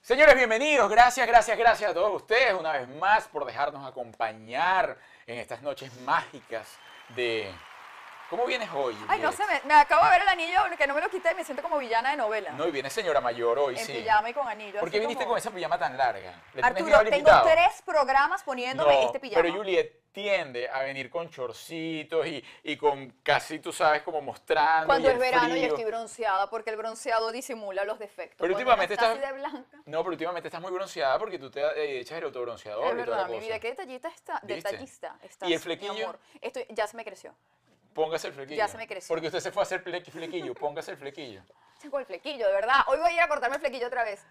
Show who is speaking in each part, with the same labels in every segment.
Speaker 1: Señores, bienvenidos. Gracias, gracias, gracias a todos ustedes una vez más por dejarnos acompañar en estas noches mágicas de... ¿Cómo vienes hoy?
Speaker 2: Ay, no
Speaker 1: Juliet?
Speaker 2: se me, me acabo de ver el anillo que no me lo quité y me siento como villana de novela.
Speaker 1: No, y viene señora mayor hoy,
Speaker 2: en
Speaker 1: sí.
Speaker 2: pijama y con anillo.
Speaker 1: ¿Por qué
Speaker 2: así
Speaker 1: viniste
Speaker 2: como-
Speaker 1: con esa pijama tan larga? ¿Le tenés miedo
Speaker 2: Arturo,
Speaker 1: al
Speaker 2: tengo
Speaker 1: invitado?
Speaker 2: tres programas poniéndome
Speaker 1: No,
Speaker 2: este pijama.
Speaker 1: Pero Juliet tiende a venir con chorcitos y, y con casi, tú sabes, como mostrando.
Speaker 2: Cuando
Speaker 1: y
Speaker 2: es
Speaker 1: el
Speaker 2: verano y
Speaker 1: frío.
Speaker 2: estoy bronceada, porque el bronceado disimula los defectos.
Speaker 1: Pero
Speaker 2: Cuando
Speaker 1: últimamente
Speaker 2: estás así
Speaker 1: estás-
Speaker 2: de blanca.
Speaker 1: No, pero últimamente estás muy bronceada porque tú te eh, echas el autobronceador
Speaker 2: Es
Speaker 1: y toda la
Speaker 2: verdad, mi
Speaker 1: cosa.
Speaker 2: vida, qué detallista está,
Speaker 1: ¿Viste?
Speaker 2: detallista estás,
Speaker 1: el
Speaker 2: mi
Speaker 1: flequillo?
Speaker 2: amor. Estoy- ya se me creció.
Speaker 1: Póngase el flequillo.
Speaker 2: Ya se me creció.
Speaker 1: Porque usted se fue a hacer fle- flequillo. Póngase el flequillo.
Speaker 2: Tengo el flequillo, de verdad. Hoy voy a ir a cortarme el flequillo otra vez.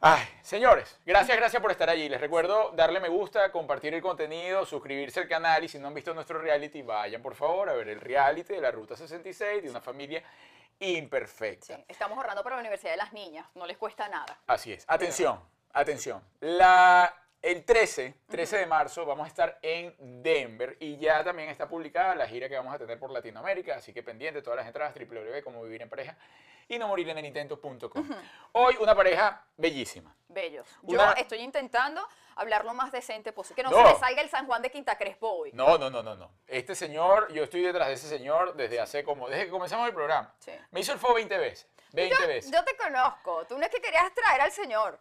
Speaker 1: Ay, señores, gracias, gracias por estar allí. Les recuerdo darle me gusta, compartir el contenido, suscribirse al canal y si no han visto nuestro reality, vayan por favor a ver el reality de la Ruta 66 de una familia imperfecta.
Speaker 2: Sí, estamos ahorrando para la Universidad de las Niñas, no les cuesta nada.
Speaker 1: Así es. Atención, atención. La, el 13, 13 de marzo vamos a estar en Denver y ya también está publicada la gira que vamos a tener por Latinoamérica, así que pendiente todas las entradas www.cómo vivir en pareja y no morir en el intento.com. Hoy una pareja bellísima.
Speaker 2: Bellos.
Speaker 1: Una-
Speaker 2: Yo estoy intentando hablar lo más decente posible. Que no,
Speaker 1: No.
Speaker 2: se le salga el San Juan de Quinta Crespo hoy.
Speaker 1: No, no, no, no, no. Este señor, yo estoy detrás de ese señor desde hace como, desde que comenzamos el programa.
Speaker 2: Sí.
Speaker 1: Me hizo el fo 20 veces. 20
Speaker 2: yo,
Speaker 1: veces.
Speaker 2: yo te conozco. Tú no es que querías traer al señor.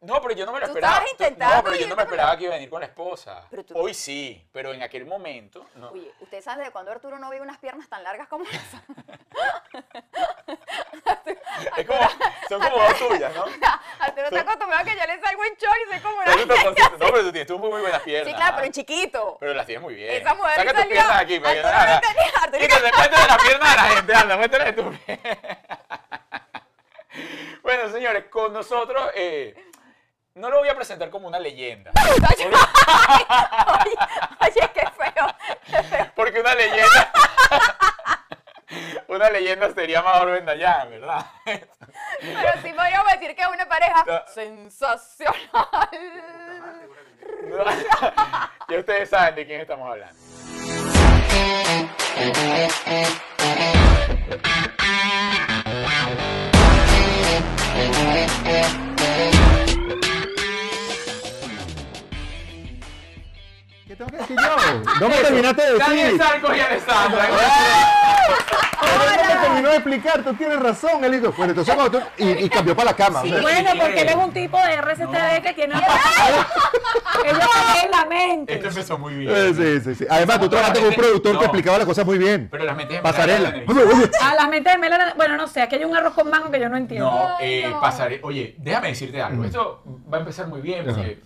Speaker 1: No, pero yo no me lo
Speaker 2: Tú
Speaker 1: esperaba.
Speaker 2: estabas
Speaker 1: Tú-
Speaker 2: intentando
Speaker 1: No, pero yo
Speaker 2: y
Speaker 1: no me
Speaker 2: no te-
Speaker 1: esperaba que iba a venir con la esposa.
Speaker 2: Pero tú-
Speaker 1: Hoy sí, pero en aquel momento. No.
Speaker 2: Oye, ¿ustedes saben desde cuándo Arturo no ve unas piernas tan largas como esas?
Speaker 1: Es como, son como dos tuyas, ¿no?
Speaker 2: Arturo está
Speaker 1: Tú-
Speaker 2: acostumbrado a que yo le salgo en short y soy como una...
Speaker 1: Pero tú te pones- no, pero tú tienes tú muy buenas piernas.
Speaker 2: Sí, claro, pero en chiquito.
Speaker 1: Pero las tienes muy bien.
Speaker 2: Esa mujer
Speaker 1: Saca tus
Speaker 2: salió-
Speaker 1: piernas aquí para que
Speaker 2: Arturo no
Speaker 1: veas.
Speaker 2: tenía- Arturo-
Speaker 1: Quítate, cuéntale las piernas a la gente, anda, muéstrale tu Bueno, señores, con nosotros, eh, no lo voy a presentar como una leyenda.
Speaker 2: Oye, oye, oye, qué feo.
Speaker 1: Porque una leyenda. Una leyenda sería Mauro Bendayán, ¿verdad?
Speaker 2: Pero sí podríamos decir que es una pareja
Speaker 1: Ya.
Speaker 2: sensacional.
Speaker 1: ya ustedes saben de quién estamos hablando.
Speaker 3: Eh, ¿Qué tengo que decir yo? No me terminaste de
Speaker 1: Daniel
Speaker 3: decir.
Speaker 1: Sarco y
Speaker 3: Eh,
Speaker 1: Alessandra.
Speaker 3: Pero él no me terminó de explicar. Tú tienes razón, él dijo. Bueno, entonces cuando tú- Y, y cambió para la cama. o sea,
Speaker 4: Bueno, porque él es un tipo de RCTV que tiene una Ellos tienen la mente.
Speaker 2: Este
Speaker 1: Esto empezó muy
Speaker 3: eh,
Speaker 1: bien.
Speaker 3: Sí, sí, sí. Además, tú trabajaste con un productor
Speaker 1: No.
Speaker 3: que explicaba las cosas muy bien.
Speaker 1: Pero las mentes en
Speaker 3: Pasarela.
Speaker 1: blanco en la televisión.
Speaker 4: A la mente de Melanie, bueno, no sé, aquí hay un arroz con mango que yo no entiendo.
Speaker 1: No, eh, pasarela. Oye, déjame decirte algo. Esto va a empezar muy bien. Porque,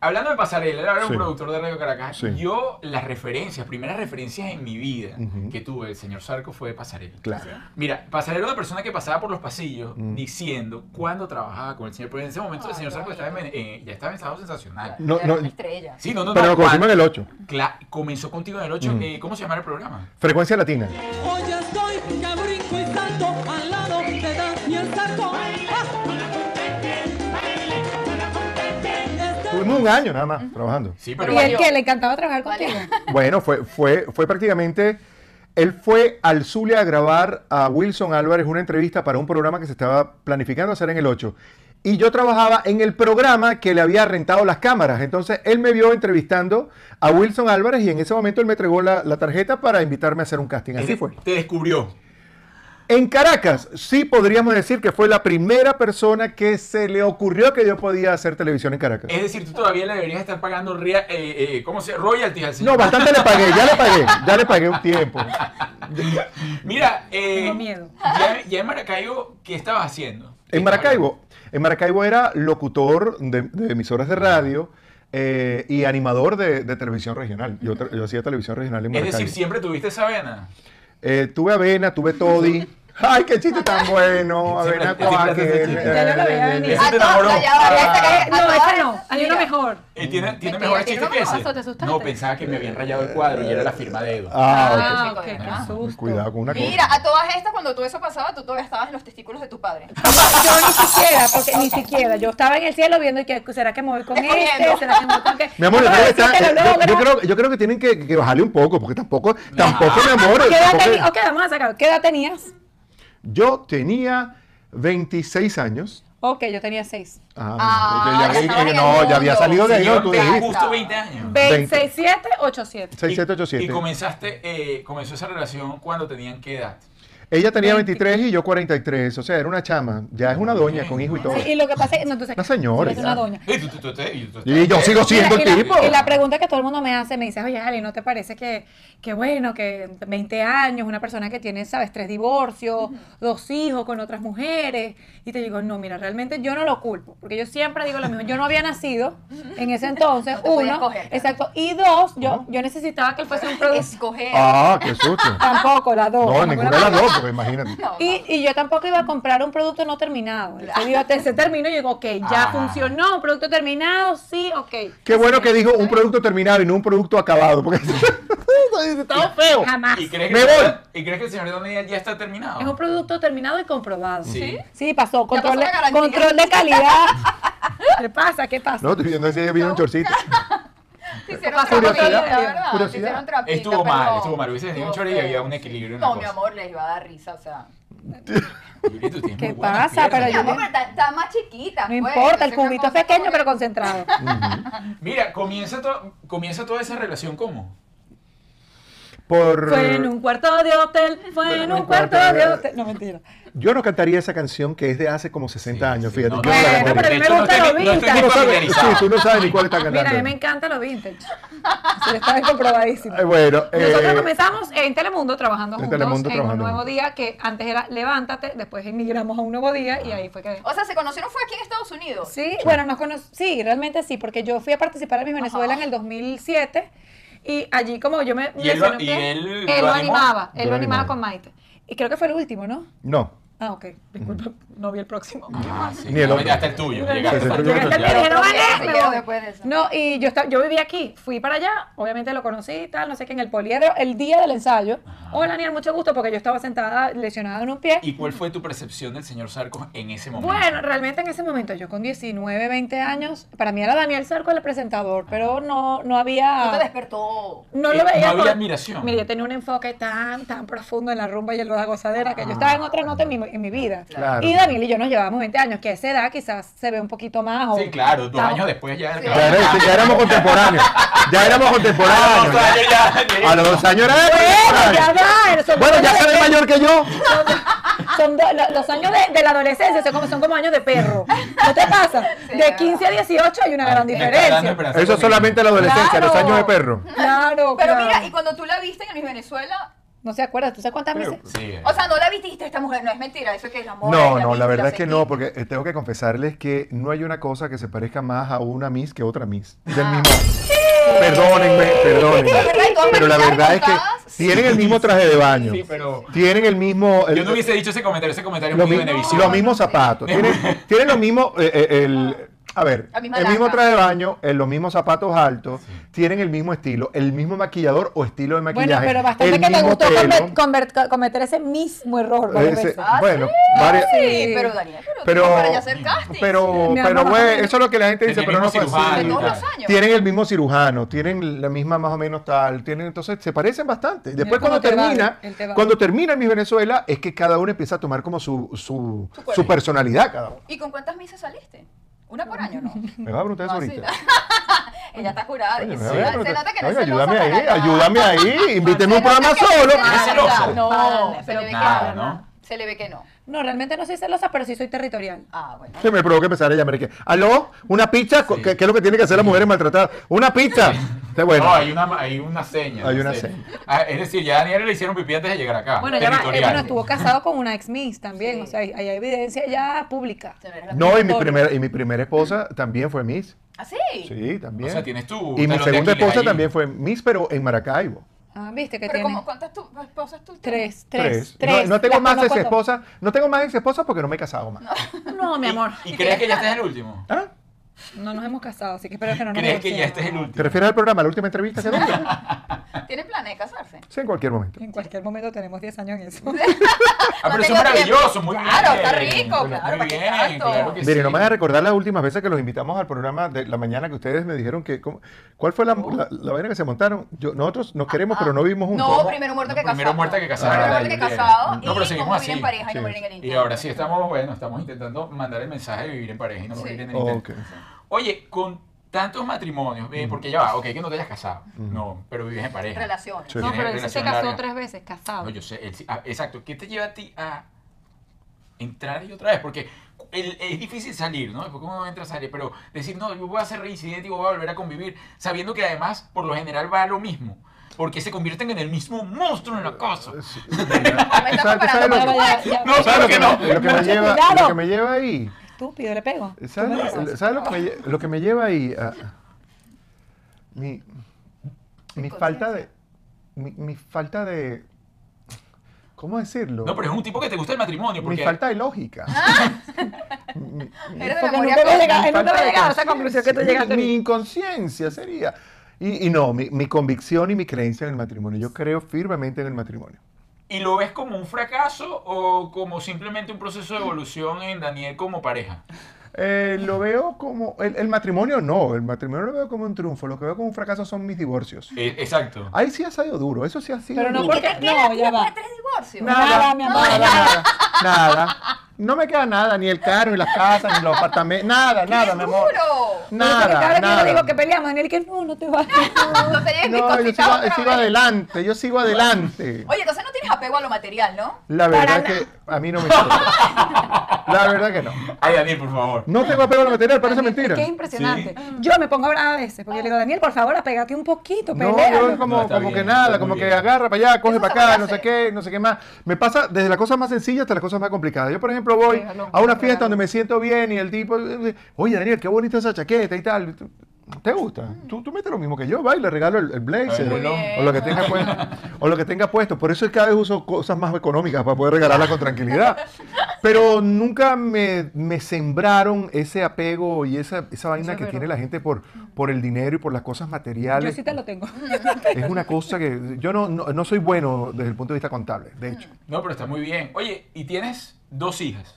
Speaker 1: hablando de pasarela, era un
Speaker 3: Sí.
Speaker 1: productor de Radio Caracas.
Speaker 3: Sí.
Speaker 1: Yo, las referencias, primeras referencias en mi vida
Speaker 3: Ujú.
Speaker 1: que tuve del señor Sarco fue de pasarela.
Speaker 3: Claro.
Speaker 1: Mira, pasarela era una persona que pasaba por los pasillos diciendo cuándo trabajaba con el señor. Porque en ese momento el
Speaker 2: Ay,
Speaker 1: señor
Speaker 2: qué
Speaker 1: Sarco estaba en, eh, ya estaba en estado sensacional.
Speaker 3: No, no,
Speaker 2: Una estrella.
Speaker 1: Sí, no, no,
Speaker 3: pero
Speaker 1: no.
Speaker 3: lo conocimos en el 8.
Speaker 1: Cla- comenzó contigo en el 8. ¿Cómo se llama el programa?
Speaker 3: Frecuencia latina.
Speaker 5: Hoy estoy que brinco y salto al lado de Daniel Sarco.
Speaker 3: Tuvimos un año nada más trabajando.
Speaker 1: Sí, pero.
Speaker 4: Y él que le encantaba trabajar
Speaker 2: Vale.
Speaker 4: contigo.
Speaker 3: Bueno, fue, fue, fue prácticamente. Él fue al Zulia a grabar a Wilson Álvarez una entrevista para un programa que se estaba planificando hacer en el 8. Y yo trabajaba en el programa que le había rentado las cámaras. Entonces él me vio entrevistando a Wilson Álvarez y en ese momento él me entregó la, la tarjeta para invitarme a hacer un casting. Así fue.
Speaker 1: Te descubrió.
Speaker 3: En Caracas, sí podríamos decir que fue la primera persona que se le ocurrió que yo podía hacer televisión en Caracas.
Speaker 1: Es decir, tú todavía le deberías estar pagando ria- eh, eh, ¿cómo se? royalties al
Speaker 3: No,
Speaker 1: señor.
Speaker 3: bastante le pagué, ya le pagué, ya le pagué un tiempo.
Speaker 1: Mira, eh,
Speaker 4: Tengo miedo.
Speaker 1: Ya, ya en Maracaibo, ¿qué estabas haciendo?
Speaker 3: En Maracaibo. En Maracaibo era locutor de, de emisoras de radio eh, y animador de, de televisión regional. Yo, tra- yo hacía televisión regional en
Speaker 1: Es
Speaker 3: Maracaibo.
Speaker 1: decir, siempre tuviste esa vena.
Speaker 3: Eh, tuve avena, tuve toddy. ¡Ay, qué chiste tan bueno!
Speaker 1: Siempre-
Speaker 3: Avena eh,
Speaker 1: siempre haces
Speaker 3: cuáquer.
Speaker 1: chiste.
Speaker 4: Ya yo lo veía venir.
Speaker 1: Ese te enamoró.
Speaker 2: Ah, ya va, ya está
Speaker 4: Eh,
Speaker 2: que-
Speaker 4: No,
Speaker 2: a
Speaker 4: ese
Speaker 2: todas-
Speaker 4: no, hay uno
Speaker 2: Mira,
Speaker 4: mejor.
Speaker 1: Y Eh, tiene, tiene
Speaker 2: Mentira,
Speaker 1: mejores
Speaker 2: tiene
Speaker 1: chistes que
Speaker 4: unos
Speaker 1: ese.
Speaker 4: ojos, te asustaste.
Speaker 1: No, pensaba que me habían rayado el cuadro y era la firma de Edo.
Speaker 3: Ah,
Speaker 4: Ah,
Speaker 2: ok,
Speaker 4: ok,
Speaker 2: chico,
Speaker 4: qué
Speaker 2: ah,
Speaker 3: ok.
Speaker 4: susto.
Speaker 3: Cuidado con una cosa.
Speaker 2: Mira, a todas estas, cuando todo eso pasaba, tú todavía estabas en los testículos de tu padre.
Speaker 4: Yo ni siquiera, porque ni siquiera. Yo estaba en el cielo viendo y que será que me voy con
Speaker 2: Corriendo.
Speaker 4: este, será que me voy con qué.
Speaker 3: Mi amor,
Speaker 2: Ah,
Speaker 4: No,
Speaker 3: yo creo que está-
Speaker 4: decírtelo
Speaker 3: yo- yo,
Speaker 4: luego,
Speaker 3: creo, yo creo que tienen que, que bajarle un poco, porque tampoco,
Speaker 1: No.
Speaker 3: tampoco, mi amor.
Speaker 4: ¿Qué edad
Speaker 3: tampoco-
Speaker 4: tenías? Ok, vamos a sacar. ¿Qué edad tenías?
Speaker 3: Yo tenía 26 años.
Speaker 6: Ok, yo tenía seis.
Speaker 3: Ah,
Speaker 2: Ah,
Speaker 3: ya- ya
Speaker 2: ya
Speaker 3: vi
Speaker 2: estabas
Speaker 3: que
Speaker 2: en
Speaker 3: no,
Speaker 2: el
Speaker 3: ya había
Speaker 2: mundo.
Speaker 3: salido de ahí, ¿no?
Speaker 1: Señor,
Speaker 3: Tú
Speaker 1: tengo
Speaker 3: dijiste
Speaker 1: justo 20 años.
Speaker 6: 26787.
Speaker 3: 6787.
Speaker 1: Y, y comenzaste, eh, comenzó esa relación cuando tenían qué edad.
Speaker 3: Ella tenía 23 y yo 43. O sea, era una chama. Ya es una doña con hijo y todo.
Speaker 6: Sí, y lo que pasa es que. No, entonces,
Speaker 3: Una señora,
Speaker 6: Es una
Speaker 3: ya.
Speaker 6: doña.
Speaker 1: Y, Eh, tú- tú- tú- tú- y tú-
Speaker 3: Y yo sigo siendo
Speaker 6: Mira,
Speaker 3: el
Speaker 6: y la-
Speaker 3: tipo.
Speaker 6: y la pregunta que todo el mundo me hace, me dice, oye, Ale, ¿no te parece que, que bueno, que 20 años, una persona que tiene, sabes, tres divorcios, dos hijos con otras mujeres? Y te digo, no, mira, realmente yo no lo culpo, porque yo siempre digo lo mismo, yo no había nacido en ese entonces,
Speaker 2: No te podías
Speaker 6: uno,
Speaker 2: coger, claro.
Speaker 6: exacto, y dos, yo, yo necesitaba que él fuese un producto.
Speaker 2: Escoger.
Speaker 3: Ah, qué susto.
Speaker 6: Tampoco, las dos.
Speaker 3: No,
Speaker 6: Tampoco
Speaker 3: ninguna
Speaker 6: la-
Speaker 3: de las dos, porque imagínate.
Speaker 2: No, no.
Speaker 6: y, y yo tampoco iba a comprar un producto no terminado. Él Se, dio- se terminó y digo, ok, ya
Speaker 1: Ah.
Speaker 6: funcionó, un producto terminado, sí, ok.
Speaker 3: Qué bueno que dijo un producto terminado y no un producto acabado. Porque estaba feo.
Speaker 6: Jamás.
Speaker 1: ¿Y crees, que
Speaker 3: Me
Speaker 1: el
Speaker 3: voy.
Speaker 1: señor- ¿Y crees que el señor Donald ya está terminado?
Speaker 6: Es un producto terminado y comprobado.
Speaker 1: Sí.
Speaker 6: Sí, pasó. Control,
Speaker 2: pasó la
Speaker 6: de,
Speaker 2: garantía.
Speaker 6: control de calidad. ¿Qué pasa? ¿Qué pasa?
Speaker 3: No, estoy viendo si ella vino un chorcito.
Speaker 2: Te hicieron
Speaker 3: Curiosidad.
Speaker 2: trapita, ¿verdad? Te
Speaker 3: Curiosidad.
Speaker 2: hicieron trapita,
Speaker 1: Estuvo
Speaker 2: perdón.
Speaker 1: mal, estuvo mal. Hubiese tenido un chorro y había un equilibrio. una
Speaker 2: No, mi
Speaker 1: cosa.
Speaker 2: amor, les iba a dar risa, o sea.
Speaker 1: Yuri, tú tienes
Speaker 6: ¿Qué
Speaker 1: muy buenas
Speaker 6: pasa?
Speaker 2: Mi
Speaker 6: Pero yo-
Speaker 2: amor, pero está, está más chiquita.
Speaker 6: No
Speaker 2: pues,
Speaker 6: importa, el
Speaker 2: entonces
Speaker 6: cubito
Speaker 2: una
Speaker 6: es
Speaker 2: cosa
Speaker 6: pequeño
Speaker 2: como
Speaker 6: pero
Speaker 2: que-
Speaker 6: concentrado.
Speaker 1: Mira, comienza, to- comienza toda esa relación ¿cómo?
Speaker 3: Por...
Speaker 6: Fue en un cuarto de hotel, fue en un cuarto de hotel. No, mentira.
Speaker 3: Yo no cantaría esa canción que es de hace como 60 años,
Speaker 1: Sí, sí,
Speaker 3: fíjate.
Speaker 1: no,
Speaker 3: Yo
Speaker 1: no,
Speaker 3: no la
Speaker 1: no,
Speaker 6: Bueno,
Speaker 3: cantaría.
Speaker 6: pero
Speaker 1: de hecho,
Speaker 6: a mí me gusta
Speaker 1: no
Speaker 6: lo
Speaker 1: estoy ni-
Speaker 6: vintage.
Speaker 1: No
Speaker 3: Tú
Speaker 1: estoy
Speaker 3: no
Speaker 1: ni
Speaker 3: sabes, sí,
Speaker 1: familiarizado.
Speaker 3: tú no sabes ni cuál está
Speaker 6: Mira, a mí
Speaker 3: cantando.
Speaker 6: me encanta lo vintage. Se lo está comprobadísimo.
Speaker 3: Eh, Bueno,
Speaker 6: Nosotros
Speaker 3: eh,
Speaker 6: comenzamos en Telemundo trabajando
Speaker 3: en
Speaker 6: juntos
Speaker 3: Telemundo
Speaker 6: en
Speaker 3: trabajando
Speaker 6: un nuevo
Speaker 3: juntos.
Speaker 6: día que antes era Levántate, después emigramos a un nuevo día y ahí fue que
Speaker 1: Oh,
Speaker 2: O sea, se conocieron fue aquí en Estados Unidos.
Speaker 6: Sí, bueno, nos cono- sí, realmente sí, porque yo fui a participar a Miss Venezuela en el 2007 y allí como yo me
Speaker 1: ¿Y él lo-
Speaker 6: lesioné,
Speaker 1: y él lo
Speaker 6: él lo
Speaker 1: animó?
Speaker 6: animaba, él
Speaker 3: Lo
Speaker 6: lo animaba
Speaker 3: animaba.
Speaker 6: con Maite. Y creo que fue el último, ¿no?
Speaker 3: no.
Speaker 6: Ah, ok, disculpa, no vi el próximo.
Speaker 1: Ah, sí,
Speaker 3: Ni el
Speaker 1: no,
Speaker 3: otro.
Speaker 1: Ya está el tuyo.
Speaker 6: Llegaste
Speaker 1: llegaste
Speaker 3: sí,
Speaker 1: hasta
Speaker 3: sí,
Speaker 1: el
Speaker 3: sí,
Speaker 1: tuyo,
Speaker 3: sí,
Speaker 1: ya.
Speaker 2: sí,
Speaker 6: pero no
Speaker 2: Otro
Speaker 6: vale,
Speaker 2: día,
Speaker 6: me
Speaker 2: si quieres,
Speaker 6: voy.
Speaker 2: después de eso.
Speaker 6: No, y yo, esta- yo vivía aquí, fui para allá, obviamente lo conocí y tal, no sé qué, en el poliedro, el día del ensayo. Hola, Daniel, mucho gusto, porque yo estaba sentada lesionada en un pie.
Speaker 1: ¿Y cuál fue tu percepción del señor Sarcos en ese momento?
Speaker 6: Bueno, realmente en ese momento, yo con 19, 20 años, para mí era Daniel Sarco el presentador, pero no, no había...
Speaker 2: No
Speaker 3: Ah.
Speaker 2: te despertó.
Speaker 6: No
Speaker 1: Eh,
Speaker 6: lo
Speaker 1: no
Speaker 6: veía.
Speaker 1: había
Speaker 6: con-
Speaker 1: admiración.
Speaker 6: Mira, yo tenía un enfoque tan, tan profundo en la rumba y en la gozadera que
Speaker 1: Ah.
Speaker 6: yo estaba en otra nota en mi, en mi vida.
Speaker 3: Claro.
Speaker 6: Y Daniel y yo nos llevábamos 20 años, que a esa edad quizás se ve un poquito más. o-
Speaker 1: Sí, claro, dos
Speaker 6: Estamos-
Speaker 1: años después ya.
Speaker 3: Ya, era- ya éramos contemporáneos. Ya éramos
Speaker 1: Ah, dos
Speaker 3: contemporáneos.
Speaker 1: años ya.
Speaker 3: A los dos años era
Speaker 6: Bueno, ya
Speaker 3: contemporáneo.
Speaker 6: va, son
Speaker 3: Bueno, ya
Speaker 6: años
Speaker 3: sabes
Speaker 6: de-
Speaker 3: mayor que yo.
Speaker 6: son- son do- lo- los años de, de la adolescencia son como, son como años de perro. ¿No te pasa?
Speaker 2: Sí,
Speaker 6: De
Speaker 2: verdad.
Speaker 6: 15 a 18 hay una gran
Speaker 1: Me está dando
Speaker 6: diferencia.
Speaker 1: esperanza
Speaker 3: Eso
Speaker 1: conmigo.
Speaker 3: solamente la adolescencia, los
Speaker 6: Claro.
Speaker 3: años de perro.
Speaker 6: Claro,
Speaker 2: Pero
Speaker 3: ah.
Speaker 6: claro.
Speaker 2: mira, y cuando tú la viste en Miss Venezuela,
Speaker 6: No se acuerdas, ¿tú sabes cuántas veces?
Speaker 3: pues,
Speaker 1: Sí.
Speaker 2: o sea, no la viste y dijiste, esta mujer, no es mentira, eso es que es la amor.
Speaker 3: No,
Speaker 2: es
Speaker 3: no, la
Speaker 2: viste,
Speaker 3: verdad es que
Speaker 2: sentí.
Speaker 3: no, porque eh, tengo que confesarles que no hay una cosa que se parezca más a una Miss que otra Miss. Del mismo.
Speaker 2: Pero,
Speaker 3: Perdónenme,
Speaker 2: ¿verdad?
Speaker 3: perdónenme.
Speaker 2: ¿Y todas
Speaker 3: Pero la
Speaker 2: maquilladas,
Speaker 3: verdad es que
Speaker 2: montadas?
Speaker 3: tienen el mismo traje de baño.
Speaker 1: Sí, pero-
Speaker 3: Tienen el mismo.
Speaker 1: Yo
Speaker 3: el-
Speaker 1: no hubiese dicho ese comentario, ese comentario
Speaker 3: lo
Speaker 1: muy
Speaker 3: mi-
Speaker 1: benevicio.
Speaker 3: los mismos zapatos. Tienen, tienen lo mismo. eh, eh, el, a ver,
Speaker 2: La
Speaker 3: el
Speaker 2: misma
Speaker 3: mismo
Speaker 2: laca.
Speaker 3: traje de baño, eh, los mismos zapatos altos, tienen el mismo estilo, el mismo maquillador o estilo de
Speaker 6: Bueno,
Speaker 3: maquillaje.
Speaker 6: pero bastante
Speaker 3: el
Speaker 6: que te
Speaker 3: mismo
Speaker 6: gustó
Speaker 3: pelo,
Speaker 6: comet- comer- cometer ese mismo error. varias
Speaker 3: ese-
Speaker 6: veces.
Speaker 2: Ah,
Speaker 3: bueno,
Speaker 2: sí,
Speaker 3: varias-
Speaker 2: sí, pero Daniel, pero, tú
Speaker 3: pero,
Speaker 2: no para ya hacer casting.
Speaker 3: pero,
Speaker 6: Mi
Speaker 3: pero,
Speaker 6: amor,
Speaker 3: güey,
Speaker 6: bastante.
Speaker 3: eso es lo que la gente dice,
Speaker 1: El
Speaker 3: pero no
Speaker 1: mismo
Speaker 3: fue así.
Speaker 1: cirujano
Speaker 2: de todos
Speaker 1: Claro.
Speaker 2: los años.
Speaker 3: Tienen el mismo cirujano, tienen la misma más o menos tal, tienen entonces se parecen bastante. Después
Speaker 6: cómo
Speaker 3: cuando
Speaker 6: te va,
Speaker 3: termina,
Speaker 6: él te va.
Speaker 3: cuando termina Miss Venezuela es que cada uno empieza a tomar como su su,
Speaker 2: Su cuerpo.
Speaker 3: su personalidad cada uno.
Speaker 2: ¿Y con cuántas misas saliste? Una por año, ¿no?
Speaker 3: Me vas a preguntar eso
Speaker 2: Ah, sí.
Speaker 3: ahorita.
Speaker 2: Ella está jurada.
Speaker 3: Oye, me
Speaker 2: y
Speaker 3: vas a
Speaker 2: se nota-
Speaker 3: preguntar.
Speaker 2: se nota que no
Speaker 3: Oye,
Speaker 2: es celosa
Speaker 3: ayúdame ahí,
Speaker 2: para nada.
Speaker 3: ayúdame ahí, invíteme a
Speaker 2: Se nota
Speaker 3: un programa
Speaker 2: que no es
Speaker 3: solo.
Speaker 2: celosa.
Speaker 1: celosa?
Speaker 2: No,
Speaker 6: Vale,
Speaker 2: se
Speaker 6: pero
Speaker 2: le ve que
Speaker 1: nada,
Speaker 2: no.
Speaker 1: ¿no?
Speaker 2: Se le ve que no.
Speaker 6: No, realmente no soy celosa, pero sí soy territorial.
Speaker 2: Ah, bueno.
Speaker 3: Que me provoca empezar a llamar y que, aló, una pizza,
Speaker 1: Sí.
Speaker 3: ¿Qué, qué es lo que tiene que hacer las mujeres maltratadas? Una pizza. Está bueno.
Speaker 1: No, hay una, hay una seña.
Speaker 3: Hay
Speaker 1: no
Speaker 3: una
Speaker 1: sé.
Speaker 3: seña.
Speaker 1: Ah, es decir, ya a Daniel le hicieron pipí antes de llegar
Speaker 3: Ah,
Speaker 1: acá.
Speaker 6: Bueno, ya va, eh,
Speaker 1: territorial.
Speaker 6: bueno, estuvo casado con una ex Miss también,
Speaker 2: Sí.
Speaker 6: o sea, hay, hay evidencia ya pública.
Speaker 2: Se ve la-
Speaker 3: No, y mi
Speaker 6: Todo.
Speaker 3: primera y mi primera esposa también fue Miss.
Speaker 2: ¿Ah, sí?
Speaker 3: Sí, también.
Speaker 1: O sea, tienes tú.
Speaker 3: y mi segunda esposa también fue Miss, pero en Maracaibo.
Speaker 6: Ah, viste que
Speaker 2: Pero
Speaker 6: tiene
Speaker 2: como, ¿cuántas tu- esposas tú tienes?
Speaker 6: tres, tres, tres.
Speaker 3: No, no tengo
Speaker 6: Las
Speaker 3: más ex
Speaker 6: conozco todas.
Speaker 3: esposas, no tengo más ex esposas porque no me he casado más.
Speaker 6: No, mi amor,
Speaker 1: ¿Y, y crees que ya este es el último?
Speaker 3: ¿Ah?
Speaker 6: no nos hemos casado, así que espero que no nos
Speaker 1: ¿Crees que ya
Speaker 6: divorciemos.
Speaker 1: este es el último?
Speaker 3: ¿Te refieres al programa, a la última entrevista que tengo?
Speaker 2: ¿Tienen plan de casarse?
Speaker 3: Sí, en cualquier momento.
Speaker 6: En cualquier momento tenemos 10 años en eso.
Speaker 1: Ah, pero eso
Speaker 2: tengo
Speaker 1: es maravilloso, muy
Speaker 2: Claro,
Speaker 1: bien.
Speaker 2: está rico,
Speaker 1: Bueno,
Speaker 2: claro,
Speaker 1: Muy
Speaker 2: ¿para qué
Speaker 1: bien,
Speaker 2: tanto?
Speaker 1: claro que sí.
Speaker 3: Miren, no me van a recordar las últimas veces que los invitamos al programa de la mañana que ustedes me dijeron que. ¿cómo? ¿Cuál fue
Speaker 1: Oh.
Speaker 3: la, la- la vaina que se montaron? Yo, nosotros nos queremos, pero no vivimos juntos.
Speaker 2: No, primero muerto que casado.
Speaker 1: Primero muerta que casada.
Speaker 2: Primero
Speaker 3: Ah,
Speaker 2: muerto que
Speaker 1: bien.
Speaker 2: casado.
Speaker 1: No, pero
Speaker 2: y
Speaker 1: seguimos
Speaker 2: convivir
Speaker 1: así.
Speaker 2: en pareja y
Speaker 3: Sí.
Speaker 2: no morir en el
Speaker 1: Y
Speaker 2: intento.
Speaker 1: ahora sí estamos, bueno, estamos intentando mandar el mensaje de vivir en pareja y no
Speaker 2: Sí.
Speaker 1: morir en el
Speaker 3: Oh, Ok.
Speaker 1: intento. Oye, con tantos matrimonios, eh, porque ya va, ok, que no te hayas casado, no, pero vives en pareja.
Speaker 2: Relaciones.
Speaker 3: Sí.
Speaker 6: No,
Speaker 1: Tienes
Speaker 6: pero él sí se
Speaker 1: relación
Speaker 6: casó
Speaker 1: larga.
Speaker 6: tres veces, casado.
Speaker 1: No, yo sé, él sí- ah, exacto. ¿Qué te lleva a ti a entrar y otra vez? Porque el- es difícil salir, ¿no? Después cómo entra, sale, pero decir, no, yo voy a ser reincidente y voy a volver a convivir, sabiendo que además, por lo general, va a lo mismo. Porque se convierten en el mismo monstruo en la cosa.
Speaker 2: Me
Speaker 3: ¿Tú
Speaker 2: estás
Speaker 3: sabes- tú sabes
Speaker 2: comparando
Speaker 3: lo
Speaker 2: con
Speaker 3: que-
Speaker 2: Juan.
Speaker 6: Ya,
Speaker 1: No, claro que no.
Speaker 3: Lo que me lleva, lo que me lleva ahí.
Speaker 6: Estúpido, le pego.
Speaker 3: ¿Sabes, lo- ¿sabes lo, que me, lle- lo que me lleva ahí? A- a- mi, mi falta de. Mi, mi falta de. ¿Cómo decirlo?
Speaker 1: No, pero es un tipo que te gusta el matrimonio.
Speaker 3: mi
Speaker 1: Porque
Speaker 3: falta de lógica. Mi- mi-
Speaker 2: Eres de memoria
Speaker 6: Porque nunca me
Speaker 2: corta.
Speaker 6: llega-
Speaker 3: mi
Speaker 6: nunca
Speaker 3: falta
Speaker 6: me
Speaker 3: de
Speaker 6: llegado a esa
Speaker 3: conciencia,
Speaker 6: conclusión que tú llegaste.
Speaker 3: Mi, mi inconsciencia sería. Y, y no, mi, mi convicción y mi creencia en el matrimonio. Yo creo firmemente en el matrimonio.
Speaker 1: ¿Y lo ves como un fracaso o como simplemente un
Speaker 3: Mm.
Speaker 1: proceso de evolución en Daniel como pareja?
Speaker 3: Eh, lo veo como. El, el matrimonio no, el matrimonio lo veo como un triunfo. Lo que veo como un fracaso son mis divorcios.
Speaker 1: Eh, exacto.
Speaker 3: Ahí sí ha sido duro, eso sí ha sido
Speaker 6: Pero no
Speaker 3: duro.
Speaker 6: porque-
Speaker 2: ¿Qué queda
Speaker 6: No,
Speaker 2: aquí
Speaker 6: ya va.
Speaker 2: después de tres divorcios?
Speaker 6: Nada, mi amor.
Speaker 3: Nada, nada, nada. No me queda nada, ni el carro, ni las casas, ni los apartamentos. Nada, nada, mi amor.
Speaker 2: ¡Duro!
Speaker 6: Porque cada
Speaker 3: Nada,
Speaker 6: vez que yo le digo que
Speaker 3: nada.
Speaker 6: peleamos, Daniel que no, no te vas.
Speaker 2: No tenías ni
Speaker 3: No, yo
Speaker 2: cosita
Speaker 3: sigo,
Speaker 2: otra
Speaker 3: sigo
Speaker 2: vez.
Speaker 3: adelante, yo sigo adelante.
Speaker 2: Oye, entonces no tienes apego a lo material, ¿no?
Speaker 3: La verdad es que a mí no me importa. La verdad que no.
Speaker 1: Ay, Daniel, por favor.
Speaker 3: No tengo apego a lo material, parece mentira.
Speaker 6: Es que es impresionante. Yo me pongo brava a veces, porque yo le digo, Daniel, por favor, apégate un poquito,
Speaker 3: No,
Speaker 6: pelea.
Speaker 3: yo como,
Speaker 1: No, está
Speaker 3: como
Speaker 1: bien,
Speaker 3: que nada,
Speaker 1: está
Speaker 3: como
Speaker 1: muy
Speaker 3: que
Speaker 1: bien.
Speaker 3: agarra para allá, coge
Speaker 2: Eso
Speaker 3: para
Speaker 2: se puede
Speaker 3: acá, no sé
Speaker 2: hacer.
Speaker 3: qué, no sé qué más. Me pasa desde las cosas más sencillas hasta las cosas más complicadas. Yo, por ejemplo, voy
Speaker 6: Regalo,
Speaker 3: a una
Speaker 6: regalo.
Speaker 3: fiesta donde me siento bien y el tipo, eh, oye, Daniel, qué bonita esa chaqueta y tal. ¿Tú- ¿Te gusta?
Speaker 6: Mm.
Speaker 3: Tú, tú metes lo mismo que yo, va y le regalo el, el blazer
Speaker 1: Muy
Speaker 3: o,
Speaker 2: bien.
Speaker 3: lo que tenga puesto, o lo que tenga puesto. Por eso es que cada vez uso cosas más económicas para poder regalarlas con tranquilidad. Pero nunca me, me sembraron ese apego y esa, esa vaina
Speaker 6: es
Speaker 3: que tiene
Speaker 6: verdad.
Speaker 3: la gente por, por el dinero y por las cosas materiales.
Speaker 6: Yo sí te lo tengo.
Speaker 3: Es una cosa que yo no, no, no soy bueno desde el punto de vista contable, de hecho.
Speaker 1: No, pero está muy bien. Oye, y tienes dos hijas.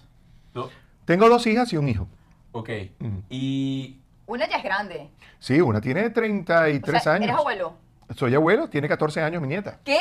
Speaker 1: Do-
Speaker 3: Tengo dos hijas y un hijo.
Speaker 1: ok.
Speaker 3: Mm.
Speaker 1: Y
Speaker 2: Una ya es grande.
Speaker 3: Sí, una tiene 33
Speaker 2: o sea,
Speaker 3: años.
Speaker 2: ¿Eres abuelo?
Speaker 3: Soy abuelo, tiene 14 años mi nieta.
Speaker 2: ¿Qué?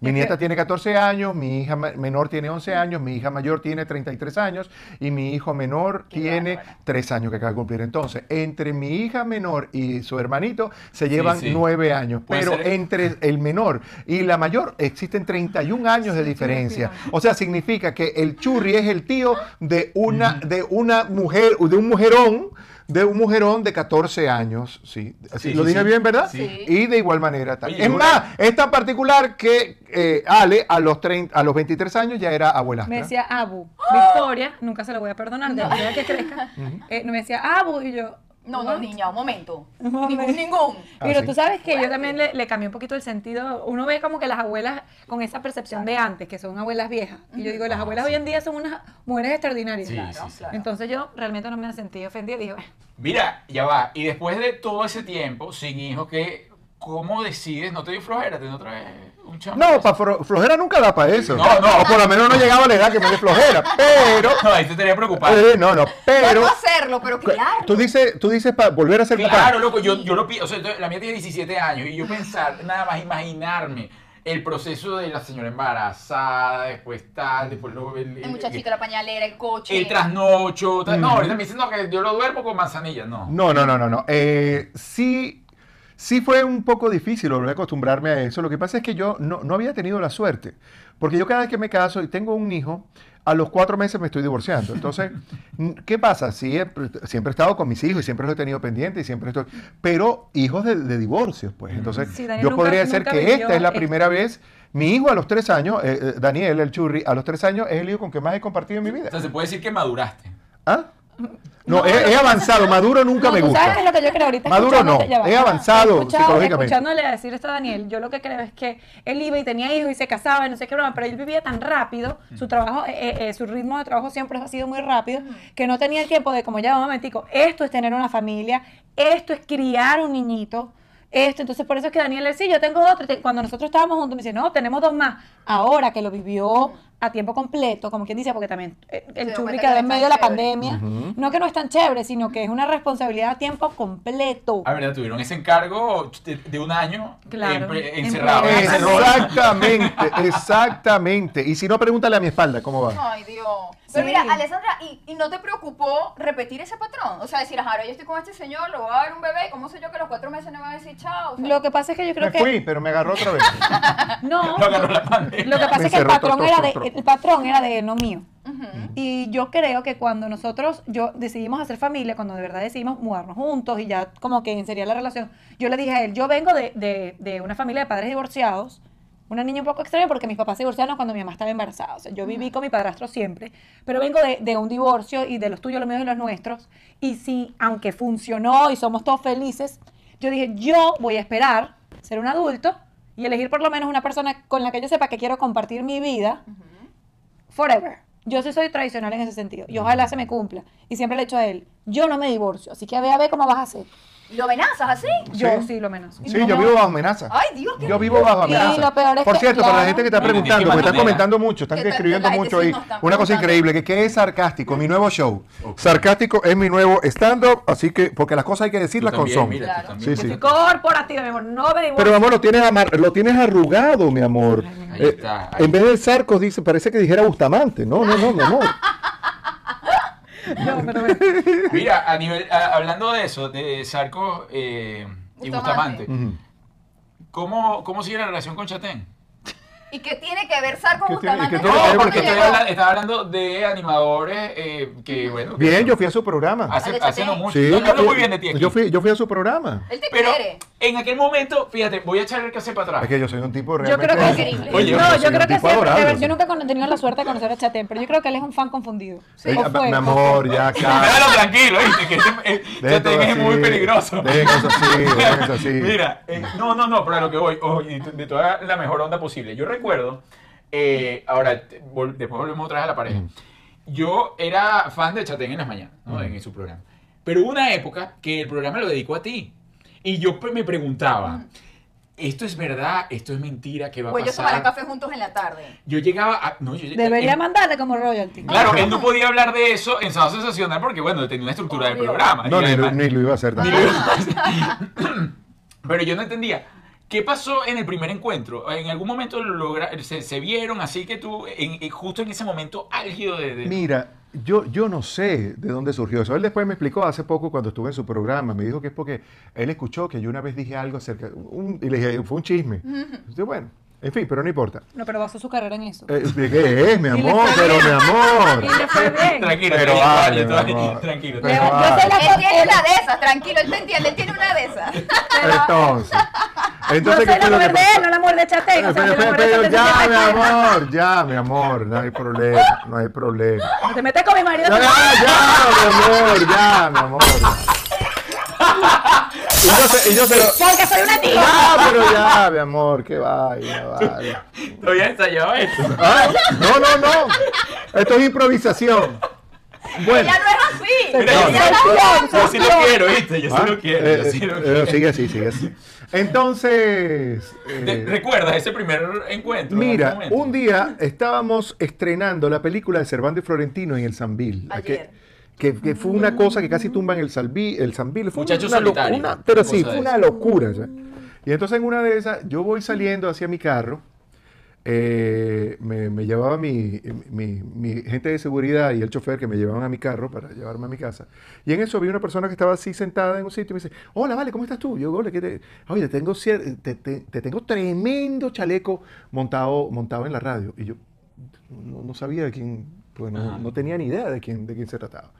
Speaker 3: Mi nieta tiene 14 años, mi hija ma- menor tiene 11 años, mi hija mayor tiene 33 años y mi hijo menor
Speaker 2: Qué
Speaker 3: tiene
Speaker 2: bárbara.
Speaker 3: 3 años que acaba de cumplir. Entonces, entre mi hija menor y su hermanito se llevan
Speaker 1: sí.
Speaker 3: 9 años,
Speaker 1: Puede
Speaker 3: pero
Speaker 1: ser.
Speaker 3: entre el menor y la mayor existen 31 años de diferencia. O sea, significa que el churri es el tío de una, de una mujer, de un mujerón. De un mujerón de 14 años, sí.
Speaker 1: Sí,
Speaker 3: ¿Lo
Speaker 1: sí,
Speaker 3: dije
Speaker 1: sí.
Speaker 3: bien, verdad?
Speaker 2: Sí.
Speaker 3: Y de igual manera. tal.
Speaker 1: Oye,
Speaker 3: es
Speaker 1: yo-
Speaker 3: más, es tan particular que eh, Ale a los, 30 a los 23 años ya era abuelastra.
Speaker 6: Me decía Abu, Victoria, nunca se lo voy a perdonar, de verdad que crezca. Eh, no me decía Abu y yo.
Speaker 2: No, no,
Speaker 6: "What?".
Speaker 2: niña, un momento.
Speaker 6: Un momento.
Speaker 2: Ningún, ningún.
Speaker 6: Pero
Speaker 3: Ah, sí.
Speaker 6: tú sabes que yo también le, le cambié un poquito el sentido. Uno ve como que las abuelas con esa percepción de antes, que son abuelas viejas. Y yo digo, las abuelas hoy en día son unas mujeres extraordinarias.
Speaker 1: Ah, Sí,
Speaker 2: Claro,
Speaker 1: sí, sí.
Speaker 2: claro.
Speaker 6: Entonces yo realmente no me sentí ofendida. Dije, bueno,
Speaker 1: mira, ya va. Y después de todo ese tiempo sin hijos, ¿qué, ¿cómo decides? No te dio flojera, tener otra vez un chamo.
Speaker 3: No, pa fro- flojera nunca da para eso.
Speaker 1: No, no.
Speaker 3: O por lo menos no llegaba a la edad que me dé flojera. Pero.
Speaker 1: No, ahí te estaría preocupado.
Speaker 3: eh, no, no, pero.
Speaker 2: Puedo hacerlo, pero criarlo.
Speaker 3: Tú dices, tú dices para volver a ser
Speaker 1: Claro,
Speaker 3: papá.
Speaker 1: loco, yo, yo lo pido. O sea, entonces, la mía tiene 17 años y yo pensar, nada más imaginarme el proceso de la señora embarazada, después tal, después lo. El,
Speaker 2: El muchachito, la pañalera, el coche.
Speaker 1: El trasnocho. tal. No, ahorita me dicen, no, que yo lo duermo con manzanilla. No.
Speaker 3: No, no, no, no, no. Eh, sí. Sí fue un poco difícil volver a acostumbrarme a eso. Lo que pasa es que yo no, no había tenido la suerte. Porque yo cada vez que me caso y tengo un hijo, a los cuatro meses me estoy divorciando. Entonces, n- ¿qué pasa? Siempre, siempre he estado con mis hijos y siempre los he tenido pendientes y siempre estoy... Pero hijos de, de divorcios, pues. Entonces,
Speaker 6: Mm. Sí, Daniel
Speaker 3: yo
Speaker 6: nunca-
Speaker 3: podría decir
Speaker 6: nunca
Speaker 3: que
Speaker 6: vivió
Speaker 3: esta es la
Speaker 6: esto.
Speaker 3: primera vez. Mi hijo a los tres años, eh, eh, Daniel, el churri, a los tres años es el hijo con que más he compartido en mi vida.
Speaker 1: O sea, se puede decir que maduraste.
Speaker 3: ¿Ah? No, he, he avanzado. Maduro nunca
Speaker 6: no,
Speaker 3: me
Speaker 6: tú
Speaker 3: gusta.
Speaker 6: ¿Sabes lo que yo creo ahorita?
Speaker 3: Maduro
Speaker 6: escuchándote-
Speaker 3: no,
Speaker 6: ya va.
Speaker 3: he avanzado
Speaker 6: Escuchado-
Speaker 3: psicológicamente.
Speaker 6: Escuchándole decir esto a Daniel, yo lo que creo es que él iba y tenía hijos y se casaba y no sé qué broma, pero él vivía tan rápido,
Speaker 3: Mm.
Speaker 6: su trabajo, eh, eh, eh, su ritmo de trabajo siempre ha sido muy rápido,
Speaker 2: Mm.
Speaker 6: que no tenía el tiempo de, como ya, un momentico, esto es tener una familia, esto es criar un niñito. esto, entonces por eso es que Daniel, sí, yo tengo otro. Te- Cuando nosotros estábamos juntos, me dice, no, tenemos dos más. Ahora que lo vivió a tiempo completo, como quien dice, porque también eh, el
Speaker 2: dio
Speaker 6: churri
Speaker 2: cuenta
Speaker 6: quedó
Speaker 2: que
Speaker 6: en
Speaker 2: no es
Speaker 6: medio de la
Speaker 2: tan
Speaker 6: pandemia, no que no es tan chévere, sino que es una responsabilidad a tiempo completo.
Speaker 1: Ah, ¿verdad? Tuvieron ese encargo de, de un año
Speaker 6: Claro.
Speaker 1: empre- encerrado. en ese rol.
Speaker 3: Exactamente, exactamente. Y si no, pregúntale a mi espalda cómo va.
Speaker 2: Ay, Dios. Pero
Speaker 6: Sí.
Speaker 2: mira, Alessandra, ¿y, y no te preocupó repetir ese patrón? O sea, decir, ajá, ahora yo estoy con este señor, lo voy a dar un bebé, ¿cómo sé yo que a los cuatro meses no me van a decir chao? O sea,
Speaker 6: Lo que pasa es que yo creo
Speaker 3: Me
Speaker 6: que...
Speaker 3: fui, pero me agarró otra vez.
Speaker 6: No,
Speaker 1: Lo agarró la pandemia.
Speaker 6: Lo que pasa
Speaker 3: Me
Speaker 6: es que el
Speaker 3: cerró,
Speaker 6: patrón,
Speaker 3: tro,
Speaker 6: era
Speaker 3: tro,
Speaker 6: de,
Speaker 3: tro, tro.
Speaker 6: el patrón era de no mío.
Speaker 2: ujú.
Speaker 6: Y yo creo que cuando nosotros yo decidimos hacer familia, cuando de verdad decidimos mudarnos juntos y ya como que sería la relación, yo le dije a él, yo vengo de, de- de una familia de padres divorciados, una niña un poco extraña porque mis papás se divorciaron cuando mi mamá estaba embarazada. O sea, yo viví con mi padrastro siempre, pero vengo de, de un divorcio y de los tuyos, los míos y los nuestros. Y si, aunque funcionó y somos todos felices, yo dije, yo voy a esperar ser un adulto y elegir por lo menos una persona con la que yo sepa que quiero compartir mi vida forever. Yo sí soy tradicional en ese sentido y ojalá se me cumpla. Y siempre le he dicho a él, yo no me divorcio, así que ve a ver cómo vas a hacer.
Speaker 2: ¿Lo amenazas así?
Speaker 6: Yo
Speaker 3: Sí.
Speaker 6: sí, lo menos.
Speaker 3: Sí, yo vivo bajo amenaza.
Speaker 2: Ay, Dios, qué
Speaker 3: Yo vivo bajo
Speaker 6: Y
Speaker 3: amenaza.
Speaker 6: lo peor es
Speaker 3: Por
Speaker 6: que,
Speaker 3: cierto, para la
Speaker 6: claro.
Speaker 3: gente que está
Speaker 1: Miren, ¿de qué
Speaker 3: preguntando, porque está
Speaker 1: manera?
Speaker 3: comentando mucho, están
Speaker 2: Que ta-
Speaker 3: escribiendo
Speaker 2: que la gente
Speaker 3: mucho
Speaker 2: sí
Speaker 3: ahí.
Speaker 2: nos está
Speaker 3: Una cosa
Speaker 2: preguntando.
Speaker 3: increíble, que ¿qué es sarcástico? Mi nuevo show. Sarcástico es mi nuevo stand-up, así que, porque las cosas hay que decirlas
Speaker 1: Tú
Speaker 3: con
Speaker 1: también,
Speaker 3: son.
Speaker 1: mira, tú
Speaker 2: Claro.
Speaker 1: también.
Speaker 3: Sí,
Speaker 6: Yo
Speaker 3: sí.
Speaker 6: soy corporativa, mi amor, no me divorcio.
Speaker 3: Pero vamos, lo tienes, amar- lo tienes arrugado, mi amor.
Speaker 1: Ahí
Speaker 3: Eh,
Speaker 1: está, ahí.
Speaker 3: en vez de Sarcos, dice, parece que dijera Bustamante. No, no, no, mi amor.
Speaker 6: No, pero bueno.
Speaker 1: Mira, a nivel, a- hablando de eso, de Sarco eh, y
Speaker 2: Bustamante.
Speaker 1: Bustamante, ¿cómo, ¿cómo sigue la relación con Chatén?
Speaker 2: ¿Y qué tiene que ver Sarco
Speaker 3: ¿Qué tiene-
Speaker 2: Bustamante?
Speaker 3: qué
Speaker 1: No,
Speaker 3: tiene que ver
Speaker 1: porque
Speaker 2: llegó?
Speaker 1: estoy habla- estaba hablando de animadores eh, que, bueno... que
Speaker 3: Bien,
Speaker 1: son-
Speaker 3: yo fui a su programa.
Speaker 1: Hace,
Speaker 2: Dale,
Speaker 1: hace
Speaker 2: Chatén.
Speaker 1: no mucho.
Speaker 3: Sí,
Speaker 1: No,
Speaker 3: yo
Speaker 1: hablo
Speaker 3: fui-
Speaker 1: muy bien de ti aquí.
Speaker 3: Yo fui, yo fui a su programa.
Speaker 2: Él te
Speaker 1: Pero
Speaker 2: quiere.
Speaker 1: en aquel momento, fíjate, voy a echar el cassette para
Speaker 3: Es
Speaker 1: atrás.
Speaker 3: que yo soy un tipo
Speaker 6: Yo
Speaker 3: realmente...
Speaker 6: creo que
Speaker 2: increíble.
Speaker 1: Oye,
Speaker 6: no,
Speaker 3: soy
Speaker 6: yo
Speaker 3: un
Speaker 6: creo que
Speaker 3: tipo
Speaker 6: siempre,
Speaker 3: adorable.
Speaker 6: de ver, yo nunca he tenido la suerte de conocer a Chatén, pero yo creo que él es un fan confundido.
Speaker 3: Eh,
Speaker 6: O fue.
Speaker 3: mi amor, ya, calma.
Speaker 1: Déjalo tranquilo, ¿viste? Que ese- eh,
Speaker 3: Dejen todo
Speaker 1: Chatén es
Speaker 3: así,
Speaker 1: muy peligroso.
Speaker 3: Dejen eso así, dejen eso así.
Speaker 1: Mira, eh, no, no, no, pero a lo que voy, ojo, y de toda la mejor onda posible. Yo recuerdo, eh, ahora, te- vol- después volvemos otra vez a la pareja. Yo era fan de Chatén en las mañanas, ¿no? En su programa. Pero hubo una época que el programa lo dedicó a ti. Y yo pues, me preguntaba, ¿esto es verdad? ¿Esto es mentira? ¿Qué va a
Speaker 2: O ellos
Speaker 1: pasar?
Speaker 2: tomarán Pues café juntos en la tarde.
Speaker 1: Yo llegaba a... No,
Speaker 3: eh,
Speaker 1: yo,
Speaker 6: Debería
Speaker 1: en-
Speaker 6: mandarle como royalty.
Speaker 1: Claro, él no podía hablar de eso en Sábado Sensacional porque, bueno, tenía una estructura de
Speaker 2: Obvio.
Speaker 1: programa.
Speaker 3: No,
Speaker 1: Y
Speaker 3: ni, lo-
Speaker 1: además-
Speaker 3: ni lo iba a hacer tampoco.
Speaker 1: Pero yo no entendía. ¿Qué pasó en el primer encuentro? ¿En algún momento lo logra- se, se vieron así que tú, en- en- justo en ese momento álgido de... de-
Speaker 3: Mira, yo, yo no sé de dónde surgió eso. Él después me explicó hace poco cuando estuve en su programa, me dijo que es porque él escuchó que yo una vez dije algo acerca, un- y le dije, fue un chisme. Yo, bueno, en fin, pero no importa.
Speaker 6: No, pero basó su carrera en eso.
Speaker 3: Eh, ¿Qué es, mi
Speaker 6: Y le
Speaker 3: amor?
Speaker 6: fue
Speaker 3: Pero
Speaker 6: bien.
Speaker 3: mi amor.
Speaker 6: Y le fue bien.
Speaker 1: Tranquilo,
Speaker 3: Pero
Speaker 1: tranquilo,
Speaker 3: vale,
Speaker 1: tranquilo,
Speaker 3: mi amor.
Speaker 1: tranquilo.
Speaker 3: Pero
Speaker 1: tranquilo.
Speaker 3: vale.
Speaker 6: soy la-
Speaker 2: Él tiene una de esas, tranquilo, él te entiende, él tiene una de esas.
Speaker 3: Entonces,
Speaker 6: Yo
Speaker 3: entonces
Speaker 6: soy
Speaker 3: ¿qué
Speaker 6: la
Speaker 3: fue lo que
Speaker 6: mujer de
Speaker 3: pasó?
Speaker 6: él, no la mujer de Chatén.
Speaker 3: Pero,
Speaker 6: O sea, si la
Speaker 3: pero,
Speaker 6: mujer de
Speaker 3: pero,
Speaker 6: Chatén se
Speaker 3: ya,
Speaker 6: te
Speaker 3: mi
Speaker 6: mete-
Speaker 3: amor, ya, mi amor, no hay problema, no hay problema.
Speaker 6: si te metes con mi marido,
Speaker 3: Ya,
Speaker 6: te-
Speaker 3: ya, ya, mi amor, ya, mi amor. Y yo se, y yo se lo...
Speaker 6: porque soy una tía.
Speaker 3: Ah, pero ya, mi amor, qué vaina, vale.
Speaker 1: Todavía ensayaba esto.
Speaker 3: Ay, no, no, no. Esto es improvisación. Bueno.
Speaker 2: Ya no es así.
Speaker 1: Mira,
Speaker 3: No,
Speaker 1: yo,
Speaker 3: no,
Speaker 1: yo sí lo quiero, ¿viste? Yo sí
Speaker 3: ¿Ah?
Speaker 1: lo quiero,
Speaker 3: Eh,
Speaker 1: yo sí lo
Speaker 3: eh,
Speaker 1: quiero.
Speaker 3: sigue así, sigue así. Entonces,
Speaker 1: ¿Te-
Speaker 3: eh,
Speaker 1: ¿Recuerdas ese primer encuentro?
Speaker 3: mira,
Speaker 1: ¿En algún
Speaker 3: un
Speaker 1: momento?
Speaker 3: día estábamos estrenando la película de Cervantes Florentino en el Sambil.
Speaker 2: Ayer.
Speaker 3: Que, que fue una cosa que casi tumban el Salví, el Sambil. Fue
Speaker 1: Muchachos
Speaker 3: una
Speaker 1: solitarios,
Speaker 3: locura, pero
Speaker 1: una
Speaker 3: sí,
Speaker 1: cosa
Speaker 3: fue
Speaker 1: de
Speaker 3: una locura. ¿sabes? Y entonces en una de esas, yo voy saliendo hacia mi carro. eh, me, me llevaba mi, mi- mi gente de seguridad y el chofer que me llevaban a mi carro para llevarme a mi casa. Y en eso vi una persona que estaba así sentada en un sitio y me dice, hola, vale, ¿cómo estás tú? Yo, hola, ¿qué te... Oye, te tengo, cier- te, te- te tengo tremendo chaleco montado, montado en la radio. Y yo no, no sabía de quién, pues no, no tenía ni idea de quién, de quién se trataba.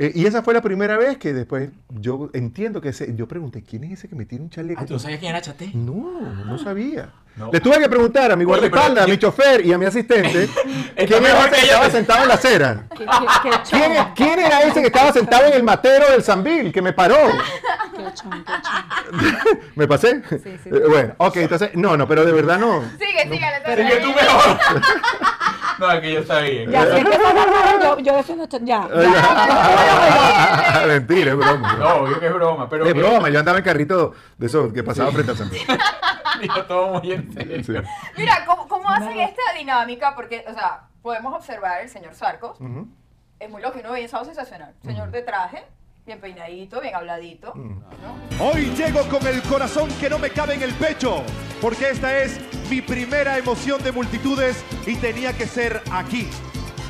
Speaker 3: Eh, y esa fue la primera vez que después yo entiendo que ese- yo pregunté, ¿quién es ese que me tiene un chaleco?
Speaker 1: Ah, ¿Tú no sabías quién era Chatén?
Speaker 3: No, no sabía.
Speaker 1: No.
Speaker 3: Le tuve que preguntar a mi
Speaker 1: Oye, pero
Speaker 3: guardaespaldas, a mi
Speaker 1: yo-
Speaker 3: chofer y a mi asistente quién
Speaker 1: mejor
Speaker 3: era ese
Speaker 1: que
Speaker 3: que
Speaker 1: yo.
Speaker 3: estaba sentado en la acera.
Speaker 6: Qué- qué- qué
Speaker 3: ¿Quién, e-,
Speaker 6: chongo,
Speaker 3: quién era ese que estaba sentado en el matero del Zambil que me paró?
Speaker 6: qué chongo, qué chongo.
Speaker 3: ¿Me pasé?
Speaker 6: sí.
Speaker 3: Eh, bueno, ok, entonces, no, no, pero de verdad no.
Speaker 2: Sigue, sigue,
Speaker 1: Sigue tú
Speaker 2: Alessandra.
Speaker 1: mejor. No, es que yo sabía.
Speaker 6: Ya
Speaker 3: Eh.
Speaker 6: sé que esa es la cara, yo, yo eso no... Ya,
Speaker 3: Oiga. Mentira, es broma.
Speaker 1: No, obvio que es broma, pero
Speaker 3: Es
Speaker 1: que-
Speaker 3: broma, yo andaba en carrito de esos que pasaba frente a San Miguel.
Speaker 1: digo todo muy en serio.
Speaker 3: Sí.
Speaker 2: Mira, ¿cómo, cómo hacen esta dinámica? Porque, o sea, podemos observar el señor Sarcos.
Speaker 3: Ujú.
Speaker 2: Es muy lo que uno veía en Sábado Sensacional. Señor de traje, bien peinadito, bien habladito. ¿no?
Speaker 7: Hoy llego con el corazón que no me cabe en el pecho, porque esta es mi primera emoción de multitudes y tenía que ser aquí,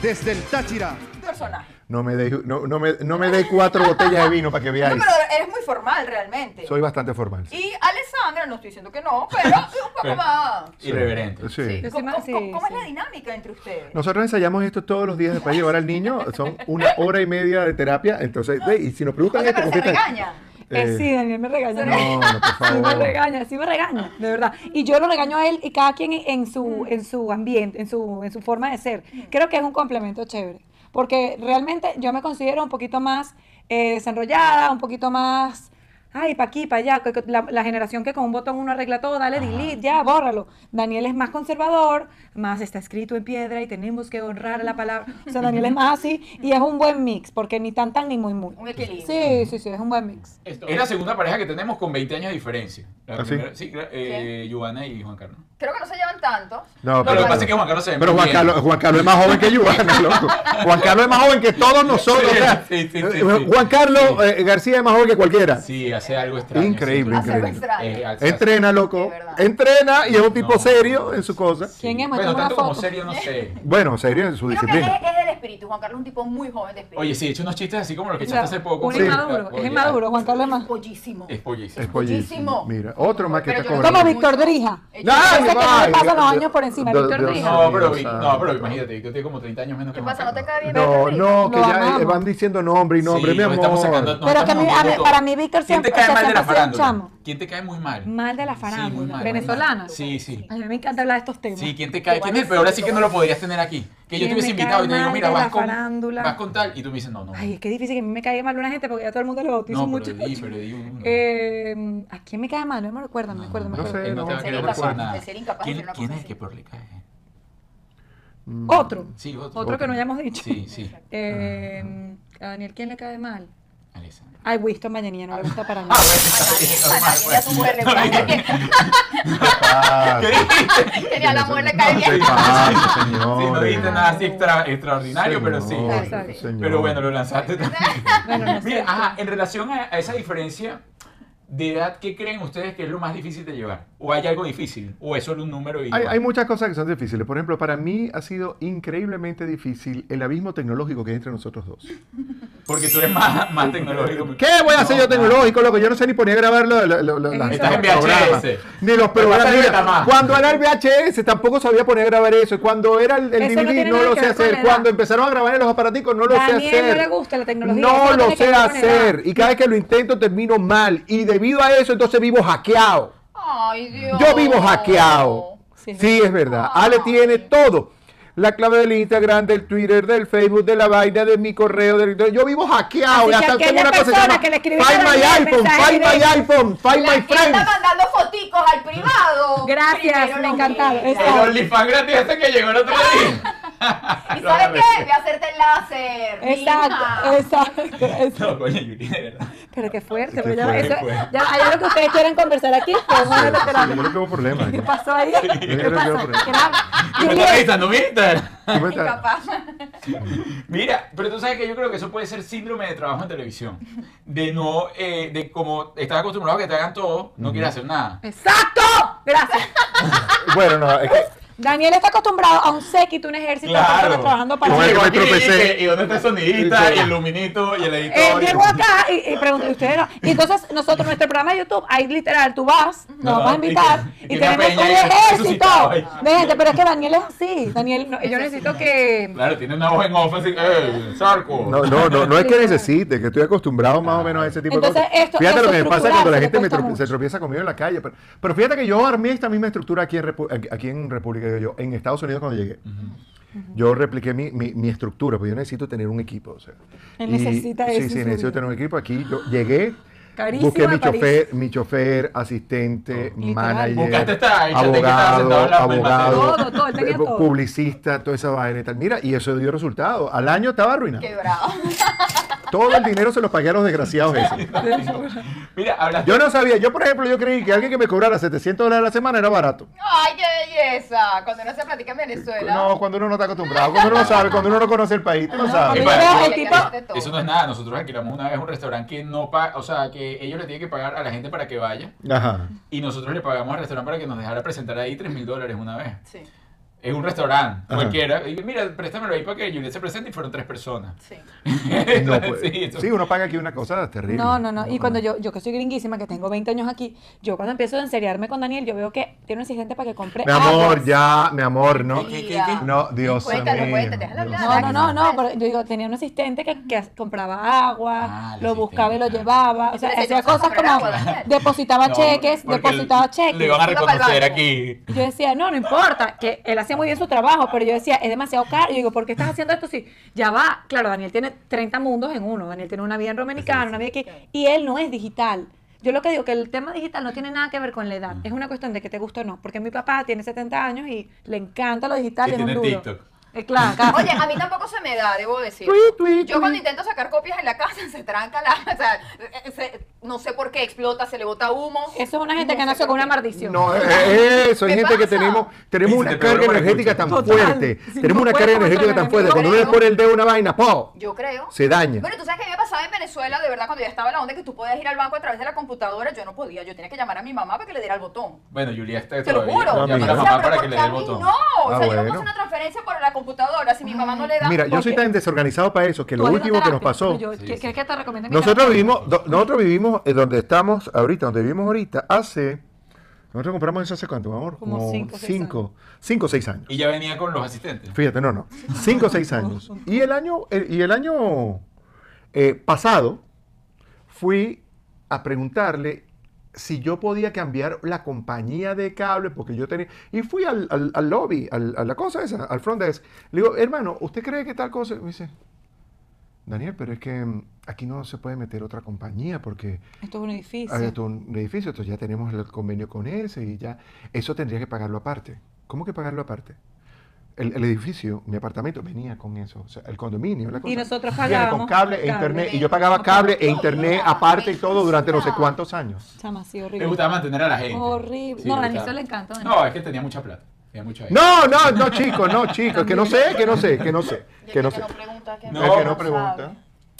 Speaker 7: desde el Táchira.
Speaker 2: Un personaje.
Speaker 3: No me dé no, no me, no me dé cuatro botellas de vino para que
Speaker 2: No,
Speaker 3: veáis.
Speaker 2: pero eres muy formal realmente.
Speaker 3: Soy bastante formal. sí.
Speaker 2: Y Alessandra, no estoy diciendo que no, pero es un poco
Speaker 1: Pero-
Speaker 2: más.
Speaker 1: Irreverente.
Speaker 3: Sí.
Speaker 2: ¿Cómo, cómo-
Speaker 6: Sí,
Speaker 2: cómo- cómo es
Speaker 6: sí.
Speaker 2: la dinámica entre ustedes?
Speaker 3: Nosotros ensayamos esto todos los días después de llevar al niño. Son una hora y media de terapia. Entonces, ve, y si nos
Speaker 2: O
Speaker 3: preguntan
Speaker 2: sea,
Speaker 3: esto,
Speaker 2: pero
Speaker 3: ¿con
Speaker 2: se
Speaker 3: qué te-
Speaker 2: regaña.
Speaker 3: Eh,
Speaker 6: Eh, sí, Daniel me regaña.
Speaker 3: No, no, por
Speaker 6: Sí me
Speaker 3: favor.
Speaker 6: regaña, sí me regaña, de verdad. Y yo lo regaño a él y cada quien en- en su, en su ambiente, en su, en su forma de ser. Creo que es un complemento chévere. Porque realmente yo me considero un poquito más eh, desenrollada, un poquito más. Ay, pa' aquí, pa' allá. que- que La, la generación que con un botón uno arregla todo, dale delete, ya, bórralo. Daniel es más conservador, más está escrito en piedra y tenemos que honrar la palabra. O sea, Daniel es más así y es un buen mix, porque ni tan tan ni muy muy.
Speaker 2: Un equilibrio.
Speaker 6: Sí, sí, sí, es un buen mix.
Speaker 1: Es la segunda pareja que tenemos con 20 años de diferencia. La
Speaker 3: ¿Ah, sí?
Speaker 1: primera- sí, claro, eh, Giovanna y Juan Carlos.
Speaker 2: Creo que no se llevan tanto.
Speaker 3: No,
Speaker 1: No, lo que pasa es que Juan Carlos se ve
Speaker 3: Pero
Speaker 1: muy
Speaker 3: Juan
Speaker 1: bien.
Speaker 3: Carlos, Juan Carlos es más joven que Giovanna, loco. Juan Carlos es más joven que todos nosotros.
Speaker 1: Sí,
Speaker 3: o sea,
Speaker 1: sí, sí, sí,
Speaker 3: eh,
Speaker 1: sí.
Speaker 3: Juan Carlos eh, García es más joven que cualquiera.
Speaker 1: Sí, hace algo extraño.
Speaker 3: Increíble,
Speaker 1: sí.
Speaker 2: Hace algo
Speaker 3: increíble.
Speaker 2: extraño.
Speaker 1: Eh, hace-
Speaker 3: Entrena,
Speaker 2: De
Speaker 3: loco.
Speaker 2: verdad.
Speaker 3: Entrena y es un tipo
Speaker 1: No.
Speaker 3: serio en su cosa.
Speaker 1: sí.
Speaker 6: ¿Quién es?
Speaker 1: Bueno,
Speaker 6: Muéstrame una
Speaker 1: tanto como
Speaker 6: foto.
Speaker 1: serio, no sé.
Speaker 3: Bueno, serio en su
Speaker 2: Creo que es,
Speaker 3: disciplina.
Speaker 2: es del espíritu. Juan Carlos es un tipo muy joven de espíritu.
Speaker 1: Oye, sí, he hecho unos chistes así como los que
Speaker 6: O sea,
Speaker 1: echaste hace poco.
Speaker 6: Un
Speaker 1: Sí.
Speaker 6: inmaduro,
Speaker 1: Oye,
Speaker 6: es inmaduro, Juan Carlos es más.
Speaker 2: Pollísimo.
Speaker 1: Es pollísimo.
Speaker 3: Es pollísimo.
Speaker 2: Muchísimo.
Speaker 3: Mira, otro más que
Speaker 2: Pero
Speaker 3: está
Speaker 2: yo no-
Speaker 3: cobrando.
Speaker 6: Como Víctor Drija.
Speaker 2: Ey,
Speaker 3: No,
Speaker 6: Ese que no
Speaker 3: vaya.
Speaker 6: le pasa los años por encima,
Speaker 3: Dios-
Speaker 6: Víctor
Speaker 3: Dios
Speaker 6: Drija.
Speaker 1: No, pero,
Speaker 3: mío,
Speaker 1: no,
Speaker 3: santo.
Speaker 1: pero imagínate, Víctor tiene como 30 años menos que
Speaker 2: ¿Qué
Speaker 1: Juan
Speaker 2: pasa? ¿No te
Speaker 1: Carlos.
Speaker 2: cae bien?
Speaker 3: No,
Speaker 2: Víctor Rico?
Speaker 3: no, que
Speaker 6: Lo
Speaker 3: ya eh,
Speaker 6: amamos.
Speaker 3: van diciendo nombre y nombre,
Speaker 1: Sí,
Speaker 3: mi
Speaker 1: nos estamos sacando-
Speaker 3: amor.
Speaker 1: nos
Speaker 6: Pero que a
Speaker 1: estamos
Speaker 6: mí- a
Speaker 1: sacando
Speaker 6: mí-
Speaker 1: todo.
Speaker 6: para mí Víctor siempre-
Speaker 1: ¿Quién te cae
Speaker 6: se
Speaker 1: mal de la
Speaker 6: siempre ha sido un
Speaker 1: farándula?
Speaker 6: chamo.
Speaker 1: ¿Quién te cae muy mal?
Speaker 6: Mal de la
Speaker 1: Sí, muy
Speaker 6: farándula.
Speaker 1: mal.
Speaker 6: Venezolana.
Speaker 1: Sí, sí.
Speaker 6: A mí me encanta hablar de estos temas.
Speaker 1: Sí, ¿quién te cae? ¿Quién es el peor? Así que no lo podrías tener aquí. Que yo
Speaker 6: ¿Quién
Speaker 1: te hubiese
Speaker 6: me
Speaker 1: invitado
Speaker 6: cae
Speaker 1: y te digo,
Speaker 6: mal
Speaker 1: mira,
Speaker 6: de
Speaker 1: vas
Speaker 6: la
Speaker 1: con,
Speaker 6: farándula?
Speaker 1: vas con tal. Y tú me dices, no, no.
Speaker 6: Ay, es que es difícil que a mí me caiga mal una gente porque ya todo el mundo le bautiza
Speaker 1: no,
Speaker 6: un
Speaker 1: pero di,
Speaker 6: muchacho.
Speaker 1: pero di uno.
Speaker 6: Eh, ¿A quién me cae mal? No me recuerdan, me acuerdan, me
Speaker 3: no
Speaker 6: acuerdan.
Speaker 3: sé,
Speaker 1: él no te va a
Speaker 2: no.
Speaker 1: querer
Speaker 2: Ser incapaz,
Speaker 1: recordar nada.
Speaker 2: el ser incapaz de
Speaker 1: ¿Quién,
Speaker 2: hacer una
Speaker 1: quién
Speaker 2: cosa
Speaker 1: es el que
Speaker 2: así.
Speaker 1: peor le cae?
Speaker 3: Mm.
Speaker 6: Otro.
Speaker 1: Sí, otro.
Speaker 6: Otro que no hayamos dicho.
Speaker 1: Sí, sí.
Speaker 6: Eh, a Daniel, ¿quién le cae mal?
Speaker 1: Alessandra.
Speaker 6: Ay, Winston Mañanilla, no le gusta para nada.
Speaker 1: Ah, bueno,
Speaker 2: A
Speaker 1: está
Speaker 2: nadie,
Speaker 1: bien,
Speaker 2: a
Speaker 1: normal,
Speaker 2: nadie le
Speaker 1: pues.
Speaker 2: hace un buen recuerdo.
Speaker 3: Ah,
Speaker 1: ¿Qué dijiste?
Speaker 2: Que ni a la mujer le cae
Speaker 3: sí,
Speaker 2: bien.
Speaker 3: pasa,
Speaker 1: Sí, no
Speaker 3: señores.
Speaker 1: dijiste nada así extra- extraordinario, pero sí.
Speaker 3: Señor,
Speaker 6: Exacto.
Speaker 3: señor.
Speaker 1: Pero bueno, lo lanzaste también.
Speaker 6: Bueno, no sé.
Speaker 1: Mira, ajá, en relación a, a esa diferencia de edad, ¿qué creen ustedes que es lo más difícil de llevar? ¿O hay algo difícil? ¿O es solo un número? Y
Speaker 3: Hay,
Speaker 1: ya?
Speaker 3: hay muchas cosas que son difíciles. Por ejemplo, para mí ha sido increíblemente difícil el abismo tecnológico que hay entre nosotros dos.
Speaker 1: Porque tú eres más, más tecnológico.
Speaker 3: ¿Qué voy a hacer
Speaker 1: No,
Speaker 3: yo tecnológico, loco? Yo no sé ni poner a grabar lo- lo- lo- lo- las-
Speaker 6: Estás
Speaker 3: los
Speaker 6: en
Speaker 1: VHS.
Speaker 3: programas. Ni los programas.
Speaker 1: pasa
Speaker 3: Mira,
Speaker 1: nada más.
Speaker 3: cuando era el VHS tampoco sabía poner a grabar eso. Cuando era el, el
Speaker 6: Eso no
Speaker 3: DVD
Speaker 6: tiene
Speaker 3: no,
Speaker 6: nada
Speaker 3: lo
Speaker 6: que
Speaker 3: sé
Speaker 6: ver con la
Speaker 3: hacer.
Speaker 6: edad.
Speaker 3: Cuando empezaron a grabar en los aparaticos no lo sé
Speaker 6: Daniel
Speaker 3: hacer.
Speaker 6: no le gusta la tecnología.
Speaker 3: No
Speaker 6: eso
Speaker 3: lo
Speaker 6: tiene que
Speaker 3: sé
Speaker 6: ver con
Speaker 3: hacer.
Speaker 6: edad.
Speaker 3: Y cada vez que lo intento termino mal. Y debido a eso entonces vivo hackeado.
Speaker 2: Ay, Dios.
Speaker 3: Yo vivo hackeado.
Speaker 6: Sí,
Speaker 3: Sí,
Speaker 6: es
Speaker 3: es verdad. Ale
Speaker 2: Ay.
Speaker 3: tiene todo. La clave del Instagram, del Twitter, del Facebook, de la vaina, de mi correo, del... Yo vivo hackeado.
Speaker 6: Así
Speaker 3: Y
Speaker 6: que
Speaker 3: hasta
Speaker 6: aquella
Speaker 3: tengo una cosa que se
Speaker 6: persona
Speaker 3: llama
Speaker 6: que le escribió
Speaker 3: Find
Speaker 6: a
Speaker 3: my
Speaker 6: Daniel
Speaker 3: iPhone,
Speaker 6: mensaje
Speaker 3: find my
Speaker 6: directo.
Speaker 3: iPhone, find
Speaker 2: La
Speaker 3: my
Speaker 2: gente está
Speaker 3: friend.
Speaker 2: mandando foticos al privado.
Speaker 6: Gracias,
Speaker 2: Primero
Speaker 6: me
Speaker 2: los
Speaker 6: encantaron,
Speaker 2: mira.
Speaker 6: exacto.
Speaker 1: El OnlyFans gratis este que llegó el otro día.
Speaker 2: ¿Y sabes qué? Voy a hacerte el láser.
Speaker 6: Exacto,
Speaker 2: Mija.
Speaker 6: exacto, exacto.
Speaker 1: No, coño, Yuri, de verdad.
Speaker 6: Pero qué fuerte,
Speaker 3: Qué
Speaker 6: pero ya,
Speaker 3: fuerte.
Speaker 6: eso,
Speaker 1: Qué fuerte.
Speaker 6: ya hay algo que ustedes quieran conversar aquí, pero bueno, lo que la-
Speaker 3: Sí, yo no tengo problema.
Speaker 6: ¿Qué
Speaker 3: yo-
Speaker 6: pasó ahí? ¿Qué
Speaker 3: creo que
Speaker 6: pasó?
Speaker 3: era por ahí.
Speaker 6: ¿Qué era?
Speaker 2: Ah,
Speaker 1: ¿Me estás revisando mi Instagram?
Speaker 3: ¿Cómo está?
Speaker 2: Incapaz.
Speaker 1: Mira, pero tú sabes que yo creo que eso puede ser síndrome de trabajo en televisión. De no, eh, de como estás acostumbrado a que te hagan todo, no quieres hacer nada.
Speaker 6: ¡Exacto! Gracias.
Speaker 3: Bueno, no, es que
Speaker 6: Daniel está acostumbrado a un séquito, un ejército de personas trabajando para
Speaker 3: Como
Speaker 6: él.
Speaker 3: el-
Speaker 1: Llegó
Speaker 3: me
Speaker 1: aquí
Speaker 3: tropecé.
Speaker 1: y- ¿Y dónde está el sonidista? Y el luminito y el
Speaker 2: Eh,
Speaker 6: Él
Speaker 1: editor.
Speaker 6: llegó Eh, acá y, y preguntó, ¿y ustedes no? Y entonces nosotros, nuestro programa de YouTube, ahí literal, tú vas, nos
Speaker 1: No,
Speaker 6: vas a invitar
Speaker 1: y-
Speaker 6: y,
Speaker 1: y una
Speaker 6: tenemos
Speaker 1: peña
Speaker 6: un
Speaker 1: ahí
Speaker 6: ejército
Speaker 1: resucitada ahí.
Speaker 6: de gente, pero es que Daniel es así, Daniel, no, yo necesito que...
Speaker 1: Claro, tiene una voz en off así, ¡eh, Sarco!
Speaker 3: No, no, no, no es que necesite, que estoy acostumbrado más o menos a ese tipo
Speaker 6: Entonces,
Speaker 3: de cosas.
Speaker 6: esto-
Speaker 3: fíjate
Speaker 6: esto
Speaker 3: lo que me pasa
Speaker 6: estructural
Speaker 3: cuando la
Speaker 6: se le
Speaker 3: gente me
Speaker 6: cuesta
Speaker 3: trope-
Speaker 6: mucho.
Speaker 3: se tropieza conmigo en la calle. Pero, pero fíjate que yo armé esta misma estructura aquí en, Repu- aquí- aquí en República, que yo, en Estados Unidos cuando llegué. Yo repliqué mi, mi, mi pues estructura, porque yo necesito tener un equipo. O sea,
Speaker 6: Él necesita
Speaker 3: sí,
Speaker 6: eso
Speaker 3: Sí,
Speaker 6: en su
Speaker 3: necesito
Speaker 6: vida.
Speaker 3: tener un equipo. Aquí yo llegué,
Speaker 6: Carísima
Speaker 3: Busqué mi
Speaker 6: en París.
Speaker 3: chofer, mi chofer, asistente,
Speaker 6: Literal.
Speaker 1: Buscaste
Speaker 3: manager,
Speaker 1: esta hecha de que estaba sentado
Speaker 3: abogado,
Speaker 1: en la palma de
Speaker 3: abogado,
Speaker 6: Todo, todo, él tenía
Speaker 3: eh,
Speaker 6: todo.
Speaker 3: publicista, toda esa vaina y tal. Mira, y eso dio resultado. Al año estaba arruinado.
Speaker 2: Quebrado.
Speaker 3: Todo el dinero se los pagué a los desgraciados esos.
Speaker 1: Mira, hablaste.
Speaker 3: Yo no sabía, yo por ejemplo, yo creí que alguien que me cobrara 700 dólares a la semana era barato.
Speaker 2: Ay, qué belleza. Cuando no se platica en Venezuela.
Speaker 3: No, cuando uno no está acostumbrado, cuando uno no sabe, cuando uno no conoce el país, tú no
Speaker 1: Y
Speaker 3: sabes.
Speaker 1: para-
Speaker 6: Mira, el
Speaker 2: Hay que
Speaker 6: tipo-
Speaker 2: hacer de todo.
Speaker 1: Eso no es nada. Nosotros alquilamos una vez un restaurante que no paga, o sea, que ellos le tienen que pagar a la gente para que vaya.
Speaker 3: Ajá.
Speaker 1: Y nosotros le pagamos al restaurante para que nos dejara presentar ahí 3 mil dólares una vez.
Speaker 2: Sí,
Speaker 1: Es un restaurante
Speaker 3: Ajá.
Speaker 1: cualquiera. Y yo, mira, préstamelo ahí para que Juliet se presente y fueron tres personas.
Speaker 2: sí.
Speaker 3: No, pues,
Speaker 1: Sí, eso-
Speaker 3: sí, uno paga aquí una cosa terrible.
Speaker 6: No, no, no. Y cuando yo, yo que soy gringuísima, que tengo 20 años aquí, yo cuando empiezo a enseriarme con Daniel, yo veo que tiene un asistente para que compre.
Speaker 3: Mi amor,
Speaker 6: aguas.
Speaker 3: ya, mi amor, ¿no?
Speaker 1: ¿Qué, qué,
Speaker 2: Tía.
Speaker 1: qué?
Speaker 3: No, Dios
Speaker 2: Cuéntalo,
Speaker 3: mío.
Speaker 2: cuéntalo, déjalo
Speaker 3: Dios
Speaker 2: hablar.
Speaker 6: No, no, no, no,
Speaker 2: Exacto.
Speaker 6: pero yo digo, tenía un asistente que, que as- compraba agua,
Speaker 1: Ah, el
Speaker 6: lo buscaba y lo
Speaker 1: asistente.
Speaker 6: llevaba, o sea,
Speaker 2: Entonces,
Speaker 6: hacía
Speaker 2: ellos son
Speaker 6: cosas como
Speaker 2: comprar agua, Daniel.
Speaker 6: depositaba
Speaker 1: No,
Speaker 6: cheques,
Speaker 1: porque
Speaker 6: depositaba
Speaker 1: le- "Ah,
Speaker 6: cheques.
Speaker 1: Le van a
Speaker 2: Iba pa'l
Speaker 1: reconocer
Speaker 2: banco.
Speaker 1: aquí.
Speaker 6: Yo decía, no, no importa, que él hacía muy bien su trabajo, pero yo decía, es demasiado caro. Y yo digo, ¿por qué estás haciendo esto si ya va? Claro, Daniel tiene 30 mundos en uno. Daniel tiene una vida en Dominicana, una vida aquí, y él no es digital. Yo lo que digo que el tema digital no tiene nada que ver con la edad, es una cuestión de que te gusta o no, porque mi papá tiene 70 años y le encanta lo digital,
Speaker 1: Y
Speaker 6: es
Speaker 1: tiene
Speaker 6: un duro.
Speaker 1: TikTok.
Speaker 6: Eh, claro, claro.
Speaker 2: Oye, a mí tampoco se me da, debo decir.
Speaker 3: Tweet, tweet,
Speaker 2: Yo cuando
Speaker 3: tweet.
Speaker 2: intento sacar copias en la casa, se tranca la. O sea, se- no sé por qué explota, se le bota humo.
Speaker 6: Eso es una gente
Speaker 2: No
Speaker 6: que
Speaker 2: sé
Speaker 6: nació
Speaker 2: por
Speaker 6: con una
Speaker 2: qué.
Speaker 6: maldición.
Speaker 3: No, eh, eso, hay
Speaker 2: ¿Qué
Speaker 3: gente que
Speaker 2: pasa?
Speaker 3: tenemos,
Speaker 1: Y
Speaker 3: tenemos
Speaker 1: se
Speaker 3: una
Speaker 1: te pegó
Speaker 3: carga
Speaker 1: la mala
Speaker 3: energética tan
Speaker 1: escucha.
Speaker 6: Total.
Speaker 3: fuerte.
Speaker 6: Si
Speaker 3: tenemos
Speaker 6: no
Speaker 3: una
Speaker 6: puedes
Speaker 3: carga
Speaker 6: contra el
Speaker 3: energética tan
Speaker 6: enemigo,
Speaker 3: fuerte. Cuando uno le
Speaker 2: creo.
Speaker 3: pone el dedo a una vaina, ¡po!
Speaker 2: Yo creo.
Speaker 3: Se daña.
Speaker 2: Bueno, tú sabes que a mí me pasaba en Venezuela, de verdad, cuando ya estaba la onda que tú podías ir al banco a través de la computadora, yo no podía. Yo tenía que llamar a mi mamá para que le diera el botón.
Speaker 1: Bueno, Juliet está
Speaker 2: Te lo
Speaker 1: todavía.
Speaker 2: juro.
Speaker 1: Llama a la
Speaker 2: O sea,
Speaker 1: mamá
Speaker 2: pero
Speaker 1: para que
Speaker 2: porque
Speaker 1: le dé el
Speaker 2: a mí
Speaker 1: botón.
Speaker 2: No, o
Speaker 3: Ah,
Speaker 2: sea, yo no puedo
Speaker 3: bueno.
Speaker 2: hacer una transferencia por la computadora si mi mamá no le da.
Speaker 3: Mira, yo soy
Speaker 6: Porque-
Speaker 3: tan desorganizado para eso que lo
Speaker 6: Tú haces
Speaker 3: último que nos
Speaker 6: terapia,
Speaker 3: pasó.
Speaker 6: yo- ¿qué- ¿Qué es que te recomiendo? mi
Speaker 3: Nosotros
Speaker 6: terapia?
Speaker 3: vivimos, do- nosotros vivimos eh, donde estamos ahorita, donde vivimos ahorita, hace. Nosotros compramos eso hace cuánto, mi amor?
Speaker 6: Como cinco, seis
Speaker 3: cinco, cinco o seis años.
Speaker 1: Y ya venía con los asistentes.
Speaker 3: Fíjate, no, no. Cinco o seis años. Y el año, el- y el año eh, pasado fui a preguntarle si yo podía cambiar la compañía de cable, porque yo tenía... Y fui al, al- al lobby, al- a la cosa esa, al front desk. Le digo, hermano, ¿usted cree que tal cosa? Me dice, Daniel, pero es que mm, aquí no se puede meter otra compañía porque
Speaker 6: Esto es un edificio.
Speaker 3: hay otro- un edificio, entonces ya tenemos el convenio con ese y ya. Eso tendría que pagarlo aparte. ¿Cómo que pagarlo aparte? El, el edificio, mi apartamento, venía con eso. O sea, el condominio, la cosa.
Speaker 6: nosotros
Speaker 3: Viene
Speaker 6: pagábamos
Speaker 3: con cable e
Speaker 6: cable.
Speaker 3: internet. Y yo pagaba cable e internet aparte y todo durante no sé cuántos años.
Speaker 6: Chama, sí,
Speaker 1: Le
Speaker 6: horrible.
Speaker 1: gustaba mantener a la gente.
Speaker 6: Horrible.
Speaker 1: Sí,
Speaker 6: no,
Speaker 1: le
Speaker 6: a Daniel
Speaker 1: gustaba.
Speaker 6: le encanta. Daniel.
Speaker 1: No, es que tenía mucha plata. Tenía mucha gente.
Speaker 3: No, no, no, chicos, no, chicos. Que no sé, que no sé, que no sé, que no sé.
Speaker 2: pregunta, que
Speaker 1: No,
Speaker 3: El que no
Speaker 1: no
Speaker 3: pregunta.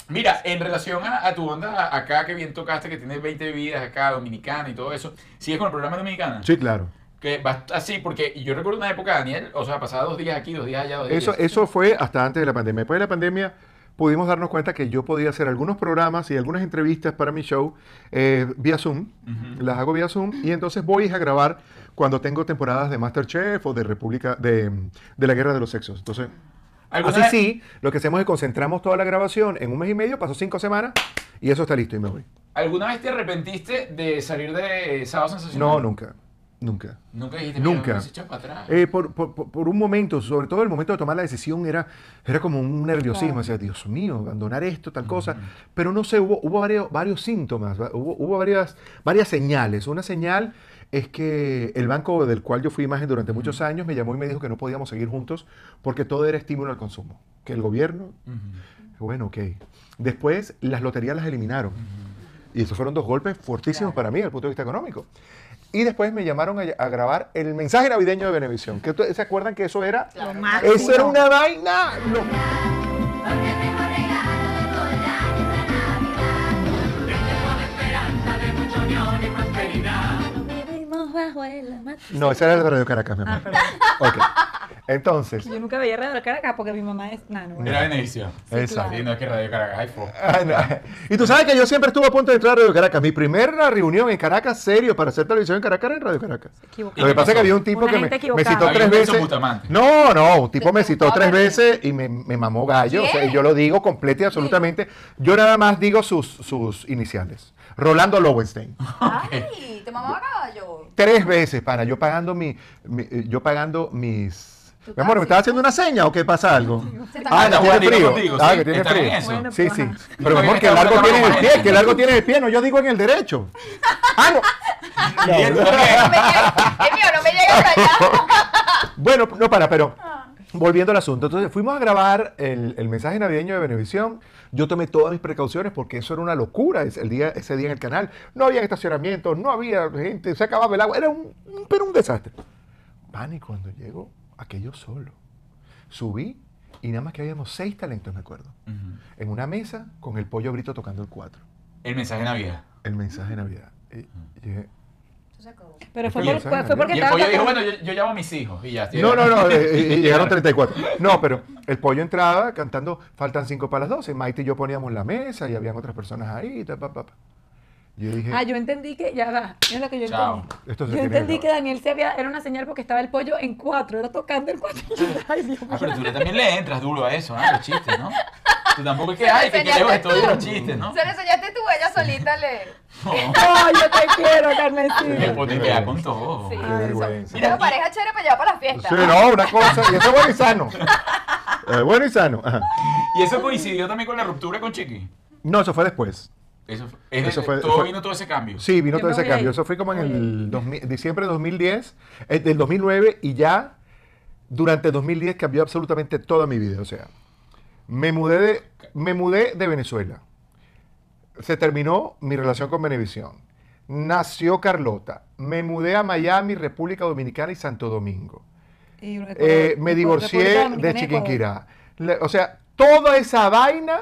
Speaker 1: Mira, en relación a, a tu onda acá que bien tocaste, que tienes 20 vidas acá, dominicana y todo eso, ¿sigues con el programa dominicana?
Speaker 3: Sí, claro.
Speaker 1: Que vas así, porque yo recuerdo una época, Daniel, o sea, pasaba dos días aquí, dos días allá, dos días
Speaker 3: Eso,
Speaker 1: allá.
Speaker 3: eso fue hasta antes de la pandemia. Después de la pandemia pudimos darnos cuenta que yo podía hacer algunos programas y algunas entrevistas para mi show eh, vía Zoom. Las hago vía Zoom y entonces voy a grabar cuando tengo temporadas de Masterchef o de República de, de la Guerra de los Sexos. Entonces,
Speaker 1: ¿Alguna
Speaker 3: así
Speaker 1: vez-
Speaker 3: sí, lo que hacemos es concentramos toda la grabación en un mes y medio, pasó cinco semanas y eso está listo y me voy.
Speaker 1: ¿Alguna vez te arrepentiste de salir de eh, Sábado Sensacional?
Speaker 3: No, nunca, nunca.
Speaker 1: Nunca dijiste,
Speaker 3: Nunca.
Speaker 1: Mira, me hubiese echado para atrás.
Speaker 3: Eh, por, por- por- por un momento, sobre todo el momento de tomar la decisión, era, era como un nerviosismo. Decía, Dios mío, abandonar esto, tal cosa. Pero no sé, hubo, hubo varios, varios síntomas, va- hubo, hubo varias, varias señales. Una señal es que el banco del cual yo fui imagen durante muchos años me llamó y me dijo que no podíamos seguir juntos porque todo era estímulo al consumo. Que el gobierno, bueno, ok. Después, las loterías las eliminaron. Y esos fueron dos golpes fortísimos para mí, desde el punto de vista económico. Y después me llamaron a, a grabar el mensaje navideño de Benevisión. Que ustedes ¿Se acuerdan que eso era?
Speaker 2: Claro. Lo
Speaker 6: máximo.
Speaker 3: Eso era una vaina. No.
Speaker 6: Vivimos bajo el ama-
Speaker 3: No, esa era la de Radio Caracas, mi
Speaker 6: Ah,
Speaker 3: amor. Ok. Entonces,
Speaker 6: Yo nunca veía Radio Caracas porque mi mamá es nano.
Speaker 1: Era Venecia.
Speaker 3: Exacto.
Speaker 1: Sí, no es que Radio Caracas, ay, fo.
Speaker 3: Ah, no. Y tú sabes que yo siempre estuve a punto de entrar a Radio Caracas. Mi primera reunión en Caracas, serio, para hacer televisión en Caracas era en Radio Caracas.
Speaker 6: equivocó.
Speaker 3: Lo que pasa es que había un tipo
Speaker 6: Una
Speaker 3: que me,
Speaker 6: gente
Speaker 3: me
Speaker 6: equivocada.
Speaker 3: citó
Speaker 1: Había
Speaker 3: tres
Speaker 1: un beso
Speaker 3: veces.
Speaker 1: Bustamante.
Speaker 3: No, no, un tipo
Speaker 2: Te
Speaker 3: me citó
Speaker 2: preguntaba
Speaker 3: tres
Speaker 2: por ti.
Speaker 3: veces y me, me mamó gallo. O sea,
Speaker 2: ¿Qué?
Speaker 3: yo lo digo completo y absolutamente. Yo nada más digo sus, sus iniciales. Rolando Lowenstein.
Speaker 2: Ay, te mamaba caballo.
Speaker 3: Tres veces, para yo pagando mi, mi- eh, yo pagando mis Mi amor, ¿me estás haciendo una seña o qué pasa algo?
Speaker 2: Se está
Speaker 3: Ah,
Speaker 2: acabando.
Speaker 3: no,
Speaker 8: Juan,
Speaker 3: tiene
Speaker 8: digo
Speaker 3: frío.
Speaker 8: contigo,
Speaker 3: Ah,
Speaker 8: sí,
Speaker 3: que tiene
Speaker 8: está
Speaker 3: frío.
Speaker 8: bien eso.
Speaker 6: Bueno,
Speaker 3: Sí,
Speaker 6: pues,
Speaker 3: sí.
Speaker 6: ajá.
Speaker 3: Pero mi amor, que
Speaker 1: Está
Speaker 3: largo
Speaker 1: buscando
Speaker 3: tienes el
Speaker 1: más
Speaker 3: pie,
Speaker 1: gente.
Speaker 3: que largo tienes el pie. No, yo digo en el derecho. Ah, no.
Speaker 2: No me llega- El mío no me llega hasta allá.
Speaker 3: Bueno, no para, pero volviendo al asunto. Entonces fuimos a grabar el, el mensaje navideño de Benevisión. Yo tomé todas mis precauciones porque eso era una locura es- el día, ese día en el canal. No había estacionamientos, no había gente, se acababa el agua. Era un, un- pero un desastre. Van y cuando llego, aquello solo. Subí y nada más que habíamos seis talentos, me acuerdo. En una mesa con el pollo brito tocando el cuatro.
Speaker 8: El mensaje de Navidad.
Speaker 3: El mensaje de Navidad. Eh, Y, y dije,
Speaker 6: Pero fue,
Speaker 3: Oye,
Speaker 6: por-
Speaker 3: ¿sabes?
Speaker 6: fue- fue porque
Speaker 8: Y el pollo dijo,
Speaker 6: estaba...
Speaker 8: bueno, yo, yo llamo a mis hijos y ya. estoy
Speaker 3: No, no,
Speaker 8: acá.
Speaker 3: no, eh, eh, llegaron 34. No, pero el pollo entraba cantando Faltan 5 para las 12. Maite y yo poníamos la mesa y habían otras personas ahí. ta, pa, pa, pa. Yo dije,
Speaker 6: Ah, yo entendí que... Ya va, es lo que yo
Speaker 8: Chao.
Speaker 6: entendí.
Speaker 3: Esto se
Speaker 6: yo
Speaker 3: tiene
Speaker 6: entendí
Speaker 3: que
Speaker 6: que Daniel se había... Era una señal porque estaba el pollo en cuatro, era tocando el cuatro. Ay, Dios mío.
Speaker 8: Ah, pero tú le- también le entras duro a eso, ¿ah? Los chistes, ¿no? Tú tampoco es que, ay, que
Speaker 2: Enseñaste
Speaker 8: lejos estoy de
Speaker 2: tú.
Speaker 8: los chistes, ¿no?
Speaker 2: Se lo enseñaste tú, ella solita le.
Speaker 6: Ay, yo te quiero,
Speaker 8: Le
Speaker 6: Carmencita.
Speaker 8: potetea con todo.
Speaker 2: Sí.
Speaker 3: qué
Speaker 2: Ay,
Speaker 3: vergüenza.
Speaker 8: Mira,
Speaker 2: Una
Speaker 8: y-
Speaker 2: pareja chévere para llevar para las
Speaker 3: Sí,
Speaker 2: fiestas.
Speaker 3: no, una cosa. Y eso es bueno y sano. Eh, bueno y sano. ajá.
Speaker 8: Y eso coincidió también con la ruptura con Chiqui.
Speaker 3: No, eso fue después.
Speaker 8: Eso, fue- es-
Speaker 3: Eso fue-
Speaker 8: todo
Speaker 3: fue-
Speaker 8: vino todo ese cambio.
Speaker 3: Sí, vino
Speaker 6: Yo
Speaker 3: todo
Speaker 6: me
Speaker 3: ese
Speaker 6: voy a
Speaker 3: cambio.
Speaker 6: ir.
Speaker 3: Eso fue como en
Speaker 6: Voy a
Speaker 3: el 2000 diciembre de 2010, eh, del 2009 y ya durante 2010 cambió absolutamente toda mi vida. O sea, me mudé de, me mudé de Venezuela. Se terminó mi relación con Venevisión. Nació Carlota. Me mudé a Miami, República Dominicana y Santo Domingo.
Speaker 6: Y Ecuador-
Speaker 3: Eh, me
Speaker 6: Ecuador- República
Speaker 3: divorcié de
Speaker 6: Dominicana y Ecuador.
Speaker 3: Chiquinquirá. Le- O sea, toda esa vaina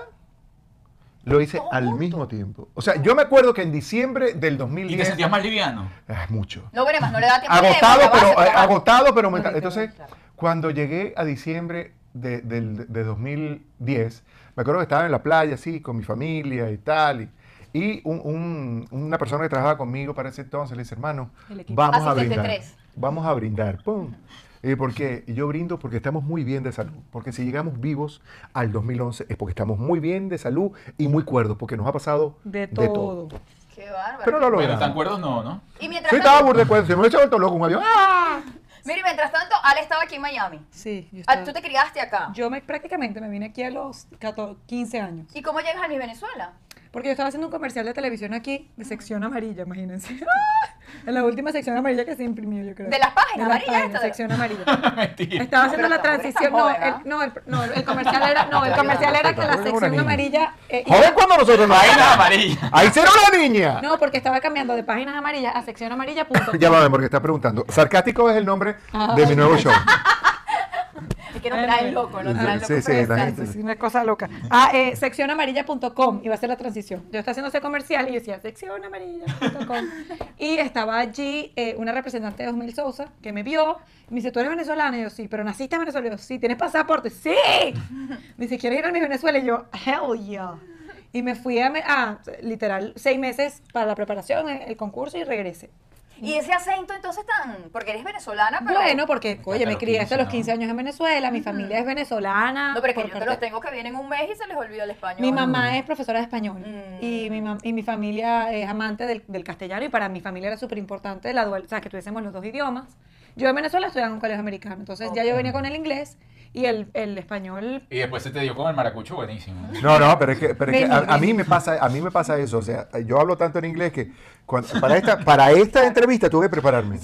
Speaker 3: lo hice al mismo tiempo. O sea, yo me acuerdo que en diciembre del
Speaker 8: Y te
Speaker 3: 2010...
Speaker 8: sentías más liviano.
Speaker 3: Ah, mucho.
Speaker 2: No, bueno, más no le da tiempo.
Speaker 3: Agotado, pero, eh, agotado, pero mental.
Speaker 6: Ahorita,
Speaker 3: Entonces,
Speaker 6: claro.
Speaker 3: cuando llegué a diciembre de, del- de 2010, me acuerdo que estaba en la playa, así, con mi familia y tal. Y, y un- un- una persona que trabajaba conmigo para ese entonces le dice, hermano,
Speaker 6: El equipo.
Speaker 3: vamos a
Speaker 2: Asistente
Speaker 3: brindar.
Speaker 2: tres.
Speaker 3: Vamos a brindar. ¡Pum! ¿Y por qué? Y Yo brindo porque estamos muy bien de salud. Porque si llegamos vivos al 2011 es porque estamos muy bien de salud y muy cuerdos, porque nos ha pasado
Speaker 6: De todo.
Speaker 2: Qué bárbaro.
Speaker 3: Pero lo
Speaker 8: Bueno, tan
Speaker 3: logramos.
Speaker 8: cuerdos no, ¿no?
Speaker 2: Y
Speaker 3: Sí,
Speaker 2: mientras
Speaker 3: estaba
Speaker 2: tanto,
Speaker 3: burda de cuerdos. Se me hubiese vuelto loco un avión. ¡Ah!
Speaker 2: mire, mientras tanto, Ale estaba aquí en Miami.
Speaker 6: Sí, yo
Speaker 2: Ah,
Speaker 6: estaba-
Speaker 2: Tú te criaste acá.
Speaker 6: Yo me, prácticamente me vine aquí a los 14, 15 años.
Speaker 2: ¿Y cómo llegas a mi Venezuela?
Speaker 6: Porque yo estaba haciendo un comercial de televisión aquí de sección amarilla, imagínense. en la última sección amarilla que se imprimió, yo creo.
Speaker 2: De las páginas
Speaker 6: De las
Speaker 2: amarillas,
Speaker 6: páginas,
Speaker 2: esto.
Speaker 6: sección amarilla.
Speaker 8: Mentira.
Speaker 6: Estaba haciendo
Speaker 2: Pero
Speaker 6: la
Speaker 2: tú eres tan
Speaker 6: transición. No,
Speaker 2: joven, ¿ah?
Speaker 6: el, no, el, no, el comercial era, no, el comercial era que la
Speaker 3: Tampoco era una
Speaker 6: sección
Speaker 3: niña.
Speaker 6: amarilla. eh, iba-
Speaker 3: Joven cuando nosotros no
Speaker 8: Vainas amarillas.
Speaker 3: Ahí será la niña.
Speaker 6: no, porque estaba cambiando de páginas amarillas a sección amarilla. Punto.
Speaker 3: Ya va, porque está preguntando. Sarcástico es el nombre de mi nuevo show.
Speaker 2: Es que nos traen loco, nos traen loco.
Speaker 3: Sí, sí, la
Speaker 2: fresca.
Speaker 3: gente-
Speaker 6: Es una cosa loca. Ah, eh, seccionamarilla.com iba a ser la transición. Yo estaba haciendo ese comercial y yo decía seccionamarilla.com. Y estaba allí eh, una representante de 2000 Sousa que me vio. y Me dice, ¿tú eres venezolana? Y yo, sí, pero naciste en Venezuela. Y yo, sí, ¿tienes pasaporte? ¡Sí! Me dice, ¿quieres ir a mi Venezuela? Y yo, ¡hell yeah! Y me fui a, me- a, literal seis meses para la preparación, el, el concurso y regresé.
Speaker 2: Y ese acento entonces tan. Porque eres venezolana, Ah, pero.
Speaker 6: Bueno, porque,
Speaker 8: encanta
Speaker 6: oye, me
Speaker 8: los
Speaker 6: crié hasta
Speaker 8: 15,
Speaker 6: los 15
Speaker 8: ¿no?
Speaker 6: años en Venezuela, mi familia es venezolana.
Speaker 2: No, pero es que
Speaker 6: Ah, por
Speaker 2: yo te
Speaker 6: parte-
Speaker 2: los tengo que vienen un mes y se les olvida el español.
Speaker 6: Mi mamá es profesora de español
Speaker 2: Mm.
Speaker 6: y, mi mam- y mi familia es amante del, del castellano y para mi familia era súper importante la dual, o sea, que tuviésemos los dos idiomas. Yo en Venezuela estudiaba en un colegio americano, entonces ya yo venía con el inglés y el, el español.
Speaker 8: Y después se te dio con el maracucho buenísimo.
Speaker 3: No, no, pero es que, pero es que
Speaker 6: Vení,
Speaker 3: a, a mí
Speaker 6: vení.
Speaker 3: me pasa, a mí me pasa eso. O sea, yo hablo tanto en inglés que cuando- para esta, para esta entrevista tuve que prepararme.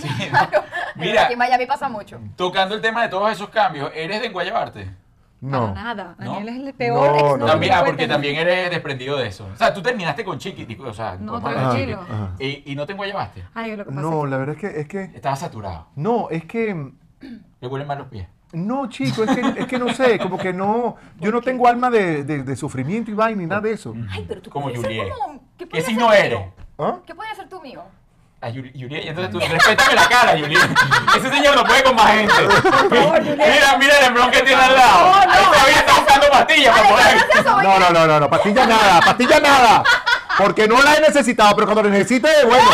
Speaker 8: Mira,
Speaker 2: Aquí en Miami pasa mucho.
Speaker 8: tocando el tema de todos esos cambios, ¿eres de Guayabarte?
Speaker 3: No.
Speaker 6: Para nada.
Speaker 8: No.
Speaker 6: Daniel es el peor.
Speaker 3: No,
Speaker 6: exnovio
Speaker 3: no.
Speaker 6: que
Speaker 8: También, ah,
Speaker 6: puede
Speaker 8: porque
Speaker 6: tener.
Speaker 8: también eres desprendido de eso. O sea, tú terminaste con Chiqui, digo, o sea,
Speaker 6: No,
Speaker 8: podemos hablar de
Speaker 6: tranquilo.
Speaker 8: Chiqui. Y, y no te enguayabaste.
Speaker 6: Ay, lo que pasa
Speaker 3: No, la verdad es que, es que,
Speaker 8: Estabas saturado.
Speaker 3: no, es que,
Speaker 8: Le huelen mal los pies.
Speaker 3: no, chico, es que, es que no sé, como que no, yo no tengo alma de, de- de sufrimiento y vaina ni nada de eso.
Speaker 2: Ay, pero tú
Speaker 8: Como
Speaker 2: podrías ser
Speaker 8: Juliet.
Speaker 2: como- ¿Qué
Speaker 8: ¿Qué
Speaker 2: podrías
Speaker 8: signo
Speaker 2: ser
Speaker 8: eres?
Speaker 2: mío?
Speaker 3: ¿Ah?
Speaker 2: ¿Qué podría ser tú mío?
Speaker 8: A Yuri- Yuriel, entonces tú respétame la cara, Yuriel. Ese señor no puede con más gente. mira, mira el hembrón que tiene al lado. Ahí todavía está buscando pastillas para poder.
Speaker 3: No, no, no, no, no, pastilla nada, pastilla nada. Porque no la he necesitado, pero cuando la necesite, bueno.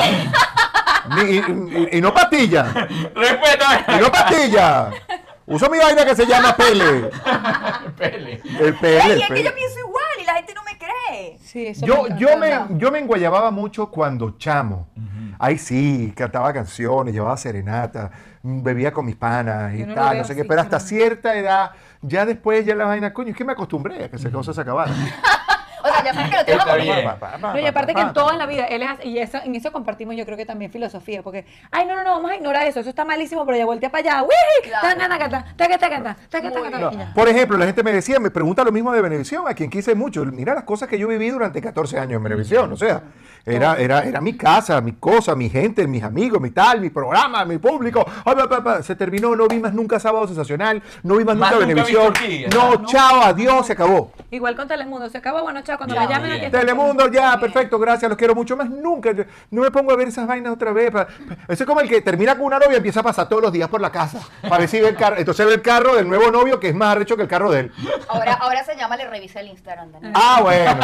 Speaker 3: Ni- y- y- y no pastilla. Y
Speaker 8: Respétame.
Speaker 3: no pastilla. Uso mi vaina que se llama pele.
Speaker 8: Pele.
Speaker 3: El pele.
Speaker 2: Ay,
Speaker 3: el
Speaker 2: es que
Speaker 3: pele.
Speaker 2: yo pienso igual y la gente no me cree.
Speaker 6: Sí, eso
Speaker 3: Yo,
Speaker 6: me encanta.
Speaker 3: yo, me, yo me enguayababa mucho cuando chamo. Ahí sí, cantaba canciones, llevaba serenata, mm, bebía con mis panas y
Speaker 6: Yo no lo
Speaker 3: tal, no
Speaker 6: veo
Speaker 3: sé qué.
Speaker 6: así,
Speaker 3: Pero hasta
Speaker 6: pero-
Speaker 3: cierta edad, ya después ya la vaina, coño, es que me acostumbré a que esas cosas se acabaran.
Speaker 2: O sea, ya sabes que lo tengo
Speaker 1: Ah, Está
Speaker 2: como-
Speaker 1: bien.
Speaker 3: Pa, pa, pa, pa,
Speaker 6: No, y aparte
Speaker 3: pa,
Speaker 6: que
Speaker 3: pa,
Speaker 6: en toda
Speaker 3: pa.
Speaker 6: la vida, él es así, y eso, en eso compartimos yo creo que también filosofía, porque, ay, no, no, no, vamos a ignorar eso, eso está malísimo, pero ya voltea para allá, ¡wii!
Speaker 2: Claro.
Speaker 6: Tan, tan, tan, tan, tan, tan, tan, tan, tan, tan,
Speaker 3: No,
Speaker 6: y ya.
Speaker 3: Por ejemplo, la gente me decía, me pregunta lo mismo de Venevisión, a quien quise mucho. Mira las cosas que yo viví durante 14 años en Venevisión. O sea, era, era, era mi casa, mi cosa, mi gente, mis amigos, mi tal, mi programa, mi público. Ay, pa, pa, pa. Se terminó, no vi más nunca Sábado Sensacional, no vi más
Speaker 1: Más
Speaker 3: nunca
Speaker 1: nunca
Speaker 3: Venevisión.
Speaker 1: Víctor Key,
Speaker 3: No,
Speaker 1: ¿no?
Speaker 3: chao, adiós, se acabó.
Speaker 6: Igual con Telemundo, se acabó, bueno, chao, cuando
Speaker 1: Ya,
Speaker 6: me llamen
Speaker 1: bien.
Speaker 6: aquí estoy.
Speaker 3: Telemundo, ya, perfecto, gracias, los quiero mucho más nunca. Yo no me pongo a ver esas vainas otra vez. pa- pa- Eso es como el que termina con una novia y empieza a pasar todos los días por la casa. Para ver si ve el carro. Entonces ve el carro del nuevo novio que es más arrecho que el carro de él.
Speaker 2: Ahora, ahora se llama, le revisa el Instagram. Daniel.
Speaker 3: Ah, bueno.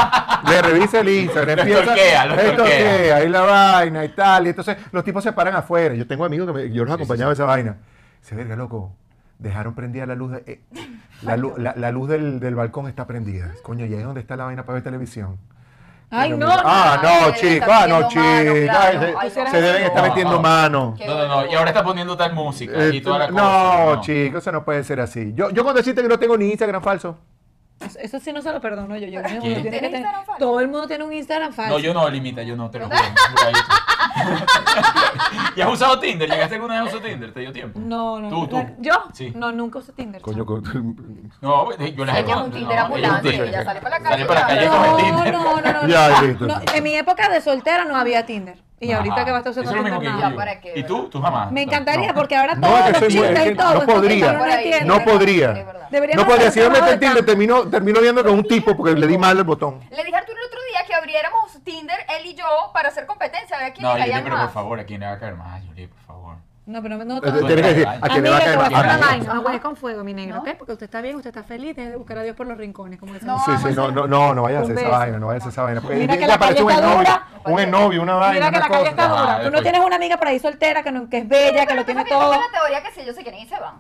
Speaker 3: Le revisa el Instagram.
Speaker 1: Lo
Speaker 3: empieza-
Speaker 1: stalkea, lo
Speaker 3: le
Speaker 1: stalkea.
Speaker 3: stalkea, Ahí la vaina y tal. Y entonces los tipos se paran afuera. Yo tengo amigos que me- yo los acompañaba a esa vaina. Se verga, loco. Dejaron prendida la luz. de- eh, la, lu- la- la luz del, del balcón está prendida. Coño, ¿y ahí dónde está la vaina para ver televisión?
Speaker 6: Ay,
Speaker 3: Coño,
Speaker 6: no,
Speaker 3: mira.
Speaker 6: no,
Speaker 3: Ah,
Speaker 2: no,
Speaker 3: no,
Speaker 2: le
Speaker 3: chico.
Speaker 2: están
Speaker 3: Ah, no,
Speaker 2: metiendo mano,
Speaker 3: chico.
Speaker 2: claro.
Speaker 3: Ay,
Speaker 2: Ay,
Speaker 3: se-
Speaker 2: no,
Speaker 3: Se deben
Speaker 2: no.
Speaker 3: estar metiendo
Speaker 1: No,
Speaker 3: mano.
Speaker 2: Qué
Speaker 1: No, no, no. Y
Speaker 2: vergüenza.
Speaker 1: ahora está poniendo tal música
Speaker 3: Eh,
Speaker 1: y toda la cosa.
Speaker 3: no, chico, eso no puede ser así. Yo, yo cuando deciste que no tengo ni Instagram falso.
Speaker 6: Eso- Eso sí no se lo perdono yo. yo no,
Speaker 1: ¿Quién?
Speaker 6: uno tiene que
Speaker 2: ¿Tiene
Speaker 6: tener,
Speaker 2: Instagram falso?
Speaker 6: todo el mundo tiene un Instagram falso.
Speaker 1: No, yo no, limita, yo no, te lo juro. juradito. ¿Y has usado Tinder? ¿Llegaste alguna vez a usar Tinder? ¿Te dio tiempo?
Speaker 6: No, no,
Speaker 1: ¿Tú,
Speaker 6: no.
Speaker 1: tú?
Speaker 6: ¿Yo?
Speaker 1: Sí.
Speaker 6: No, nunca usé Tinder.
Speaker 3: Coño,
Speaker 6: chamo.
Speaker 3: con-
Speaker 1: No, yo
Speaker 6: Ah,
Speaker 1: las he
Speaker 2: Ella es
Speaker 1: no,
Speaker 2: un Tinder
Speaker 1: ella es un
Speaker 2: ambulante,
Speaker 1: Tinder.
Speaker 2: ella sale para la
Speaker 1: Sale
Speaker 2: calle.
Speaker 1: para la calle con el
Speaker 6: No,
Speaker 1: Tinder.
Speaker 6: no, no, no,
Speaker 3: Ya, listo.
Speaker 6: no. No, en mi época de soltera no había Tinder. Y
Speaker 1: Ajá.
Speaker 6: ahorita que vas a usar
Speaker 1: Eso es lo mismo que
Speaker 6: Tinder,
Speaker 1: yo
Speaker 6: no.
Speaker 2: Ya, ¿para qué,
Speaker 1: ¿Y
Speaker 2: verdad?
Speaker 1: tú? ¿Tú jamás?
Speaker 6: Me
Speaker 1: No.
Speaker 6: encantaría porque ahora
Speaker 3: No,
Speaker 6: todos
Speaker 3: es que
Speaker 6: los
Speaker 3: soy muy-
Speaker 6: chistes
Speaker 3: es
Speaker 6: y
Speaker 3: que
Speaker 6: todo.
Speaker 3: no
Speaker 6: es como
Speaker 3: podría.
Speaker 6: que una tienda.
Speaker 3: No
Speaker 2: Es
Speaker 3: podría.
Speaker 2: verdad.
Speaker 6: Deberíamos
Speaker 3: No podría.
Speaker 6: hacer
Speaker 3: Si yo me
Speaker 6: trabajo
Speaker 3: metí
Speaker 6: de
Speaker 3: en Tinder,
Speaker 6: campo.
Speaker 3: terminó, terminó viendo con un tipo porque le di mal el botón.
Speaker 2: Le dije a Arturo el otro día que abriéramos Tinder, él y yo, para hacer competencia, a ver a quién
Speaker 1: No,
Speaker 2: le
Speaker 1: Yuli,
Speaker 2: caía
Speaker 1: pero por
Speaker 2: más.
Speaker 1: favor, ¿a quién le va a caer más? Yuli, por favor.
Speaker 6: No, pero no.
Speaker 3: Eh,
Speaker 6: no, no.
Speaker 3: Tienes que decir, ¿a quién le va a caer
Speaker 6: Amiga, te voy a hacer
Speaker 1: más?
Speaker 6: una
Speaker 3: mal?
Speaker 6: vaina, no juegues con fuego, mi negro,
Speaker 2: ¿No?
Speaker 6: ¿ok? Porque usted está bien, usted está feliz, debe buscar a Dios por los rincones, como decimos.
Speaker 2: No,
Speaker 3: Sí, sí,
Speaker 2: vamos
Speaker 3: no,
Speaker 2: a-
Speaker 3: no, no, no vayas a hacer
Speaker 6: Un
Speaker 3: esa
Speaker 6: beso.
Speaker 3: vaina, no vayas a hacer esa vaina. Porque
Speaker 6: Mira
Speaker 3: ahí
Speaker 6: que la
Speaker 3: aparece
Speaker 6: calle
Speaker 3: un
Speaker 6: está
Speaker 3: ennovio,
Speaker 6: dura.
Speaker 3: un ennovio, una vaina,
Speaker 6: Mira que
Speaker 3: una
Speaker 6: la calle está
Speaker 3: cosa.
Speaker 1: Ajá,
Speaker 6: dura. Tú no
Speaker 1: después.
Speaker 6: tienes una amiga por ahí soltera que, no- que es
Speaker 2: Sí,
Speaker 6: bella,
Speaker 2: pero
Speaker 6: que lo
Speaker 2: tú
Speaker 6: tiene
Speaker 2: sabes yo
Speaker 6: todo.
Speaker 2: tengo la teoría que si ellos se quieren ir, se van.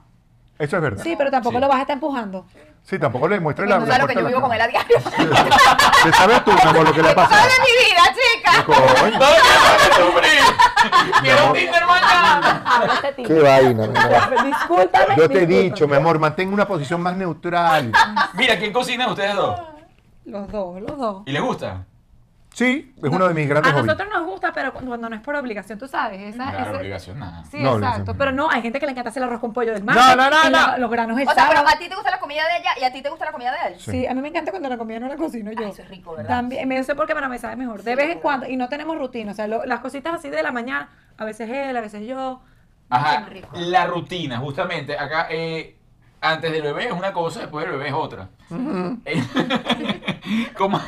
Speaker 3: Eso es verdad.
Speaker 6: Sí, pero tampoco
Speaker 1: Sí.
Speaker 6: lo vas a estar empujando.
Speaker 3: Sí, tampoco le muestres la
Speaker 2: No sabes lo que
Speaker 3: puerta
Speaker 2: yo
Speaker 3: a la
Speaker 2: vivo con él
Speaker 3: cara.
Speaker 2: a diario.
Speaker 3: Sí, sabes tú, mi amor, lo que le ha pasado.
Speaker 2: ¡Sale mi vida, chica!
Speaker 3: Coño,
Speaker 1: ¡No, no, no, no, ¡Quiero Tinder mañana!
Speaker 6: Ahora te
Speaker 3: Qué vaina, mi amor.
Speaker 6: Discúlpame.
Speaker 3: Yo te he
Speaker 6: discúlpame.
Speaker 3: dicho, mi amor, mantén una posición más neutral.
Speaker 1: Mira, ¿quién cocina ustedes dos?
Speaker 6: Los dos, los dos.
Speaker 1: ¿Y les gusta?
Speaker 3: Sí, es uno de mis
Speaker 6: A
Speaker 3: grandes hobbies.
Speaker 6: nosotros nos gusta, pero cuando cuando no es por obligación, tú sabes. Esa,
Speaker 1: Claro,
Speaker 6: esa-
Speaker 1: obligación, nada.
Speaker 6: Sí,
Speaker 3: No,
Speaker 6: exacto.
Speaker 3: obligación.
Speaker 6: Pero no, hay gente que le encanta hacer el arroz con pollo del mar.
Speaker 3: No, no, no,
Speaker 6: y la-
Speaker 3: no.
Speaker 6: Los granos
Speaker 2: O sea,
Speaker 6: echados.
Speaker 2: pero a ti te gusta la comida de ella y a ti te gusta la comida de él.
Speaker 6: Sí, a mí me encanta cuando la comida no la cocino yo.
Speaker 2: Ay, eso es rico, ¿verdad?
Speaker 6: También, me sé porque para me sabe mejor. De vez en cuando, y no tenemos rutina. O sea, lo- las cositas así de la mañana, a veces él, a veces yo.
Speaker 1: Ajá,
Speaker 2: Qué rico.
Speaker 1: la rutina, justamente. Acá, eh, antes del bebé es una cosa, después del bebé es otra. Eh, ¿Cómo,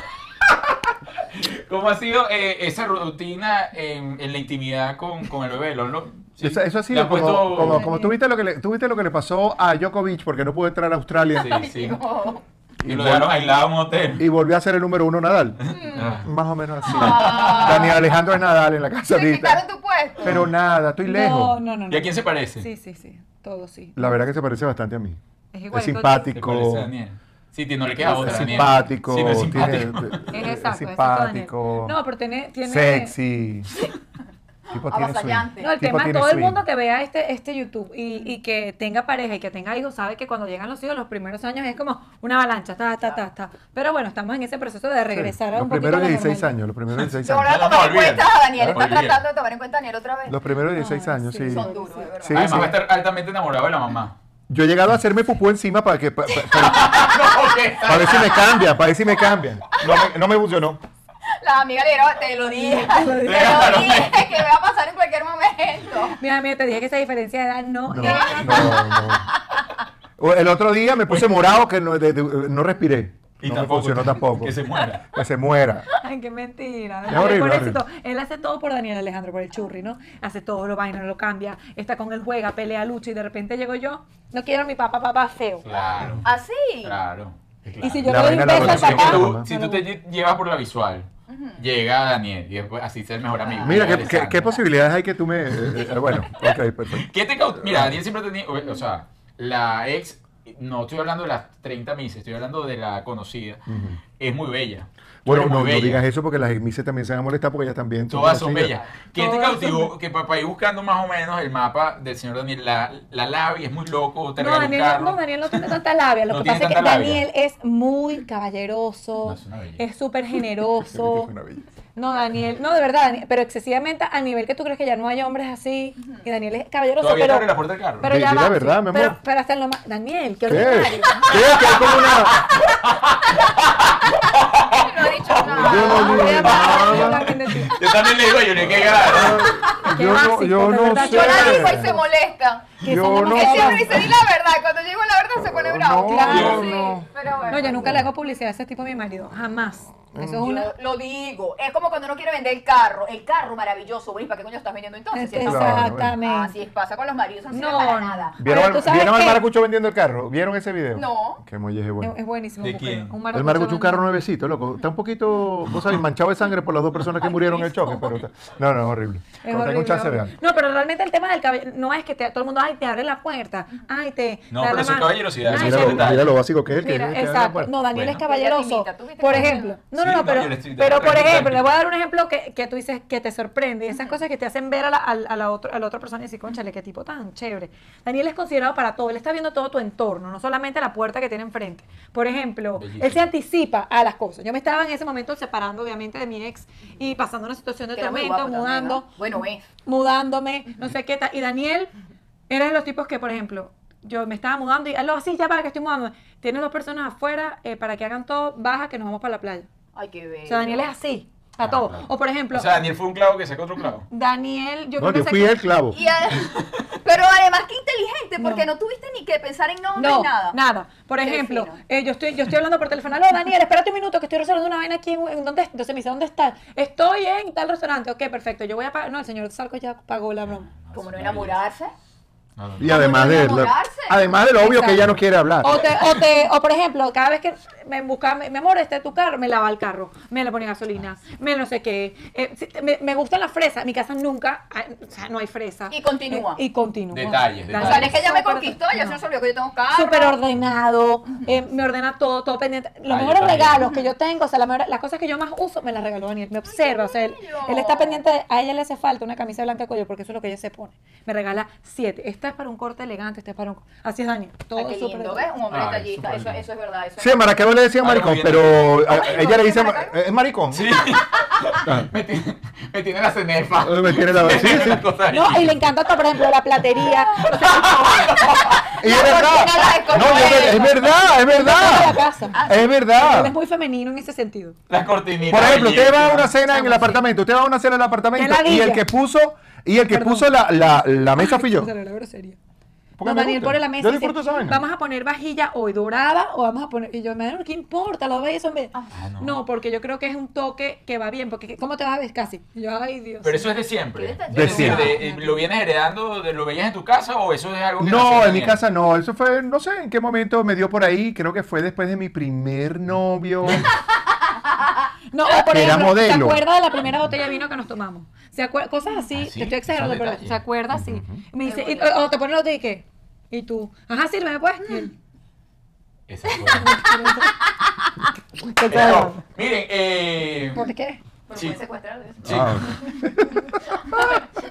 Speaker 1: cómo ha sido eh, esa rutina en, en la intimidad con, con el bebé? ¿Lo- lo- sí?
Speaker 3: Eso, eso ha
Speaker 1: ¿Le
Speaker 3: sido
Speaker 1: han
Speaker 3: como,
Speaker 1: puesto-
Speaker 3: como, como tuviste lo que le, tuviste lo que le pasó a Djokovic porque no pudo entrar a Australia
Speaker 1: Sí, sí.
Speaker 2: No.
Speaker 1: Y lo dejaron aislado en un hotel.
Speaker 3: y volvió a ser el número uno Nadal.
Speaker 1: Ah.
Speaker 3: Más o menos así.
Speaker 6: Ah.
Speaker 3: Daniel Alejandro es Nadal en la casa
Speaker 2: Te quitaron
Speaker 3: ahorita.
Speaker 2: tu puesto.
Speaker 3: Pero nada, estoy
Speaker 6: No,
Speaker 3: lejos.
Speaker 6: no, no. no.
Speaker 1: ¿Y a quién se parece?
Speaker 6: Sí, sí, sí. Todo sí.
Speaker 3: La verdad que se parece bastante a mí.
Speaker 6: Es
Speaker 3: Es,
Speaker 6: igual,
Speaker 1: ¿Te
Speaker 3: simpático.
Speaker 1: parece, Daniel? Sí, tío, no le queda otra,
Speaker 3: Es
Speaker 1: Daniel.
Speaker 3: simpático.
Speaker 1: Sí, no es
Speaker 3: tiene-
Speaker 1: simpático.
Speaker 3: es
Speaker 6: Es exacto. eso es todo, Daniel.
Speaker 3: simpático.
Speaker 6: No, pero tiene. tiene
Speaker 3: Sexy. Tipo tiene swing.
Speaker 2: Avasallante.
Speaker 6: No, el
Speaker 3: Tipo
Speaker 6: tema,
Speaker 3: tiene
Speaker 6: todo el
Speaker 3: swing.
Speaker 6: mundo que vea este, este YouTube y, y que tenga pareja y que tenga hijos sabe que cuando llegan los hijos, los primeros años es como una avalancha, ta, ta, ta, ta. Pero bueno, estamos en ese proceso de
Speaker 3: Sí,
Speaker 6: regresar a
Speaker 3: Los
Speaker 6: un poquito a
Speaker 3: primeros
Speaker 6: la
Speaker 3: 16
Speaker 6: normalidad.
Speaker 3: años, los primeros 16
Speaker 2: Lo van
Speaker 3: años.
Speaker 2: a tomar en
Speaker 1: Olvídalo.
Speaker 2: cuenta a Daniel. Están
Speaker 1: Olvídalo.
Speaker 2: tratando de tomar en cuenta a Daniel otra vez.
Speaker 3: Los primeros 16 años,
Speaker 6: Ah, sí.
Speaker 3: sí.
Speaker 2: Son duros, de verdad.
Speaker 3: Sí,
Speaker 1: Además
Speaker 3: sí.
Speaker 1: va a estar altamente enamorado de la mamá.
Speaker 3: Yo he llegado a hacerme pupú encima para que pa- pa- para,
Speaker 1: No, ¿qué?
Speaker 3: para ver si me cambia, para ver si me cambian. No me, no me funcionó.
Speaker 2: La amiga le dijeron, te lo dije, te lo dije, que me va a pasar en cualquier momento.
Speaker 6: Mira, mira, te dije que esa diferencia de edad no.
Speaker 3: No,
Speaker 6: es.
Speaker 3: no, no. O El otro día me puse morado que no, de- de- no respiré.
Speaker 1: Y
Speaker 3: no me
Speaker 1: tampoco.
Speaker 3: funcionó tampoco.
Speaker 1: Que se muera.
Speaker 3: Que se muera.
Speaker 6: Ay, qué mentira.
Speaker 3: Es
Speaker 6: Daniel,
Speaker 3: horrible,
Speaker 6: por
Speaker 3: horrible.
Speaker 6: éxito. Él hace todo por Daniel Alejandro, por el churri, ¿no? Hace todo, lo vaina, lo cambia, está con él, juega, pelea, lucha y de repente llego yo, no quiero a mi papá, papá feo.
Speaker 1: Claro,
Speaker 2: Así.
Speaker 1: claro.
Speaker 6: Y
Speaker 1: claro.
Speaker 6: si yo
Speaker 3: La
Speaker 6: le doy
Speaker 3: vaina
Speaker 6: un
Speaker 3: la
Speaker 6: beso
Speaker 1: Porque
Speaker 6: al
Speaker 3: relación con
Speaker 6: papá,
Speaker 1: tú-
Speaker 3: mamá.
Speaker 1: si tú te lle- llevas por la visual, llega Daniel y después así ser el mejor amigo. Llega
Speaker 3: Mira, ¿qué, qué,
Speaker 1: Alessandro.
Speaker 3: qué posibilidades hay que tú me... eh, eh, bueno, ok, perfecto.
Speaker 1: ¿Qué te cau- Mira, Daniel siempre tenía. O sea, la ex no estoy hablando de las 30 mises, estoy hablando de la conocida, es muy bella.
Speaker 3: Bueno,
Speaker 1: Eres
Speaker 3: no,
Speaker 1: muy
Speaker 3: no
Speaker 1: bella.
Speaker 3: digas eso porque las mises también se van a molestar porque ellas también
Speaker 1: Todas son
Speaker 3: conocidas.
Speaker 1: bellas. ¿Quién te cautivó? Que para ir buscando más o menos el mapa del señor Daniel, la, la labia es muy loco, te
Speaker 6: No,
Speaker 1: regala un
Speaker 6: Daniel
Speaker 1: carro.
Speaker 6: no, Daniel no tiene tanta labia. Lo
Speaker 1: No
Speaker 6: que
Speaker 1: tiene
Speaker 6: pasa es que
Speaker 1: tanta labia.
Speaker 6: Daniel es muy caballeroso,
Speaker 1: No, es una belleza.
Speaker 6: es súper
Speaker 3: Yo creo que
Speaker 6: generoso.
Speaker 3: fue una bella.
Speaker 6: No, Daniel, no, de verdad, Daniel, pero excesivamente a nivel que tú crees que ya no hay hombres así. Y Daniel es caballeroso,
Speaker 1: Todavía te abre
Speaker 6: pero.
Speaker 1: la puerta del carro.
Speaker 6: Pero
Speaker 3: Di-
Speaker 6: ya
Speaker 3: di la
Speaker 6: va,
Speaker 3: verdad, mi amor.
Speaker 6: Pero, pero hasta en lo más. Daniel, qué
Speaker 3: ¿Qué?
Speaker 6: ordinario.
Speaker 3: ¿Qué? Que hay como una...
Speaker 2: No ha dicho
Speaker 3: Yo
Speaker 2: nada.
Speaker 3: no digo
Speaker 6: Yo
Speaker 3: nada.
Speaker 6: también de ti.
Speaker 8: Yo también le digo, yo le que ganar.
Speaker 6: Qué
Speaker 3: Yo no,
Speaker 6: básico,
Speaker 3: yo
Speaker 6: de
Speaker 3: no
Speaker 6: verdad,
Speaker 3: sé.
Speaker 2: Yo la digo y se molesta.
Speaker 6: Que
Speaker 3: Yo
Speaker 6: somos
Speaker 3: no-
Speaker 2: Él siempre
Speaker 6: nosotros.
Speaker 2: dice, di la verdad. Cuando yo digo la verdad se pone
Speaker 3: No,
Speaker 2: bravo.
Speaker 3: claro,
Speaker 2: sí,
Speaker 3: no.
Speaker 2: Pero bueno.
Speaker 6: No, yo nunca le hago publicidad a ese tipo a mi marido. Jamás.
Speaker 3: Mm.
Speaker 6: Eso es una.
Speaker 2: Yo lo digo. Es como cuando uno quiere vender el carro. El carro maravilloso, güey. ¿Para qué coño estás vendiendo entonces? Si es
Speaker 3: Claro,
Speaker 2: para-
Speaker 6: Este, Exactamente. Ah,
Speaker 2: Así es, pasa con los maridos. No sirve
Speaker 6: No,
Speaker 2: para
Speaker 6: no.
Speaker 2: nada.
Speaker 3: ¿Vieron,
Speaker 6: Pero tú
Speaker 3: al,
Speaker 6: sabes
Speaker 3: ¿vieron al
Speaker 6: que-
Speaker 3: maracucho vendiendo el carro? ¿Vieron ese video?
Speaker 2: No.
Speaker 3: Qué molleje bueno.
Speaker 6: Es, es buenísimo.
Speaker 8: ¿De
Speaker 6: búsquenlo.
Speaker 8: quién?
Speaker 6: Un
Speaker 3: El maracucho es un carro nuevecito, loco. Está un poquito, vos sabés, manchado de sangre por las dos personas que murieron en el choque. Pero está- No, no, es horrible.
Speaker 6: Es
Speaker 3: Cuando tenga
Speaker 6: horrible,
Speaker 3: un chance,
Speaker 6: horrible.
Speaker 3: vean.
Speaker 6: No, pero realmente el tema del cabello no es que te- todo el mundo ay, te abre la puerta, ay, te.
Speaker 8: No,
Speaker 6: da
Speaker 8: pero
Speaker 6: la
Speaker 8: eso es
Speaker 6: mano.
Speaker 8: caballerosidad,
Speaker 6: Ay,
Speaker 8: eso es
Speaker 3: Mira
Speaker 6: ya-
Speaker 3: lo,
Speaker 8: detalle.
Speaker 3: mira lo básico que es. que-
Speaker 6: Ah, Mira,
Speaker 3: que- pues. que-
Speaker 6: exacto. No, Daniel
Speaker 8: Bueno.
Speaker 6: es caballeroso.
Speaker 2: Tú viste
Speaker 6: Por
Speaker 2: que-
Speaker 6: ejemplo. No,
Speaker 8: Sí,
Speaker 6: no,
Speaker 8: no,
Speaker 6: no, pero,
Speaker 8: yo le estoy-
Speaker 6: pero por
Speaker 8: tranqui,
Speaker 6: ejemplo,
Speaker 8: tranqui.
Speaker 6: le voy a dar un ejemplo que, que tú dices que te sorprende. y Esas cosas que te hacen ver a la, a, la- a la otro- a la otra persona y decir, conchale, qué tipo tan chévere. Daniel es considerado para todo. Él está viendo todo tu entorno, no solamente la puerta que tiene enfrente. Por ejemplo, él se
Speaker 8: Bellísimo.
Speaker 6: anticipa a las cosas. Yo me estaba en ese momento separando, obviamente, de mi ex y pasando una situación de
Speaker 2: Que era muy
Speaker 6: tormento,
Speaker 2: guapo también,
Speaker 6: mudando
Speaker 2: ¿no? Bueno, es.
Speaker 6: mudándome, no sé qué tal. Y Daniel era de los tipos que, por ejemplo, yo me estaba mudando y aló, así ya para que estoy mudando. Tienes dos personas afuera eh, para que hagan todo, baja que nos vamos para la playa.
Speaker 2: Ay, qué bello.
Speaker 6: O sea, Daniel es así, para todo.
Speaker 8: claro.
Speaker 6: O por ejemplo,
Speaker 8: O sea, Daniel fue un clavo que sacó otro clavo.
Speaker 6: Daniel, yo
Speaker 3: No,
Speaker 6: creo
Speaker 3: yo
Speaker 6: que
Speaker 3: fui
Speaker 6: sé que-
Speaker 3: el clavo.
Speaker 2: Y a- pero además, qué inteligente, porque no,
Speaker 6: No.
Speaker 2: tuviste ni que pensar en nombre
Speaker 6: No,
Speaker 2: ni nada.
Speaker 6: nada. Por
Speaker 2: Qué
Speaker 6: ejemplo,
Speaker 2: fino.
Speaker 6: eh, yo, estoy, yo estoy hablando por teléfono. Aló, Daniel, espérate un minuto que estoy resolviendo una vaina aquí. En, en donde, entonces me dice, ¿dónde estás? Estoy en tal restaurante. Ok, perfecto. Yo voy a pagar. No, el señor Salco ya pagó la broma.
Speaker 2: Como no
Speaker 8: Maravilloso.
Speaker 2: enamorarse.
Speaker 8: Ah, No, no, no.
Speaker 3: Y además de
Speaker 2: enamorarse.
Speaker 3: además del obvio que ella no quiere hablar.
Speaker 6: O, te, o, te, o por ejemplo, cada vez que me buscaba, me, mi amor, este es tu carro, me lava el carro, me le ponía gasolina, me no sé qué. eh, si- me, me gustan las fresas, en mi casa nunca, ah, o sea, no hay fresa.
Speaker 2: Y continúa.
Speaker 6: Eh, y continúa.
Speaker 8: Detalles,
Speaker 6: Dale.
Speaker 2: O sea, no es que ella me
Speaker 6: Súper-
Speaker 2: conquistó, ya se
Speaker 6: no.
Speaker 2: nos olvidó que yo tengo carro.
Speaker 6: Súper ordenado, eh, me ordena todo, todo pendiente. Los
Speaker 8: Ay,
Speaker 6: mejores
Speaker 8: yo también.
Speaker 6: regalos que yo tengo, o sea, la mayor- las cosas que yo más uso, me las regaló Daniel. Me observa, o sea, él,
Speaker 2: bello.
Speaker 6: él está pendiente, de- a ella le hace falta una camisa blanca de cuello, porque eso es lo que ella se pone. Me regala siete. Esta es para un corte elegante, esta es para un... Así es, Daniel. Todo
Speaker 2: Ay, qué
Speaker 6: súper
Speaker 2: lindo,
Speaker 6: de-
Speaker 2: ¿ves? Un hombre
Speaker 8: Ay,
Speaker 2: detallista.
Speaker 8: súper
Speaker 2: Eso,
Speaker 8: lindo.
Speaker 2: eso es verdad. Eso
Speaker 3: Sí,
Speaker 2: es
Speaker 3: a Maracaibo le decían
Speaker 8: Ah,
Speaker 3: maricón,
Speaker 8: muy bien.
Speaker 3: pero a-
Speaker 2: Maricón,
Speaker 3: ella le
Speaker 2: ¿sí,
Speaker 3: dice ma-
Speaker 2: Maracaibo?
Speaker 3: es maricón.
Speaker 8: Sí. me, tiene, me tiene la cenefa.
Speaker 3: Eh, me tiene la- sí, sí.
Speaker 8: Una cosa ahí.
Speaker 6: No, y le encanta, por ejemplo, la platería. O sea,
Speaker 3: Y es verdad.
Speaker 2: porque no la desconoce.
Speaker 3: No, y es, ver- es verdad, es
Speaker 6: la
Speaker 3: verdad.
Speaker 6: casa. Ah,
Speaker 3: Es
Speaker 6: Él
Speaker 3: verdad.
Speaker 6: es muy femenino en ese sentido.
Speaker 8: Las cortinitas.
Speaker 3: Por ejemplo, usted va a una
Speaker 8: bellísimas.
Speaker 3: cena en el apartamento, usted va a una cena en el apartamento
Speaker 6: Qué
Speaker 3: y el
Speaker 6: ladilla.
Speaker 3: que puso y el que puso la, la, la mesa fui yo.
Speaker 6: O sea, la grosería.
Speaker 3: Porque
Speaker 6: No,
Speaker 3: me
Speaker 6: Daniel
Speaker 3: gusta.
Speaker 6: pone la mesa
Speaker 3: Yo
Speaker 6: y dice,
Speaker 3: disfruto esa vaina.
Speaker 6: vamos a poner vajilla hoy dorada o vamos a poner... Y yo, me ¿qué importa? Los bellos son bellos.
Speaker 8: Ah.
Speaker 6: no. porque yo creo que es un toque que va bien, porque ¿cómo te vas a ver casi? Y yo, ay, Dios.
Speaker 8: Pero eso es de siempre.
Speaker 2: Qué detallista.
Speaker 3: De
Speaker 8: Es decir,
Speaker 3: siempre.
Speaker 8: de- eh, ¿Lo vienes heredando, de, lo veías en tu casa o eso es algo que nació
Speaker 3: No, en mi
Speaker 8: también?
Speaker 3: casa no. Eso fue, no sé en qué momento me dio por ahí. Creo que fue después de mi primer novio.
Speaker 6: No, o por
Speaker 3: Que era
Speaker 6: ejemplo, ¿se
Speaker 3: modelo.
Speaker 6: acuerda de la primera botella de vino que nos tomamos? ¿Se acuer- Cosas así,
Speaker 8: Ah, sí,
Speaker 6: te estoy exagerando,
Speaker 8: son
Speaker 6: pero
Speaker 8: detalles.
Speaker 6: ¿se acuerda así? Me dice,
Speaker 2: Qué
Speaker 6: y-
Speaker 2: bonito.
Speaker 6: o, o te ponen los de qué? Y tú, ajá, pues". sí, me puedes. Y él,
Speaker 8: Esa cosa.
Speaker 6: ¿qué tal?
Speaker 8: Pero, miren, eh,
Speaker 6: ¿Por qué?
Speaker 2: Pero
Speaker 8: Sí.
Speaker 2: pueden secuestrar de eso.
Speaker 8: sí.
Speaker 3: Ah.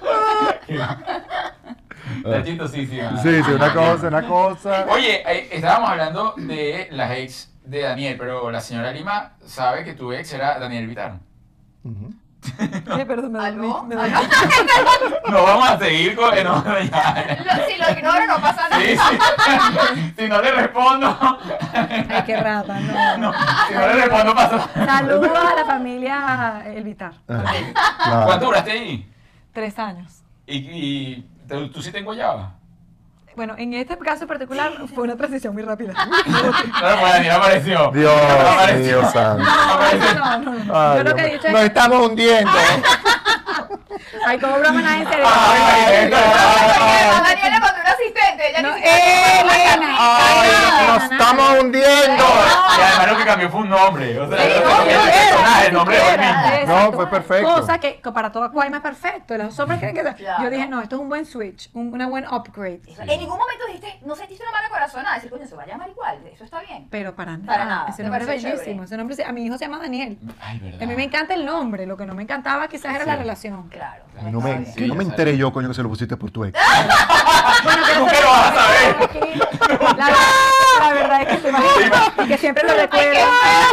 Speaker 3: Ah.
Speaker 8: Está chistosísima.
Speaker 3: Sí, sí, una cosa, una cosa.
Speaker 8: Oye, eh, estábamos hablando de las ex de Daniel, pero la señora Lima sabe que tu ex era Daniel Vitar.
Speaker 3: Ujú.
Speaker 6: Ay, perdón, me dormí,
Speaker 2: ¿Aló?
Speaker 6: me dormí.
Speaker 2: ¿Aló?
Speaker 8: No vamos a seguir con el nombre ya.
Speaker 2: Lo- Si lo ignoro, no pasa nada.
Speaker 8: Sí, sí. Si no le respondo,
Speaker 6: Ay, qué rata, no.
Speaker 8: no, si no le respondo pasa.
Speaker 6: Saludos a la familia El Vitar.
Speaker 3: Ah, claro.
Speaker 8: ¿Cuánto duraste ahí?
Speaker 6: Tres años.
Speaker 8: ¿Y, y te- tú sí te enguayabas?
Speaker 6: Bueno, en este caso en particular fue una transición muy rápida.
Speaker 8: Claro, pues Daniel apareció.
Speaker 3: Dios,
Speaker 8: Apareció.
Speaker 3: Dios santo.
Speaker 8: Apareció.
Speaker 6: No, no, no.
Speaker 3: Ay,
Speaker 6: Yo lo que he
Speaker 3: Dios
Speaker 6: dicho
Speaker 3: mío. Nos
Speaker 6: es.
Speaker 3: estamos hundiendo.
Speaker 6: Ay, como broma, nadie se ve.
Speaker 8: Ay,
Speaker 1: Ah,
Speaker 2: Daniela, cuando un asistente, ella
Speaker 6: No,
Speaker 2: ni
Speaker 3: eh,
Speaker 2: siquiera
Speaker 6: Elena.
Speaker 2: llegó a la
Speaker 9: ¡Ay,
Speaker 6: Ay,
Speaker 9: nos
Speaker 6: no,
Speaker 9: estamos
Speaker 6: no.
Speaker 9: hundiendo!
Speaker 1: Y además lo que cambió fue un nombre. O sea,
Speaker 2: Sí,
Speaker 1: no,
Speaker 2: no,
Speaker 1: cambió
Speaker 2: no
Speaker 1: el
Speaker 2: era,
Speaker 1: personaje, el nombre de
Speaker 6: Era,
Speaker 1: Olvin.
Speaker 6: exacto.
Speaker 3: No, fue perfecto.
Speaker 6: Cosa que que para todo Guayma es perfecto. Los hombres creen que...
Speaker 2: Claro.
Speaker 6: Yo dije, no, esto es un buen switch, un, una buen upgrade.
Speaker 2: cama. En ningún momento dijiste, no sentiste una mala corazonada, decir, coño, se va a llamar igual, eso está bien.
Speaker 6: Pero para nada.
Speaker 2: Para nada,
Speaker 6: Ese
Speaker 2: me
Speaker 6: nombre es
Speaker 2: parece
Speaker 6: bellísimo.
Speaker 2: chévere.
Speaker 6: Ese nombre, se- a mi hijo se llama Daniel.
Speaker 1: Ay, verdad.
Speaker 6: A mí me encanta el nombre. Lo que no me encantaba quizás era la relación.
Speaker 2: Claro.
Speaker 3: No me,
Speaker 1: Sí,
Speaker 3: no me
Speaker 1: ya
Speaker 3: enteré yo, coño, que se lo pusiste por tu ex.
Speaker 1: ¡Ah! Nunca lo vas a saber.
Speaker 6: La, la verdad es que se imagina y que siempre lo recuerdo.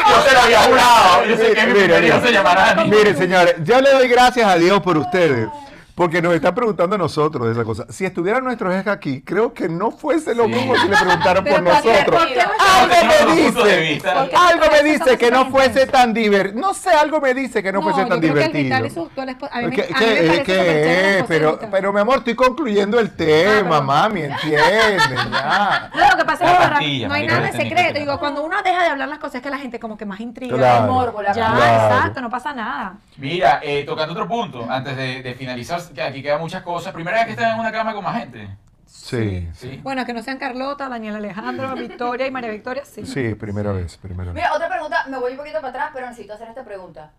Speaker 1: Yo se lo había jurado. Yo sé que mi
Speaker 3: Mira,
Speaker 1: primer hijo
Speaker 3: mira.
Speaker 1: se llamará Dani.
Speaker 3: Miren, señores, yo le doy gracias a Dios por ustedes. Porque nos están preguntando a nosotros de esa cosa. Si estuvieran nuestros ex aquí, creo que no fuese lo
Speaker 1: Sí.
Speaker 3: mismo si le preguntaran por
Speaker 6: Pero ¿por qué-
Speaker 3: nosotros.
Speaker 6: por qué no
Speaker 1: estamos
Speaker 3: Algo me
Speaker 1: hablando de
Speaker 3: dice,
Speaker 1: puntos de vista?
Speaker 3: algo me
Speaker 6: Porque
Speaker 3: dice que no
Speaker 6: somos
Speaker 3: fuese
Speaker 6: diferentes.
Speaker 3: tan divertido. No sé, algo me dice que no, fuese
Speaker 6: yo
Speaker 3: tan
Speaker 6: creo que el
Speaker 3: divertido.
Speaker 6: Vital y su actual esposa- a mí me-
Speaker 3: ¿Qué-
Speaker 6: a mí me
Speaker 3: qué-
Speaker 6: parece
Speaker 3: qué-
Speaker 6: superchévere la esposa
Speaker 3: pero,
Speaker 6: de Vital.
Speaker 3: pero mi amor, estoy concluyendo
Speaker 6: Ah,
Speaker 3: el tema,
Speaker 6: pero-
Speaker 3: mami, ¿entiendes? Ya.
Speaker 6: No, lo que pasa es
Speaker 1: La
Speaker 6: que ahora
Speaker 1: pastilla,
Speaker 6: no hay
Speaker 1: marica,
Speaker 6: nada de
Speaker 1: ahorita ni
Speaker 6: secreto.
Speaker 1: que-
Speaker 6: Digo, cuando uno deja de hablar las cosas es que la gente como que más intriga.
Speaker 3: Claro.
Speaker 2: El morbo, la
Speaker 6: Ya,
Speaker 2: verdad.
Speaker 3: Claro.
Speaker 6: exacto, no pasa nada.
Speaker 1: Mira, eh, tocando otro punto, antes de, de finalizar, que aquí quedan muchas cosas. Primera vez que estás en una cama con más gente.
Speaker 3: Sí,
Speaker 1: Sí.
Speaker 6: Bueno, que no sean Carlota, Daniel Alejandro, Victoria y María Victoria, sí.
Speaker 3: sí, primera vez, primera vez.
Speaker 2: Mira, otra pregunta, me voy un poquito para atrás, pero necesito hacer esta pregunta.